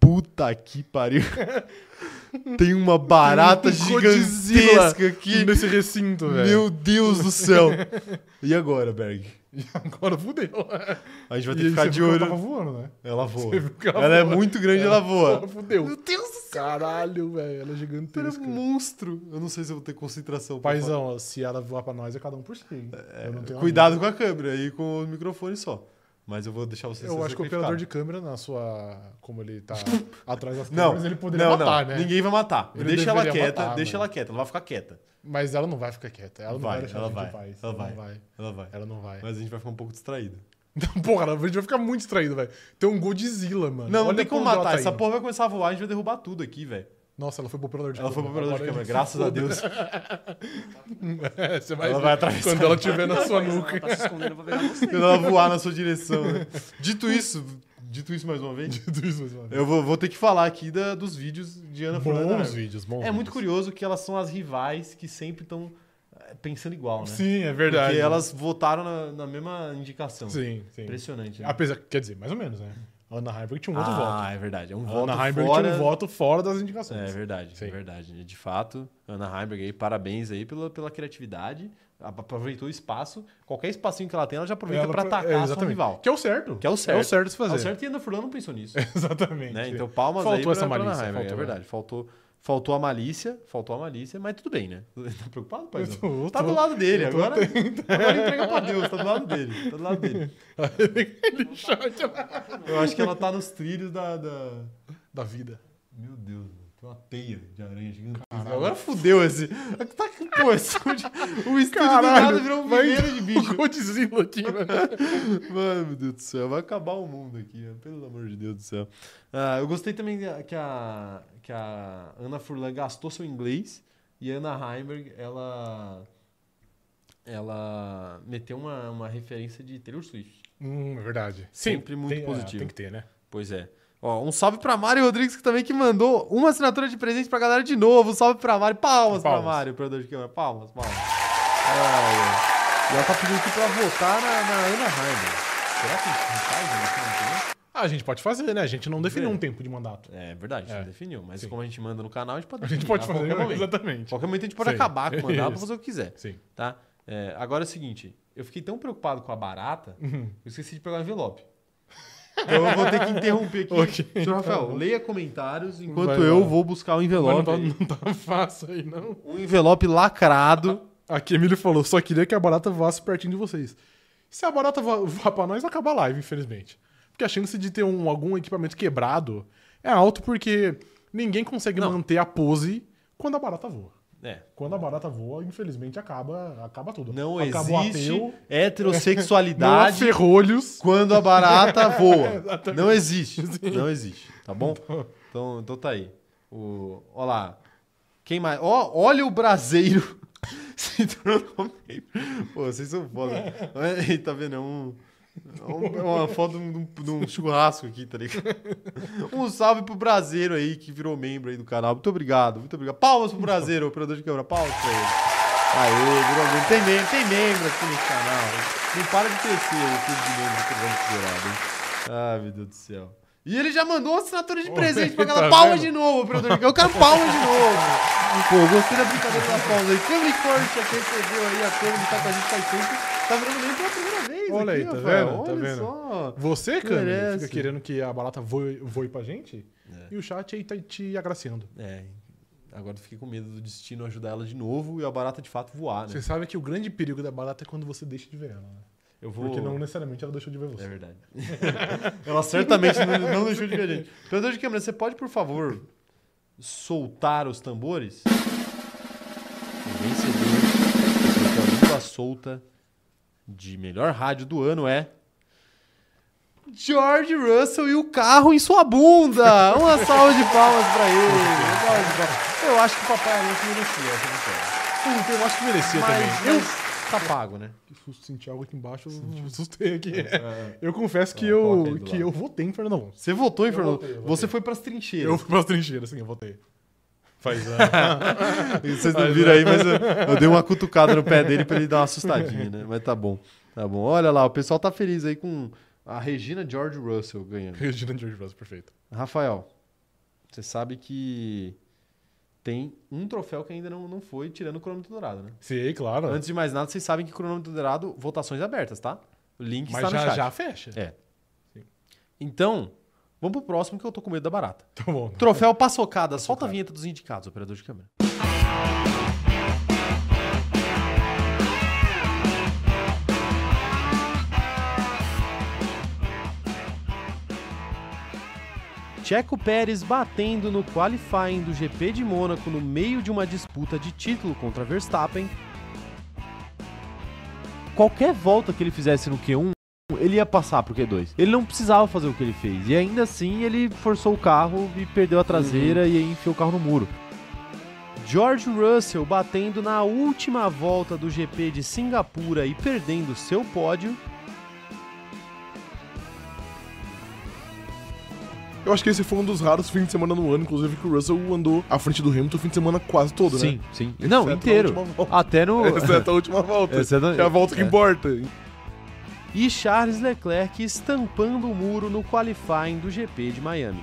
A: Puta que pariu. Tem uma barata
B: Tem um
A: gigantesca
B: Godzilla
A: aqui.
B: nesse recinto, velho.
A: Meu Deus do céu. E agora, Berg?
B: Agora fudeu.
A: A gente vai ter
B: E
A: que ficar
B: você
A: de
B: viu que
A: olho.
B: Ela tava voando, né?
A: Ela voa.
B: Você viu que
A: Ela é muito grande, ela voa.
B: Fudeu. Meu Deus do céu. Caralho, velho. Ela é gigantesca.
A: um monstro. Eu não sei se eu vou ter concentração. pra É,
B: Paizão, ó, se ela voar pra nós, é cada um por si. hein? eu não tenho
A: Cuidado com a câmera e com o microfone só. Mas eu vou deixar você
B: Eu acho que o operador de câmera, na sua. Como ele tá atrás das
A: Não,
B: câmeras, ele poderia
A: não,
B: matar,
A: não.
B: né?
A: Ninguém vai matar.
B: Ele
A: deixa ela
B: deveria
A: quieta,
B: matar,
A: deixa
B: mano.
A: ela quieta. Ela vai ficar quieta.
B: Mas ela não vai ficar quieta. Ela não vai, deixar
A: ela
B: a gente
A: vai,
B: em paz.
A: ela vai,
B: não vai.
A: ela vai.
B: Ela não vai.
A: Mas a gente vai ficar um pouco distraído.
B: Então, porra, a gente vai ficar muito distraído, velho. Tem um Godzilla, mano.
A: Não, não
B: Olha
A: tem como
B: pra onde ela
A: matar.
B: tá
A: Essa
B: indo.
A: porra vai começar a voar, a gente vai derrubar tudo aqui, velho.
B: Nossa, ela foi pro operador de
A: Ela foi pro
B: câmera.
A: operador de
B: Agora
A: câmera, graças a Deus.
B: gente se foda. é, você vai
A: Ela
B: ver.
A: vai atravessar.
B: Quando ela tiver na sua
C: Ela
B: nuca.
C: tá se escondendo, eu vou pegar você.
A: Quando ela voar na sua direção, né? Dito isso, dito isso mais uma vez,
B: Tudo isso, mas, mano.
A: eu vou, vou ter que falar aqui da- dos vídeos de Ana Fernanda
B: Bons
A: Armas.
B: vídeos, bons
A: É muito
B: vídeos.
A: curioso que elas são as rivais que sempre estão pensando igual, né?
B: Sim, é verdade.
A: Porque elas votaram na, na mesma indicação.
B: Sim, sim.
A: Impressionante. Né?
B: Apesar, quer dizer, mais ou menos, né? A Ana Heimberg tinha um outro
A: ah,
B: voto.
A: é verdade. É um
B: A
A: voto
B: Ana Heimberg
A: fora...
B: tinha um voto fora das indicações.
A: É verdade, é verdade. De fato, Ana Heimberg aí, parabéns aí pela, pela criatividade. A- Aproveitou o espaço. Qualquer espacinho que ela tem, ela já aproveita
B: Ela
A: pra
B: apro-
A: atacar
B: é,
A: a sua
B: exatamente.
A: rival.
B: Que é o certo.
A: Que é o certo.
B: É o certo se fazer.
A: É o certo e ainda Furlan não pensou nisso.
B: Exatamente.
A: Né? Então, palmas aí
B: Faltou
A: pra,
B: essa
A: pra Ana
B: malícia,
A: Heimberg,
B: faltou, né?
A: é verdade. Faltou, faltou a malícia, faltou a malícia, mas tudo bem, né? Tá preocupado, pai?
B: Eu tô-
A: tá
B: tô-
A: do lado dele.
B: eu tô
A: Agora,
B: tentando.
A: agora entrega pra Deus. Tá do lado dele. Tá do lado dele. Eu acho que ela tá nos trilhos da... da...
B: Da vida.
A: Meu Deus, mano, tem uma teia de aranha gigante.
B: Caralho.
A: Agora fudeu esse. Tá, que- pô, esse, o estúdio do nada virou um viveiro de bicho.
B: Godzilla aqui, né?
A: mano. meu Deus do céu, vai acabar o mundo aqui, né? pelo amor de Deus do céu. Ah, eu gostei também que a, que a Ana Furlan gastou seu inglês e a Ana Heimberg, ela. Ela meteu uma, uma referência de Taylor Swift.
B: Hum, é verdade.
A: Sempre muito
B: tem- é,
A: positivo.
B: tem que ter, né?
A: Pois é. Ó, um salve pra Mário Rodrigues que também que mandou uma assinatura de presente pra galera de novo. Um salve pra Mário. Palmas,
B: Palmas.
A: pra Mário, operador de câmera. Palmas, palmas. É, é. E ela tá pedindo aqui pra votar na, na Ana Heimberg. Será que a gente faz isso?
B: Ah, a gente pode fazer, né? A gente não definiu um tempo de mandato.
A: É verdade, a gente
B: É.
A: não definiu. Mas como a gente manda no canal, a gente pode
B: A gente
A: definir
B: pode
A: qualquer
B: fazer, é,
A: momento.
B: exatamente.
A: Qualquer momento a gente pode
B: Sim.
A: acabar com o mandato pra
B: Isso.
A: fazer o que quiser.
B: Sim.
A: Tá? É, agora é o seguinte, eu fiquei tão preocupado com a barata,
B: Uhum.
A: eu esqueci de pegar o envelope. Então eu vou ter que interromper aqui.
B: Ok. Tá
A: Senhor Rafael, leia comentários enquanto
B: Vai
A: eu
B: lá.
A: vou buscar o
B: Mas
A: envelope.
B: Não tá, não tá fácil aí, não.
A: Um envelope lacrado.
B: Aqui Emílio falou, só queria que a barata voasse pertinho de vocês. Se a barata voa- voar pra nós, acaba a live, infelizmente. Porque a chance de ter um, algum equipamento quebrado é alto porque ninguém consegue manter a pose quando a barata voa.
A: É.
B: Quando a barata voa, infelizmente, acaba, acaba tudo.
A: Não
B: Acabou
A: existe
B: ateu. Não há
A: heterossexualidade
B: ferrolhos.
A: quando a barata voa.
B: Exatamente.
A: Não existe.
B: Sim.
A: Não existe. Tá bom? Então, então tá aí. O, ó lá. Quem mais? Ó, olha o braseiro. Se tornou meio- Pô, vocês são foda. Olha aí, Tá vendo? É um. é um- é uma foto de um, de um churrasco aqui, tá ligado? Um salve pro Braseiro aí, que virou membro aí do canal. Muito obrigado, muito obrigado. Palmas pro Braseiro, operador de câmera. Palmas pra ele. Aê, virou membro. Tem membro, tem membro aqui nesse canal. Não para de crescer o clube de membros que vamos esperar, hein? Ah, meu Deus do céu. E ele já mandou uma assinatura de presente pra galera.
B: Tá
A: palma
B: vendo?
A: de novo, operador de câmera. Eu quero palma de novo. Pô, eu gostei da brincadeira das palmas aí. Câmera Forte, que recebeu aí a câmera que tá com a gente faz tempo. Tá virando membro pela primeira vez.
B: Olha
A: aqui,
B: aí, tá
A: Rafael.
B: vendo? Tá
A: Olha
B: vendo?
A: só.
B: Você, Cami,
A: Merece.
B: fica querendo que a barata voe, voe pra gente e o chat aí tá te agraciando.
A: É, agora eu fiquei com medo do destino ajudar ela de novo e a barata de fato voar, né?
B: Você sabe que o grande perigo da barata é quando você deixa de ver ela, né?
A: Eu vou...
B: Porque não necessariamente ela deixou de ver você.
A: É verdade. ela certamente não, não deixou de ver a gente. Operador de câmera, você pode, por favor, soltar os tambores? O vencedor da é língua solta de melhor rádio do ano é... George Russell e o carro em sua bunda! Uma salva de palmas pra ele! Uma salva de palmas. Eu acho que o Papai Alonso merecia essa é vitória.
B: Puta, eu acho que merecia
A: Mas,
B: também. Eu
A: mas tá pago, né?
B: Que susto, senti algo aqui embaixo, eu assustei aqui.
A: É,
B: Eu confesso que,
A: Ah, coloca aí
B: eu,
A: do
B: que
A: lado.
B: eu votei em Fernando Alonso.
A: Você votou, hein,
B: Eu
A: Fernando?
B: votei, eu votei.
A: Você foi pras trincheiras.
B: Eu fui pras trincheiras, sim, eu votei. Faz anos.
A: Vocês não viram aí, mas eu, eu dei uma cutucada no pé dele pra ele dar uma assustadinha, né? Mas tá bom. Tá bom. Olha lá, o pessoal tá feliz aí com a Regina George Russell ganhando.
B: Regina George Russell, perfeito.
A: Rafael, você sabe que tem um troféu que ainda não, não foi tirando o cronômetro dourado, né?
B: Sim, claro.
A: Antes de mais nada, vocês sabem que cronômetro dourado, votações abertas, tá? O link
B: mas
A: está no
B: já,
A: chat.
B: já fecha.
A: É. Então, vamos pro próximo que eu tô com medo da barata.
B: Tá bom.
A: Troféu Paçocada. Solta a vinheta dos indicados, operador de câmera. Checo Pérez batendo no qualifying do GP de Mônaco no meio de uma disputa de título contra Verstappen.
E: Qualquer volta que ele fizesse no Q1, ele ia passar pro Q2. Ele não precisava fazer o que ele fez. E ainda assim, ele forçou o carro e perdeu a traseira e aí enfiou o carro no muro.
A: George Russell batendo na última volta do GP de Singapura e perdendo seu pódio.
F: Eu acho que esse foi um dos raros fins de semana no ano, inclusive, que o Russell andou à frente do Hamilton o fim de semana quase todo,
E: sim,
F: né?
E: sim.
F: Exceto
E: Não,
F: na
E: inteiro.
F: é última volta.
E: Até no.
F: Exceto a última volta.
E: Exceto-
F: É a volta que
E: é.
F: importa.
A: e Charles Leclerc estampando o muro no qualifying do GP de Miami.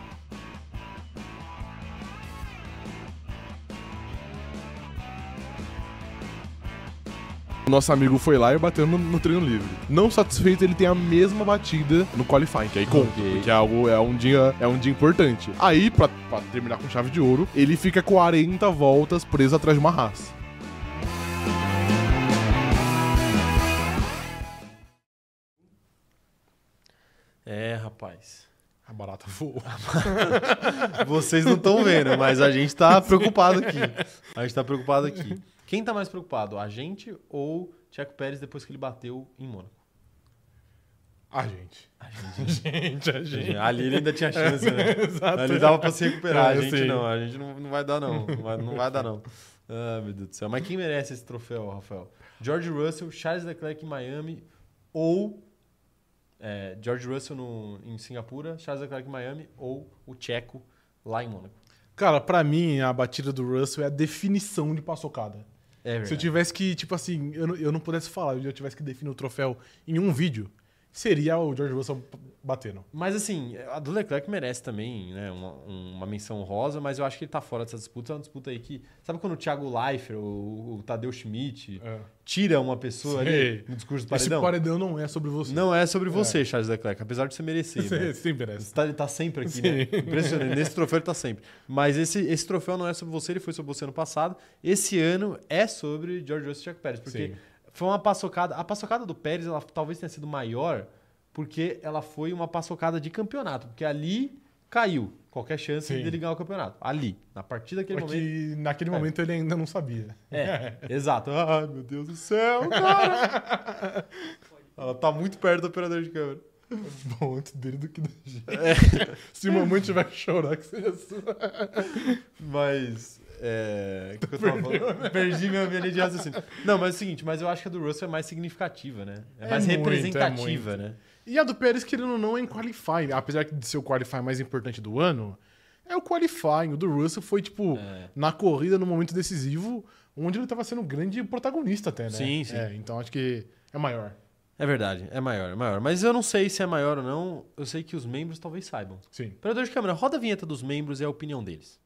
F: O nosso amigo foi lá e bateu no, no treino livre. Não satisfeito, ele tem a mesma batida no qualifying, que aí conta,
E: Ok.
F: porque é, algo, é, um dia, é um dia importante. Aí, pra, pra terminar com chave de ouro, ele fica 40 voltas preso atrás de uma raça.
A: É, rapaz.
B: A barata voou.
A: Vocês não estão vendo, mas a gente tá preocupado aqui. A gente tá preocupado aqui. Quem tá mais preocupado, a gente ou Checo Pérez depois que ele bateu em Mônaco?
B: A gente.
A: A gente.
B: Gente, a gente.
A: Ali ele ainda tinha chance, né?
B: É, exato.
A: Ali dava pra se recuperar.
B: É,
A: a
B: eu
A: gente
B: sei.
A: não, a gente não, não vai dar, não. Não vai, não vai dar, não. Ah, meu Deus do céu. Mas quem merece esse troféu, Rafael? George Russell, Charles Leclerc em Miami ou. é, George Russell no, em Singapura, Charles Leclerc em Miami ou o Tcheco lá em Mônaco.
B: Cara, pra mim, a batida do Russell é a definição de paçocada.
A: É verdade.
B: Se eu tivesse que, tipo assim, eu não, eu não pudesse falar, eu tivesse que definir o troféu em um vídeo, seria o George Russell p- batendo.
A: Mas assim, a do Leclerc merece também né, uma, uma menção rosa, mas eu acho que ele tá fora dessa disputa. É uma disputa aí que. Sabe quando o Thiago Leifert ou o Tadeu Schmidt tira uma pessoa
B: Sei.
A: ali no discurso do
B: É. Esse
A: paredão?
B: paredão não é sobre você.
A: Não é sobre
B: É.
A: você, Charles Leclerc, apesar de você merecer.
B: Sim,
A: né?
B: sempre merece.
A: Tá- Ele tá sempre aqui,
B: Sim.
A: né? Impressionante. Nesse troféu ele tá sempre. Mas esse, esse troféu não é sobre você, ele foi sobre você ano passado. Esse ano é sobre George Russell e Chuck Pérez, porque
B: Sim.
A: foi uma paçocada. A paçocada do Pérez, ela talvez tenha sido maior, porque ela foi uma paçocada de campeonato, porque ali caiu qualquer chance
B: Sim.
A: dele ganhar o campeonato. Ali, na partir daquele
B: Porque
A: momento.
B: naquele
A: É.
B: momento ele ainda não sabia.
A: É, exato. Ai, meu Deus do céu, cara! Ela tá muito perto do operador de câmera.
B: Bom, antes dele do que da gente.
A: É.
B: Se mamãe tiver que chorar, que seja sua.
A: Mas. É, o que eu tava
B: Perdeu,
A: falando?
B: né?
A: Perdi minha minha linha de raciocínio. Não, mas é o seguinte, mas eu acho que a do Russell é mais significativa, né? É, mais
B: muito, é
A: representativa,
B: muito.
A: né?
B: E a do Pérez, querendo ou não, é em qualifying. Apesar de ser o qualifying mais importante do ano, é o qualifying. O do Russell foi, tipo,
A: É.
B: na corrida, no momento decisivo, onde ele tava sendo um grande protagonista até, né?
A: Sim, sim.
B: É, então acho que é maior.
A: É verdade, é maior, é maior. Mas eu não sei se é maior ou não. Eu sei que os membros talvez saibam.
B: Sim.
A: Operador de câmera, roda a vinheta dos membros e a opinião deles.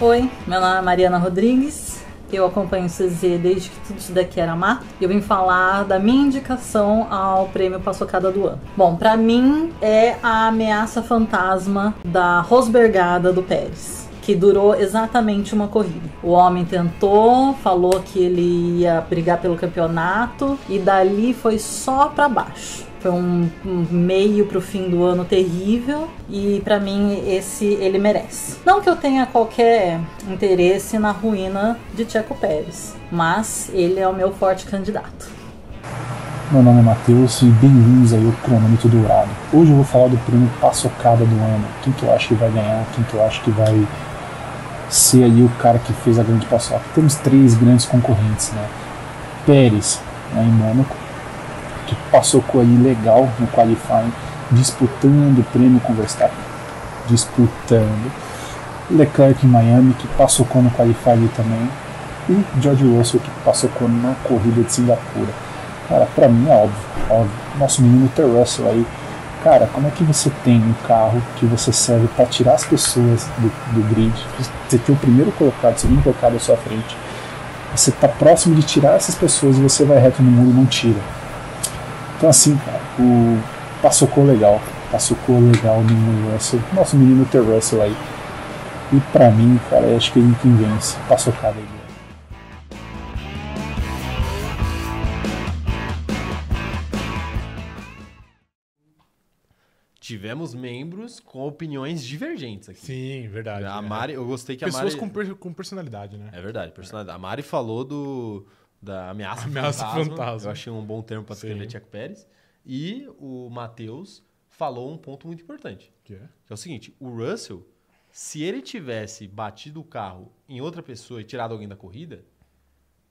M: Oi, meu nome é Mariana Rodrigues, eu acompanho o CZ desde que tudo isso daqui era mato e eu vim falar da minha indicação ao prêmio Paçocada do Ano. Bom, pra mim é a ameaça fantasma da Rosbergada do Pérez. Que durou exatamente uma corrida. O homem tentou, falou que ele ia brigar pelo campeonato e dali foi só pra baixo. Foi um, um meio pro fim do ano terrível e pra mim esse ele merece. Não que eu tenha qualquer interesse na ruína de Tcheco Pérez, mas ele é o meu forte candidato.
N: Meu nome é Matheus e bem-vindos aí ao Cronômetro Dourado. Hoje eu vou falar do prêmio Paçocada do ano. Quem que eu acho que vai ganhar, quem que eu acho que vai ser aí o cara que fez a grande paçoca. Temos três grandes concorrentes, né? Pérez, né, em Mônaco, que paçocou aí legal no qualifying, disputando o prêmio com o Verstappen. Disputando. Leclerc em Miami, que paçocou no qualifying também. E George Russell, que paçocou na corrida de Singapura. Cara, pra mim é óbvio, óbvio. Nosso menino Ter Russell aí. Cara, como é que você tem um carro que você serve pra tirar as pessoas do, do grid? Você tem o primeiro colocado, o segundo colocado à sua frente. Você tá próximo de tirar essas pessoas e você vai reto no muro e não tira. Então assim, cara, o Passocou legal. Passocou legal o menino Russell. Nosso menino Ter Russell aí. E pra mim, cara, eu acho que ele quem vence. Passocada aí.
A: Tivemos membros com opiniões divergentes aqui.
B: Sim, verdade. é.
A: A Mari, eu gostei que
B: Pessoas
A: a Mari...
B: com, per- com personalidade, né?
A: É verdade, personalidade. A Mari falou do da ameaça,
B: Ameaça
A: fantasma.
B: fantasma.
A: Eu achei um bom termo para descrever
B: Sim.
A: Tcheco Pérez. E o Matheus falou um ponto muito importante.
B: Que é?
A: Que é o seguinte, o Russell, se ele tivesse batido o carro em outra pessoa e tirado alguém da corrida,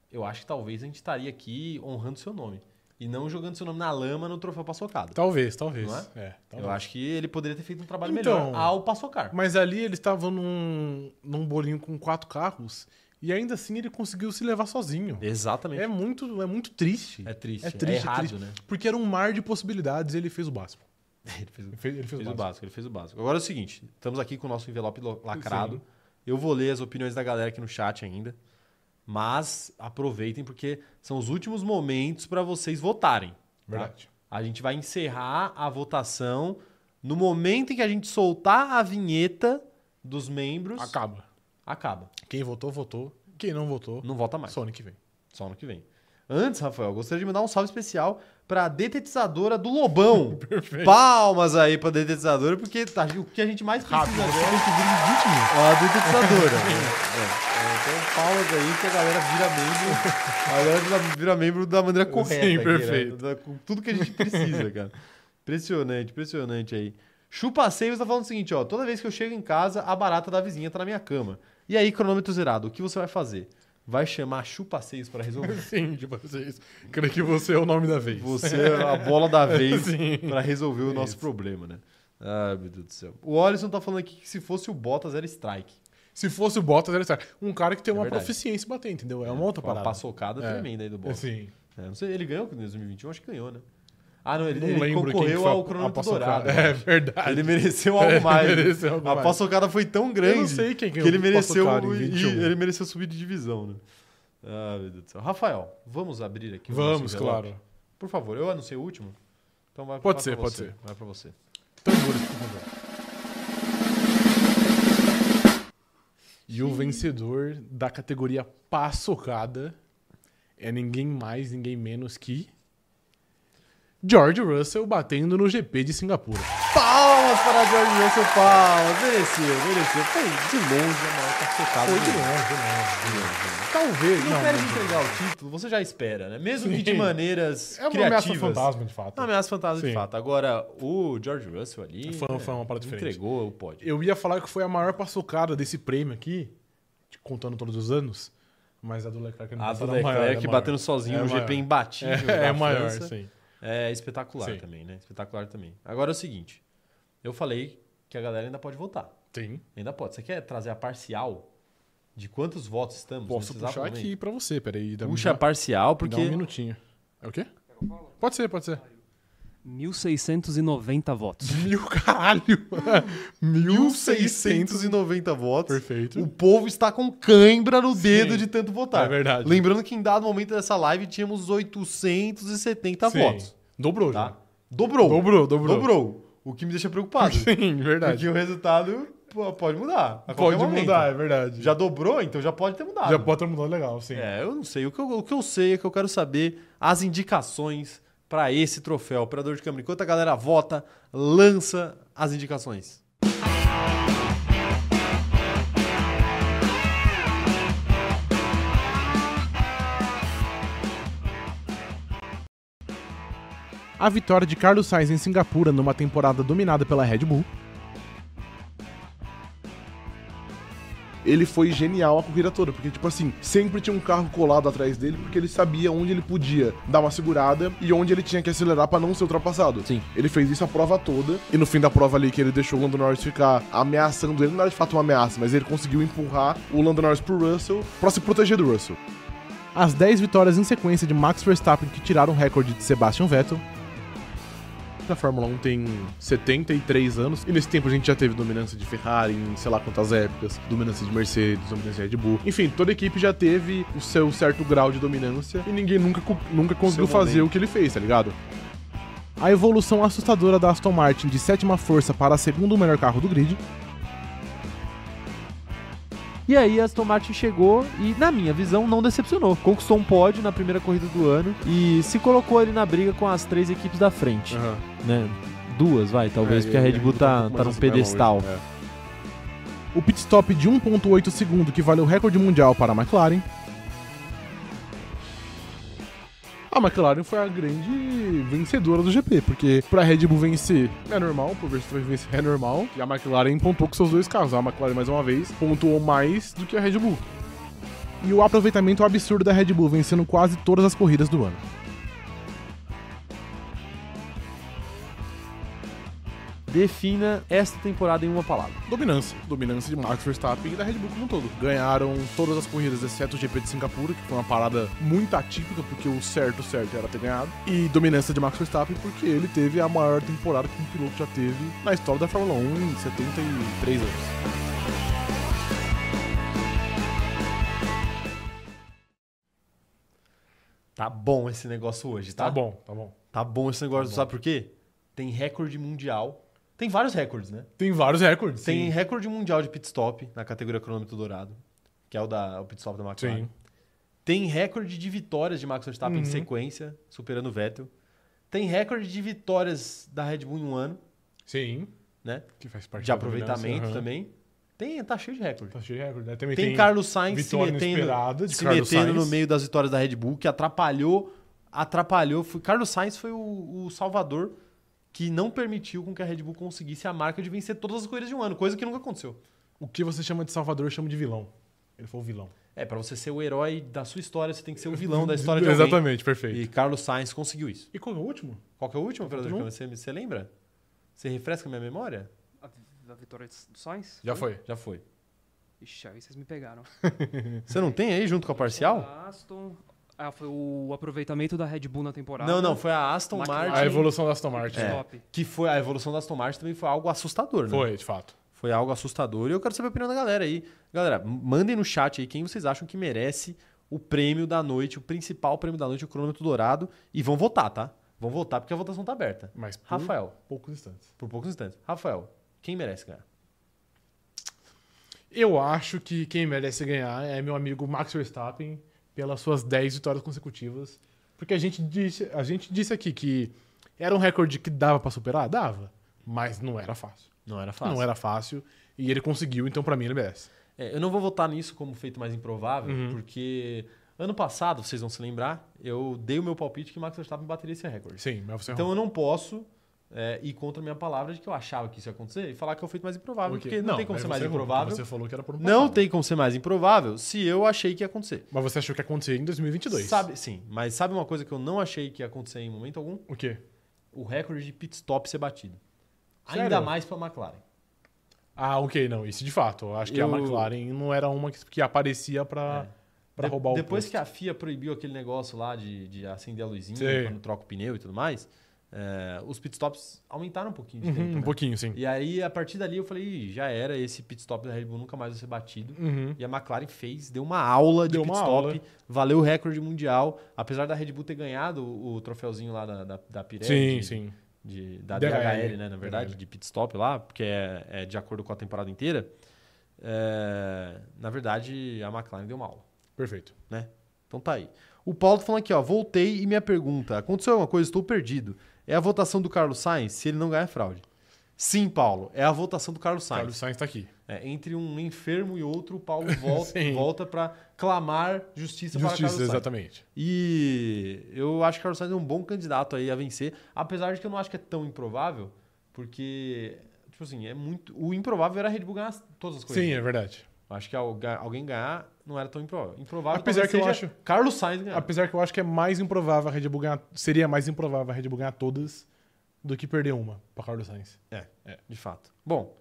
A: eu acho que talvez a gente estaria aqui honrando seu nome. E não jogando seu nome na lama no troféu paçocada.
B: Talvez, talvez.
A: Não é?
B: É,
A: Eu
B: talvez.
A: acho que ele poderia ter feito um trabalho
B: Então,
A: melhor ao paçocar.
B: Mas ali ele estava num, num bolinho com quatro carros e ainda assim ele conseguiu se levar sozinho.
A: Exatamente.
B: É muito, é muito triste.
A: É triste.
B: É triste,
A: é errado,
B: triste.
A: né?
B: Porque era um mar de possibilidades e ele fez o básico.
A: Ele fez,
B: ele fez,
A: Fez
B: o
A: o
B: básico.
A: básico, ele fez o básico. Agora é o seguinte, estamos aqui com o nosso envelope lo- lacrado.
B: Sim.
A: Eu vou ler as opiniões da galera aqui no chat ainda. Mas aproveitem porque são os últimos momentos para vocês votarem. tá?
B: Verdade.
A: A gente vai encerrar a votação no momento em que a gente soltar a vinheta dos membros.
B: Acaba.
A: Acaba.
B: Quem votou, votou. Quem não votou,
A: não vota mais.
B: Só ano que vem.
A: Só ano que vem. Antes, Rafael, gostaria de mandar um salve especial para a detetizadora do Lobão.
B: Perfeito.
A: Palmas aí para detetizadora, porque tá, o que a gente mais precisa é
B: Rápido,
A: agora
B: você tem que vir em último.
A: é a detetizadora. É, é. Então, palmas aí que a galera vira membro. A galera vira- vira membro da maneira correta.
B: Sim,
A: aqui, né?
B: perfeito.
A: Da- Com tudo que a gente precisa, cara. Impressionante, impressionante aí. Chupa Seios tá falando o seguinte, ó. Toda vez que eu chego em casa, a barata da vizinha tá na minha cama. E aí, cronômetro zerado, o que você vai fazer? Vai chamar Chupa Seios pra resolver?
B: Sim, tipo assim. Creio que você é o nome da vez.
A: Você é a bola da vez
B: Sim.
A: pra resolver o nosso
B: Isso.
A: problema, né? Ai, meu Deus do céu. O Olisson tá falando aqui que se fosse o Bottas era strike. É
B: Se fosse o Bottas, era certo. Um cara que tem uma
A: verdade.
B: proficiência em bater, entendeu? É uma outra
A: Uma
B: parada.
A: paçocada
B: É.
A: tremenda aí do Bottas.
B: Sim.
A: É, não sei, ele ganhou em 2021? Acho que ganhou, né? Ah, não, ele,
B: Não
A: ele
B: lembro quem que
A: concorreu
B: foi a-
A: ao
B: a
A: cronômetro
B: paçocada.
A: dourado. eu
B: É
A: acho.
B: verdade.
A: Ele mereceu algo
B: É,
A: mais.
B: mereceu algo
A: a
B: mais.
A: paçocada foi tão grande
B: Eu não sei quem ganhou
A: que ele
B: o
A: mereceu,
B: paçocada em
A: e-
B: 21.
A: ele mereceu subir de divisão, né? Ah, meu Deus do céu. Rafael, vamos abrir aqui o
B: Vamos,
A: nosso envelope?
B: claro.
A: Por favor, eu anunciei o último? Então vai,
B: Pode
A: vai
B: ser,
A: pra
B: pode
A: você.
B: ser.
A: Vai pra você.
B: Tambores, por favor. E o vencedor da categoria paçocada é ninguém mais, ninguém menos que George Russell batendo no GP de Singapura.
A: Palmas para George Russell, palmas. Mereceu, mereceu. Foi de longe a maior paçocada.
B: Foi
A: do
B: de
A: mundo.
B: longe,
A: De longe, né?
B: Talvez.
A: Não,
B: não,
A: espera
B: não, não.
A: entregar o título, você já espera, né? Mesmo que
B: Sim.
A: de maneiras
B: É uma
A: criativas.
B: ameaça fantasma, de fato.
A: Uma ameaça fantasma,
B: Sim.
A: de fato. Agora, o George Russell ali...
B: Foi,
A: né,
B: foi uma parada diferente.
A: Entregou o pódio.
B: Eu ia falar que foi a maior paçocada desse prêmio aqui, te contando todos os anos, mas a do Leclerc não
A: A do
B: é maior, é
A: Leclerc
B: maior.
A: batendo sozinho
B: É
A: no
B: maior.
A: GP imbatível
B: É,
A: da
B: é maior,
A: França.
B: sim.
A: É espetacular
B: Sim.
A: também, né? Espetacular também. Agora é o seguinte, eu falei que a galera ainda pode votar.
B: Tem.
A: Ainda pode. Você quer trazer a parcial de quantos votos estamos?
B: Posso
A: nesse
B: puxar
A: exato momento?
B: aqui pra você, peraí. dá-
A: Puxa a
B: dá- Dá
A: parcial, porque-
B: um minutinho. É o quê? Pode ser, pode ser.
C: 1.690 votos.
B: Mil caralho!
A: 1.690 votos.
B: Perfeito.
A: O povo está tá com cãibra no dedo
B: Sim.
A: de tanto votar.
B: É verdade.
A: Lembrando que em dado momento dessa live tínhamos 870
B: Sim.
A: votos.
B: Dobrou
A: tá? Dobrou.
B: Dobrou, dobrou.
A: O que me deixa preocupado.
B: Sim, verdade.
A: Porque o resultado pô, pode mudar. a
B: Pode
A: qualquer momento.
B: mudar, é verdade.
A: Já dobrou, então já pode ter mudado.
B: Já pode ter mudado legal, sim.
A: É, eu não sei. O que eu, o que eu sei é que eu quero saber as indicações para esse troféu. Operador de câmera, enquanto a galera vota, lança as indicações.
B: A vitória de Carlos Sainz em Singapura numa temporada dominada pela Red Bull.
F: Ele foi genial a corrida toda, porque, tipo assim, sempre tinha um carro colado atrás dele, porque ele sabia onde ele podia dar uma segurada e onde ele tinha que acelerar pra não ser ultrapassado. Sim. Ele fez isso a prova toda, e no fim da prova ali, que ele deixou o Lando Norris ficar ameaçando ele, não era de fato uma ameaça, mas ele conseguiu empurrar o Lando Norris pro Russell pra se proteger do Russell.
B: As 10 vitórias em sequência de Max Verstappen que tiraram o recorde de Sebastian Vettel. A Fórmula 1 tem 73 anos, e nesse tempo a gente já teve dominância de Ferrari em sei lá quantas épocas, dominância de Mercedes, dominância de Red Bull. Enfim, toda equipe já teve o seu certo grau de dominância e ninguém nunca, cu- nunca conseguiu fazer o que ele fez, tá ligado? A evolução assustadora da Aston Martin de sétima força para segundo melhor carro do grid.
E: E aí a Aston Martin chegou e, na minha visão, não decepcionou. Conquistou um pódio na primeira corrida do ano e se colocou ali na briga com as três equipes da frente. Né? Duas, vai, talvez,
F: É,
E: porque a
F: e
E: Red Bull
F: um
E: tá, tá num
F: pouco mais- mais longe,
E: pedestal.
F: é.
B: O pit stop de 1.8 segundo que valeu o recorde mundial para a McLaren. A McLaren foi a grande vencedora do GP, porque pra Red Bull vencer é normal, pro Verstappen vencer é normal, e a McLaren pontuou com seus dois carros. A McLaren, mais uma vez, pontuou mais do que a Red Bull. E o aproveitamento absurdo da Red Bull vencendo quase todas as corridas do ano.
E: Defina esta temporada em uma palavra.
F: Dominância. Dominância de Max Verstappen e da Red Bull como um todo. Ganharam todas as corridas, exceto o GP de Singapura, que foi uma parada muito atípica, porque o certo, certo era ter ganhado. E dominância de Max Verstappen, porque ele teve a maior temporada que um piloto já teve na história da Fórmula 1 em 73 anos.
A: Tá bom esse negócio hoje, tá?
B: Tá bom, tá bom.
A: Tá bom esse negócio, sabe por quê? Tem recorde mundial. Tem vários recordes, né?
B: Tem vários recordes.
A: Tem
B: sim.
A: recorde mundial de pit stop na categoria cronômetro dourado, que é o da o pit stop da McLaren.
B: Sim.
A: Tem recorde de vitórias de Max Verstappen em
B: Uhum.
A: sequência, superando o Vettel. Tem recorde de vitórias da Red Bull em um ano.
B: Sim.
A: Né?
B: Que faz parte
A: De
B: da
A: aproveitamento
B: dominância, aham.
A: também. Tem, tá cheio de recorde.
B: Tá cheio de recorde. né? Também
A: Tem,
B: tem,
A: Carlos Sainz se
B: vitória
A: metendo,
B: inesperada de
A: se
B: Carlos
A: metendo
B: Sainz.
A: no meio das vitórias da Red Bull, que atrapalhou. atrapalhou foi, Carlos Sainz foi o, o salvador que não permitiu com que a Red Bull conseguisse a marca de vencer todas as corridas de um ano, coisa que nunca aconteceu.
B: O que você chama de Salvador, eu chamo de vilão. Ele foi o vilão.
A: É, pra você ser o herói da sua história, você tem que ser o vilão da história de alguém.
B: Exatamente, perfeito.
A: E Carlos Sainz conseguiu isso.
B: E qual é o último?
A: Qual que é o último, Fernando?
B: Não.
A: Câmara? Você, você lembra? Você refresca minha memória?
C: A, vi- a vitória do Sainz?
A: Já foi.
C: Ixi, aí vocês me pegaram.
A: Você não tem aí junto com a parcial?
C: A Aston. Ah, foi o aproveitamento da Red Bull na temporada.
A: Não, não, foi a Aston
C: McLaren.
A: Martin.
C: É.
A: É, que foi a evolução da Aston Martin também foi algo assustador, né?
B: Foi, de fato.
A: Foi algo assustador e eu quero saber a opinião da galera aí. Galera, m- mandem no chat aí quem vocês acham que merece o prêmio da noite, o principal prêmio da noite, o cronômetro dourado. E vão votar, tá? Vão votar porque a votação tá aberta. Mas
B: por
A: Rafael.
B: Poucos instantes.
A: Por poucos instantes. Rafael, quem merece ganhar?
B: Eu acho que quem merece ganhar é meu amigo Max Verstappen pelas suas 10 vitórias consecutivas. Porque a gente disse, a gente disse aqui que era um recorde que dava pra superar? Dava. Mas não era fácil.
A: Não era fácil.
B: Não era fácil. E ele conseguiu, então pra mim ele merece.
A: É, eu não vou votar nisso como feito mais improvável,
B: Uhum.
A: porque ano passado, vocês vão se lembrar, eu dei o meu palpite que Max Verstappen bateria esse recorde.
B: Sim, mas você
A: Então
B: errou.
A: eu não posso é, ir contra a minha palavra de que eu achava que isso ia acontecer e falar que é o feito mais improvável,
B: Ok.
A: porque não,
B: Não,
A: tem como
B: mas
A: ser mais
B: você errou,
A: improvável.
B: porque você falou que era por um
A: Não
B: passado.
A: tem como ser mais improvável se eu achei que ia acontecer.
B: Mas você achou que ia acontecer em 2022.
A: Sabe, sim, mas sabe uma coisa que eu não achei que ia acontecer em momento algum?
B: O quê?
A: O recorde de pit stop ser batido.
B: Sério?
A: Ainda mais pra McLaren.
B: Ah, ok, não. Isso de fato. Eu acho que
A: Eu-
B: a
A: É.
B: McLaren não era uma que, que aparecia pra pra
A: De-
B: roubar o
A: Depois
B: posto.
A: que a FIA proibiu aquele negócio lá de, de acender a luzinha
B: Sim.
A: quando troca o pneu e tudo mais, é, os pitstops aumentaram um pouquinho de
B: Uhum,
A: tempo,
B: um
A: né?
B: pouquinho, sim.
A: E aí, a partir dali, eu falei, "Ih, já era, esse pitstop da Red Bull nunca mais vai ser batido.
B: Uhum.
A: E a McLaren fez, deu uma aula de
B: Deu uma aula.
A: pitstop, valeu o recorde mundial. Apesar da Red Bull ter ganhado o, o troféuzinho lá da, da, da
B: Sim,
A: Pirelli. de-
B: sim.
A: de- da DHL,
B: DHL,
A: né, na
B: DHL.
A: verdade, de pit stop lá, porque é, é de acordo com a temporada inteira. é, na verdade, a McLaren deu uma aula.
B: Perfeito.
A: Né? Então tá aí. O Paulo tá falando aqui, ó. Voltei e minha pergunta: aconteceu alguma coisa? Estou perdido. É a votação do Carlos Sainz se ele não ganhar é fraude? Sim, Paulo, é a votação do Carlos Sainz.
B: Carlos Sainz tá aqui.
A: É, entre um enfermo e outro, o Paulo volta,
B: Sim.
A: volta para clamar justiça, para
B: Justiça,
A: Carlos Sainz.
B: exatamente.
A: E eu acho que o Carlos Sainz é um bom candidato aí a vencer, apesar de que eu não acho que é tão improvável, porque, tipo assim, é muito. O improvável era a Red Bull ganhar todas as coisas. né?
B: Sim, é verdade.
A: Eu Acho que alga- alguém ganhar não era tão improvável. Improvável
B: Apesar
A: talvez
B: que eu
A: seja
B: acho.
A: assim, Carlos Sainz ganhar.
B: Apesar que eu acho que é mais improvável a Red Bull ganhar. Seria mais improvável a Red Bull ganhar todas do que perder uma pra Carlos Sainz.
A: É, de fato. Bom,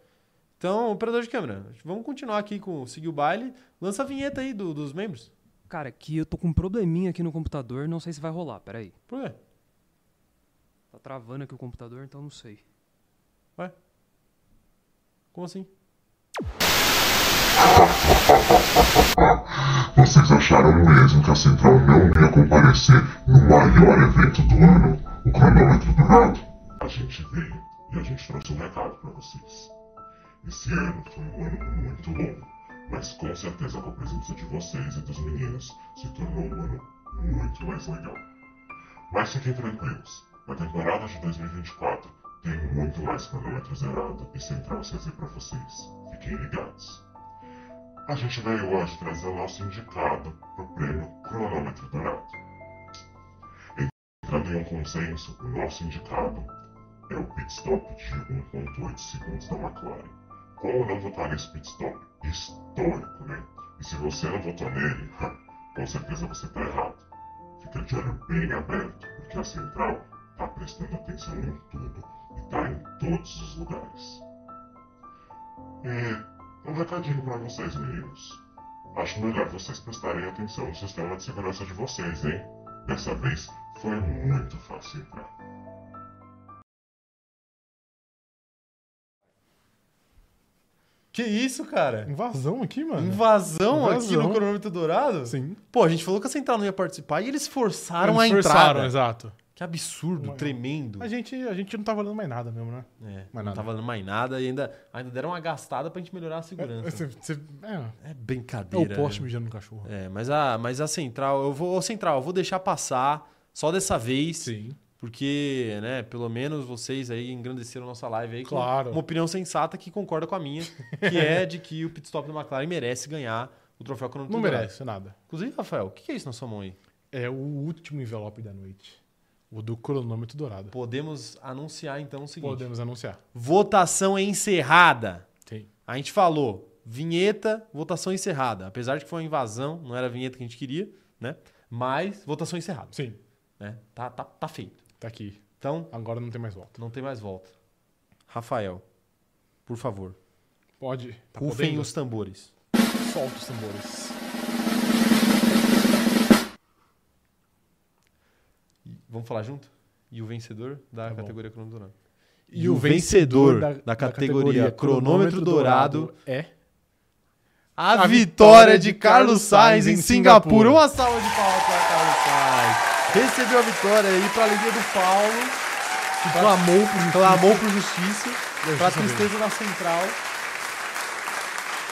A: então, operador de câmera, vamos continuar aqui com seguir o baile. Lança a vinheta aí do- dos membros.
C: Cara, que eu tô com um probleminha aqui no computador, não sei se vai rolar, peraí.
A: Por quê?
C: Tá travando aqui o computador, então não sei.
A: Ué? Como assim?
O: Vocês acharam mesmo que a central não ia comparecer no maior evento do ano, o cronômetro dourado? A gente veio e a gente trouxe um recado pra vocês. Esse ano foi um ano muito longo, mas com certeza com a presença de vocês e dos meninos se tornou um ano muito mais legal. Mas fiquem tranquilos, na temporada de 2024 tem muito mais cronômetro zerado e central CZ pra vocês. Fiquem ligados. A gente veio hoje trazer o nosso indicado para o prêmio Cronômetro Dourado. Entrando em um consenso, o nosso indicado é o pit stop de 1.8 segundos da McLaren. Como não votar nesse pit stop? Histórico, né? E se você não votou nele, com certeza você tá errado. Fica de olho bem aberto, porque a central tá prestando atenção em tudo e tá em todos os lugares. E um recadinho pra vocês, meninos. Acho melhor vocês prestarem atenção no sistema de segurança de vocês, hein? Dessa vez foi muito fácil entrar.
A: Que isso, cara?
B: Invasão aqui, mano.
A: Invasão, aqui
B: Invasão.
A: no cronômetro dourado?
B: Sim.
A: Pô, a gente falou que a Central não ia participar e eles forçaram
B: Eles
A: a entrada.
B: forçaram, exato.
A: Que absurdo, tremendo.
B: A gente, a gente não tá valendo mais nada mesmo, né?
A: É,
B: mais
A: não
B: nada.
A: tava dando mais nada e ainda, ainda deram uma gastada pra gente melhorar a segurança.
B: É, você- é.
A: É brincadeira.
B: É o poste
A: né?
B: mijando no cachorro.
A: É, mas a, mas a Central, eu vou. ô, Central, eu vou deixar passar só dessa vez.
B: Sim.
A: Porque, né, pelo menos vocês aí engrandeceram nossa live aí
B: Claro.
A: com uma opinião sensata que concorda com a minha, que é de que o pit stop da McLaren merece ganhar o troféu cronômetro.
B: Não
A: dourado.
B: merece nada.
A: Inclusive, Rafael, o que é isso na sua mão aí?
B: É o último envelope da noite. O do cronômetro dourado.
A: Podemos anunciar então o seguinte.
B: Podemos anunciar.
A: Votação é encerrada.
B: Sim.
A: A gente falou vinheta, votação encerrada. Apesar de que foi uma invasão, não era a vinheta que a gente queria, né? Mas votação encerrada.
B: Sim.
A: Né? Tá, tá, tá feito.
B: Tá aqui.
A: Então.
B: Agora não tem mais volta.
A: Não tem mais volta. Rafael, por favor,
B: Pode. Tá
A: rufem
B: podendo?
A: os tambores.
B: Solta os tambores.
A: Vamos falar junto? E o vencedor da categoria cronômetro dourado.
B: Tá E, o vencedor da,
A: da
B: categoria, cronômetro dourado é
A: A vitória de Carlos Sainz em Singapura. Uma salva de palmas para Carlos Sainz. Recebeu a vitória aí para alegria do Paulo, que
B: clamou por justiça.
A: Clamou por justiça, para
B: justiça
A: tristeza da Central.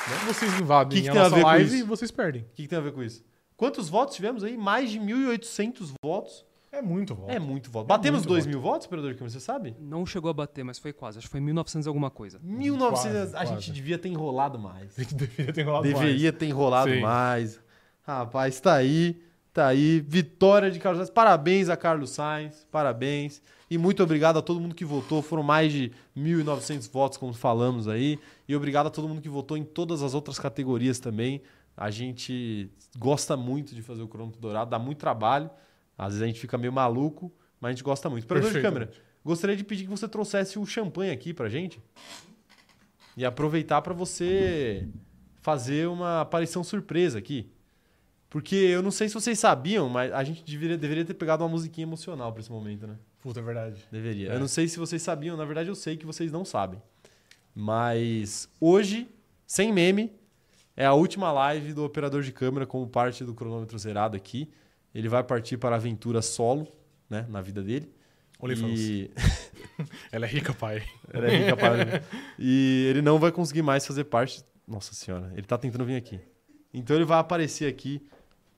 B: Né? Vocês invadem
A: Que que
B: a
A: tem a
B: nossa
A: ver com
B: live
A: isso?
B: e vocês perdem.
A: O que, que tem a ver com isso? Quantos votos tivemos aí? Mais de 1.800 votos.
B: É muito voto.
A: É muito voto. Batemos
C: muito
A: 2 mil votos, Imperador Kim, você sabe?
C: Não chegou a bater, mas foi quase. Acho que foi 1900 alguma coisa.
A: 1900, a gente devia ter enrolado mais.
B: Deveria ter enrolado
A: Deveria
B: mais.
A: ter enrolado
B: Sim.
A: mais. Rapaz, tá aí, tá aí. Vitória de Carlos Sainz. Parabéns a Carlos Sainz, parabéns. E muito obrigado a todo mundo que votou. Foram mais de 1.900 votos, como falamos aí. E obrigado a todo mundo que votou em todas as outras categorias também. A gente gosta muito de fazer o cronômetro dourado, dá muito trabalho. Às vezes a gente fica meio maluco, mas a gente gosta muito. Operador de câmera,
B: Perfeitamente.
A: gostaria de pedir que você trouxesse o champanhe aqui pra gente. E aproveitar para você fazer uma aparição surpresa aqui. Porque eu não sei se vocês sabiam, mas a gente deveria, deveria ter pegado uma musiquinha emocional pra esse momento, né?
B: Puta, é verdade.
A: Deveria.
B: É.
A: Eu não sei se vocês sabiam, na verdade eu sei que vocês não sabem. Mas hoje, sem meme, é a última live do operador de câmera como parte do cronômetro zerado aqui. Ele vai partir para a aventura solo, né, na vida dele.
B: OnlyFans.
A: E-
B: Ela é rica, pai.
A: Ela é rica, pai. E ele não vai conseguir mais fazer parte. Nossa senhora, ele tá tentando vir aqui. Então ele vai aparecer aqui.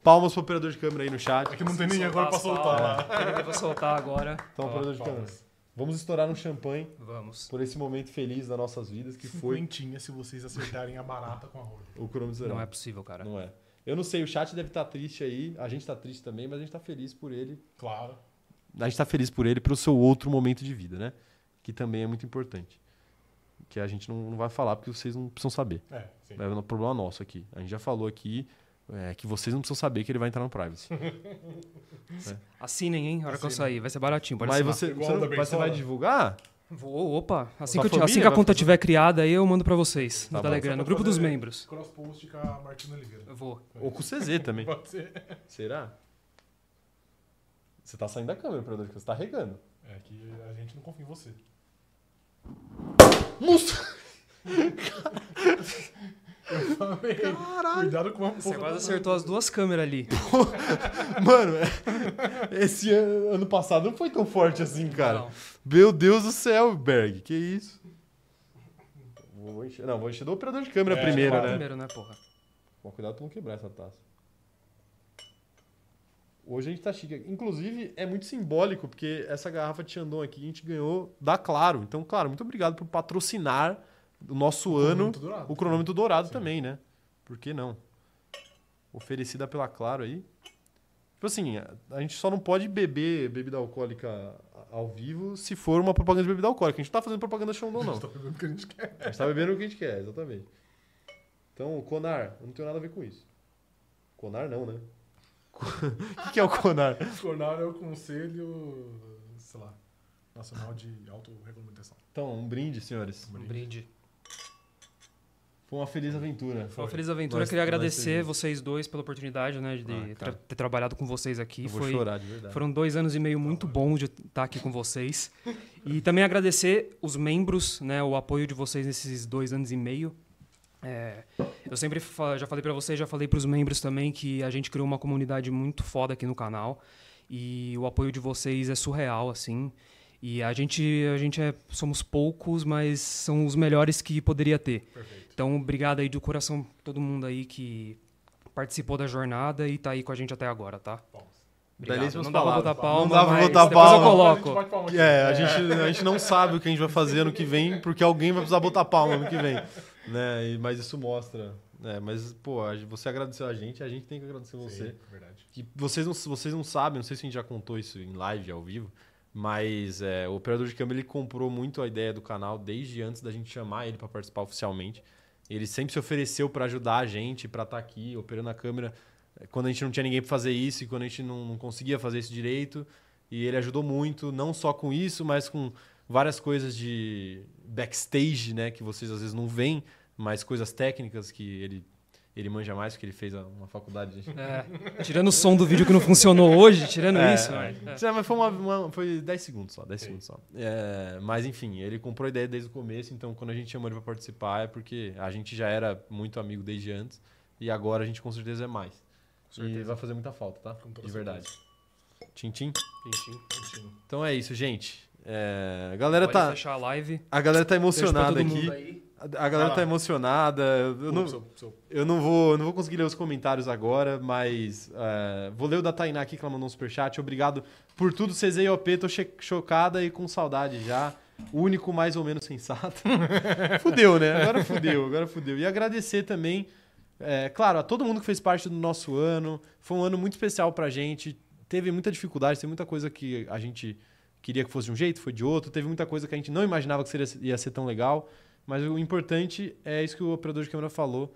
A: Palmas pro operador de câmera aí no chat.
B: É que não tem ninguém agora pra soltar lá.
C: Tem ninguém pra soltar agora.
A: Então,
C: Ó,
A: operador de
C: palmas.
A: câmera. Vamos estourar um champanhe.
C: Vamos.
A: Por esse momento feliz das nossas vidas, que foi
B: Cinquentinha se vocês acertarem a barata com a rolha.
A: o cronômetro zerado.
C: Não é possível, cara.
A: Não é. Eu não sei, o chat deve estar triste aí. A gente tá triste também, mas a gente tá feliz por ele.
B: Claro.
A: A gente tá feliz por ele pro seu outro momento de vida, né? Que também é muito importante. Que a gente não, não vai falar porque vocês não precisam saber.
B: É, sim.
A: É um problema nosso aqui. A gente já falou aqui é, que vocês não precisam saber que ele vai entrar no privacy.
C: Assinem, hein? A hora que eu
A: Assinem.
C: sair. Vai ser baratinho, pode
A: Mas
C: assinar.
A: você, você, não- mas você vai divulgar?
C: Vou, opa. Assim,
A: Sua
C: que eu, ti-
A: família
C: assim que a
A: vai
C: conta
A: fazer?
C: tiver criada aí, eu mando pra vocês.
A: Tá
C: no
A: bom.
C: Telegram,
A: Só
C: no
A: pra
C: grupo dos
B: fazer-
C: membros.
B: Cross-post com a Martina Oliveira.
C: Eu vou.
A: Ou com o CZ também.
B: Pode ser.
A: Será? Você tá saindo da câmera, operador, que você tá regando.
B: É que a gente não confia em você.
A: Nossa!
B: Eu falei.
A: Caralho.
B: Cuidado com uma porra.
C: Você quase acertou as duas câmeras ali.
A: Mano, é- esse ano, ano passado não foi tão forte assim, cara.
C: Não.
A: Meu Deus do céu, Berg, que isso? Vou encher- não, vou encher do operador de câmera
C: É,
A: primeiro,
C: claro.
A: né?
C: Primeiro, né, porra?
A: Bom, cuidado pra não quebrar essa taça. Hoje a gente tá chique. Inclusive, é muito simbólico, porque essa garrafa de Xandão aqui a gente ganhou da Claro. Então, claro, muito obrigado por patrocinar o nosso ano,
B: cronômetro dourado.
A: o cronômetro dourado também, né? Por que não? Oferecida pela Claro aí. Tipo assim, a- a gente só não pode beber bebida alcoólica a- ao vivo se for uma propaganda de bebida alcoólica. A gente não tá fazendo propaganda de Xandão, não.
B: Tá pegando o que a gente quer.
A: A gente tá bebendo o que a gente quer, exatamente. Então, o Conar, eu não tenho nada a ver com isso. Conar não, né? Co- O que, que é o Conar?
B: Conar é o conselho. sei lá. Nacional de Autorregulamentação.
A: Então, um brinde, senhores. Um
C: brinde.
A: Foi uma feliz aventura.
C: Foi uma feliz aventura.
A: Nós-
C: Queria
A: nós
C: agradecer
A: fizemos.
C: vocês dois pela oportunidade, né, de
A: Ah,
C: tra-
A: cara.
C: ter trabalhado com vocês aqui.
A: Eu vou
C: Foi-
A: chorar, de verdade.
C: Foram dois anos e meio muito bons de estar aqui com vocês. E também agradecer os membros, né, o apoio de vocês nesses dois anos e meio. É, eu sempre fa- já falei pra vocês, já falei pros membros também que a gente criou uma comunidade muito foda aqui no canal e o apoio de vocês é surreal assim. E a gente a gente é, somos poucos, mas são os melhores que poderia ter. Então, obrigado aí do coração todo mundo aí que participou da jornada e tá aí com a gente até agora, tá? Obrigado.
A: Belíssimas
C: Não dá pra
A: palavras.
C: botar palma,
A: Não dá pra
C: mas
A: botar
C: depois
A: palma.
C: eu coloco.
A: É, a gente, a gente não sabe o que a gente vai fazer ano que vem, porque alguém vai precisar botar palma ano que vem. Né? E- mas isso mostra. né? mas, pô, a gente- você agradeceu a gente, a gente tem que agradecer você.
B: verdade.
A: Que vocês, não, vocês não sabem, não sei se a gente já contou isso em live, ao vivo, mas é, o operador de câmera ele comprou muito a ideia do canal desde antes da gente chamar ele para participar oficialmente. Ele sempre se ofereceu para ajudar a gente, para estar aqui operando a câmera eh, quando a gente não tinha ninguém para fazer isso e quando a gente não, não conseguia fazer isso direito. E ele ajudou muito, não só com isso, mas com várias coisas de backstage, né, que vocês às vezes não veem, mas coisas técnicas que ele ele manja mais porque ele fez a- uma faculdade. de-
C: É, tirando o som do vídeo que não funcionou hoje, tirando
A: É,
C: isso,
A: é.
C: né? É.
A: Sim, mas foi, uma, uma- foi 10 segundos só, 10 segundos só. É, mas enfim, ele comprou a ideia desde o começo, então quando a gente chamou ele pra participar é porque a gente já era muito amigo desde antes e agora a gente com certeza é mais. E vai fazer muita falta, tá? De verdade. Tintim.
C: Tintim.
A: Então é isso, gente. É, a galera
C: Pode
A: tá.
C: fechar a live.
A: A galera tá
C: Beijo pra
A: emocionada
C: todo mundo
A: aqui.
C: aí.
A: A, a
C: Vai
A: galera
C: lá.
A: tá emocionada. Eu
C: Pô,
A: não,
C: sou- sou.
A: eu não vou, eu não vou conseguir ler os comentários agora, mas é, vou ler o da Tainá aqui que ela mandou um superchat. Obrigado por tudo, CZ e OP. Tô che- chocada e com saudade já. O único mais ou menos sensato. fudeu, né? Agora fudeu, agora fudeu. E agradecer também, é, claro, a todo mundo que fez parte do nosso ano. Foi um ano muito especial pra gente. Teve muita dificuldade, teve muita coisa que a gente queria que fosse de um jeito, foi de outro. Teve muita coisa que a gente não imaginava que seria, ia ser tão legal. Mas o importante é isso que o operador de câmera falou.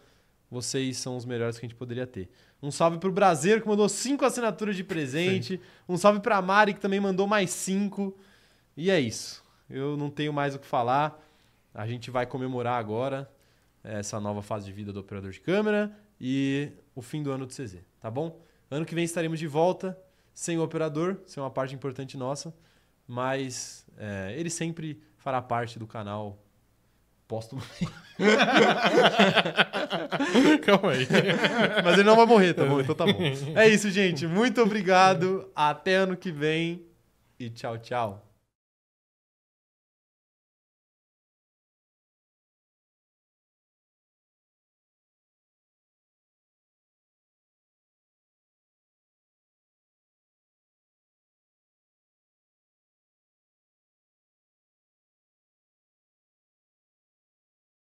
A: Vocês são os melhores que a gente poderia ter. Um salve pro Brasileiro, que mandou cinco assinaturas de presente. Um salve pra Mari, que também mandou mais cinco. E é isso. Eu não tenho mais o que falar. A gente vai comemorar agora é, essa nova fase de vida do operador de câmera e o fim do ano do CZ, tá bom? Ano que vem estaremos de volta sem o operador, sem uma parte importante nossa, mas é, ele sempre fará parte do canal póstumo.
B: Calma aí.
A: Mas ele não vai morrer, tá bom? Então tá bom. É isso, gente. Muito obrigado. Até ano que vem. E tchau, tchau.